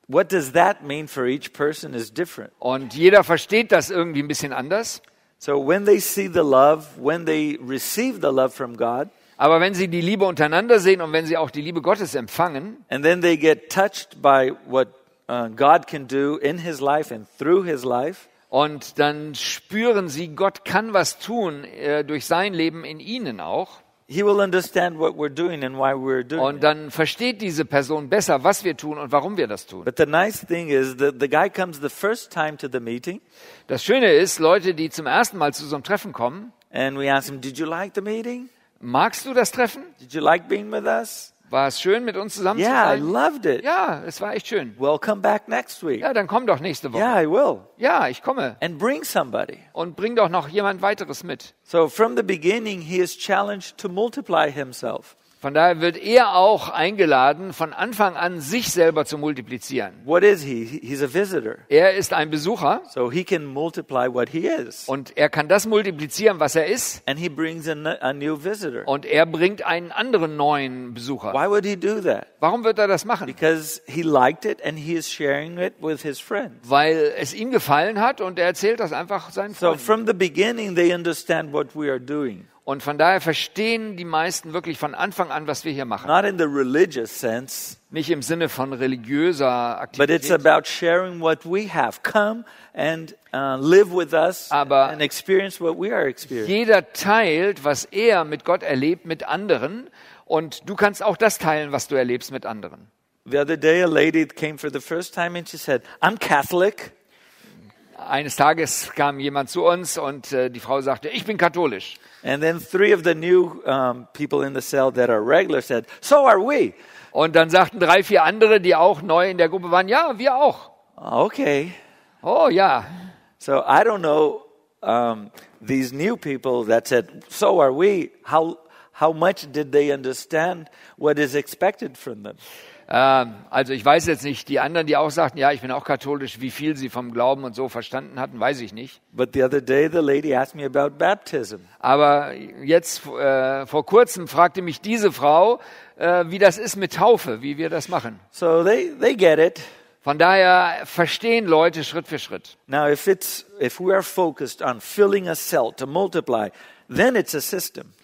Speaker 2: What does that mean for each person is different.
Speaker 4: Und jeder versteht das irgendwie ein bisschen anders.
Speaker 2: So when they see the love, when they receive the love from God,
Speaker 4: Aber wenn sie die Liebe untereinander sehen und wenn sie auch die Liebe Gottes empfangen
Speaker 2: and then they get touched by what uh, God can do in his life and through his life,
Speaker 4: und dann spüren sie, Gott kann was tun äh, durch sein Leben in ihnen auch.
Speaker 2: he will understand what we're doing and why we're doing it.
Speaker 4: Und dann versteht diese Person besser, was wir tun und warum wir das tun.
Speaker 2: But the nice thing is that the guy comes the first time to the meeting
Speaker 4: Das Schöne ist, Leute, die zum ersten Mal zu so einem Treffen kommen,
Speaker 2: and we ask him, Did you like the meeting?
Speaker 4: magst du das Treffen?
Speaker 2: Did you like being with us?
Speaker 4: War es schön, mit uns zusammen
Speaker 2: Yeah, I
Speaker 4: zu sein?
Speaker 2: loved it.
Speaker 4: Ja, es war echt schön.
Speaker 2: Well, come back next week.
Speaker 4: Ja, dann komm doch nächste
Speaker 2: Yeah,
Speaker 4: Woche.
Speaker 2: I will.
Speaker 4: Ja, ich komme.
Speaker 2: And bring somebody.
Speaker 4: Und bring doch noch jemand weiteres mit.
Speaker 2: So from the beginning, he is challenged to multiply himself.
Speaker 4: Von daher wird er auch eingeladen, von Anfang an sich selber zu multiplizieren.
Speaker 2: What is he? He- He's a visitor.
Speaker 4: Er ist ein Besucher
Speaker 2: So he can multiply what he is.
Speaker 4: und er kann das multiplizieren, was er ist.
Speaker 2: And he brings a, n- a new visitor.
Speaker 4: Und er bringt einen anderen neuen Besucher.
Speaker 2: Why would he do that?
Speaker 4: Warum wird er das machen?
Speaker 2: Because he liked it and he is sharing it with his friends.
Speaker 4: Weil es ihm gefallen hat und er erzählt das einfach seinen
Speaker 2: So
Speaker 4: Freunden.
Speaker 2: from the beginning, they understand what we are doing.
Speaker 4: Und von daher verstehen die meisten wirklich von Anfang an, was wir hier machen.
Speaker 2: Not in the religious sense,
Speaker 4: Nicht im Sinne von religiöser
Speaker 2: but it's
Speaker 4: Aktivität,
Speaker 2: about sharing what we have. Come and uh, live with us
Speaker 4: Aber-
Speaker 2: and experience what we are experiencing.
Speaker 4: Jeder teilt, was er mit Gott erlebt, mit anderen. Und du kannst auch das teilen, was du erlebst mit anderen.
Speaker 2: The other day, a lady came for the first time and she said, I'm Catholic.
Speaker 4: Eines Tages kam jemand zu uns und äh, die Frau sagte, ich bin katholisch.
Speaker 2: And then three of the new um, people in the cell that are regular said, So are we.
Speaker 4: Und dann sagten drei, vier andere, die auch neu in der Gruppe waren, ja, wir auch.
Speaker 2: Okay.
Speaker 4: Oh ja.
Speaker 2: So I don't know um, these new people that said, "So are we." How how much did they understand what is expected from them?
Speaker 4: Ähm, also ich weiß jetzt nicht, die anderen, die auch sagten, ja, ich bin auch katholisch, wie viel sie vom Glauben und so verstanden hatten, weiß ich nicht.
Speaker 2: But the other day, the lady asked me about baptism,
Speaker 4: Aber jetzt äh, vor kurzem fragte mich diese Frau, äh, wie das ist mit Taufe, wie wir das machen.
Speaker 2: so they they get it.
Speaker 4: Von daher verstehen Leute Schritt für Schritt.
Speaker 2: Now, if it's if we are focused on filling a cell to multiply, then it's a system.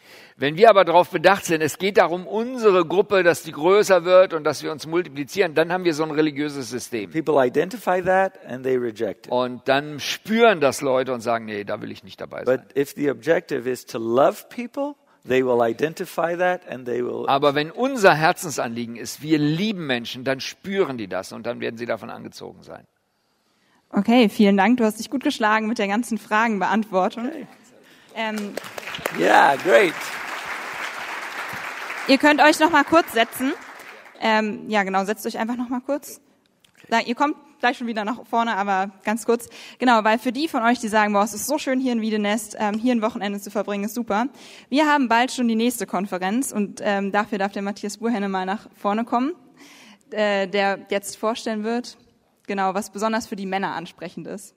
Speaker 4: Wenn wir aber darauf bedacht sind, es geht darum, unsere Gruppe, dass die größer wird und dass wir uns multiplizieren, dann haben wir so ein religiöses System.
Speaker 2: People identify that and they reject it.
Speaker 4: Und dann spüren das Leute und sagen, nee, da will ich nicht dabei sein.
Speaker 2: But if the objective is to love people, they will identify that and they will
Speaker 4: Aber wenn unser Herzensanliegen ist, wir lieben Menschen, dann spüren die das und dann werden sie davon angezogen sein.
Speaker 1: Okay, vielen Dank. Du hast dich gut geschlagen mit der ganzen Fragenbeantwortung. Ähm,
Speaker 2: Yeah, great.
Speaker 1: ihr könnt euch noch mal kurz setzen. Ähm, ja, genau, setzt euch einfach noch mal kurz. Da, ihr kommt gleich schon wieder nach vorne, aber ganz kurz. Genau, weil für die von euch, die sagen, boah, es ist so schön hier in Wiedenest, ähm, hier ein Wochenende zu verbringen, ist super. Wir haben bald schon die nächste Konferenz und ähm, dafür darf der Matthias Burhenne mal nach vorne kommen, äh, der jetzt vorstellen wird, genau, was besonders für die Männer ansprechend ist.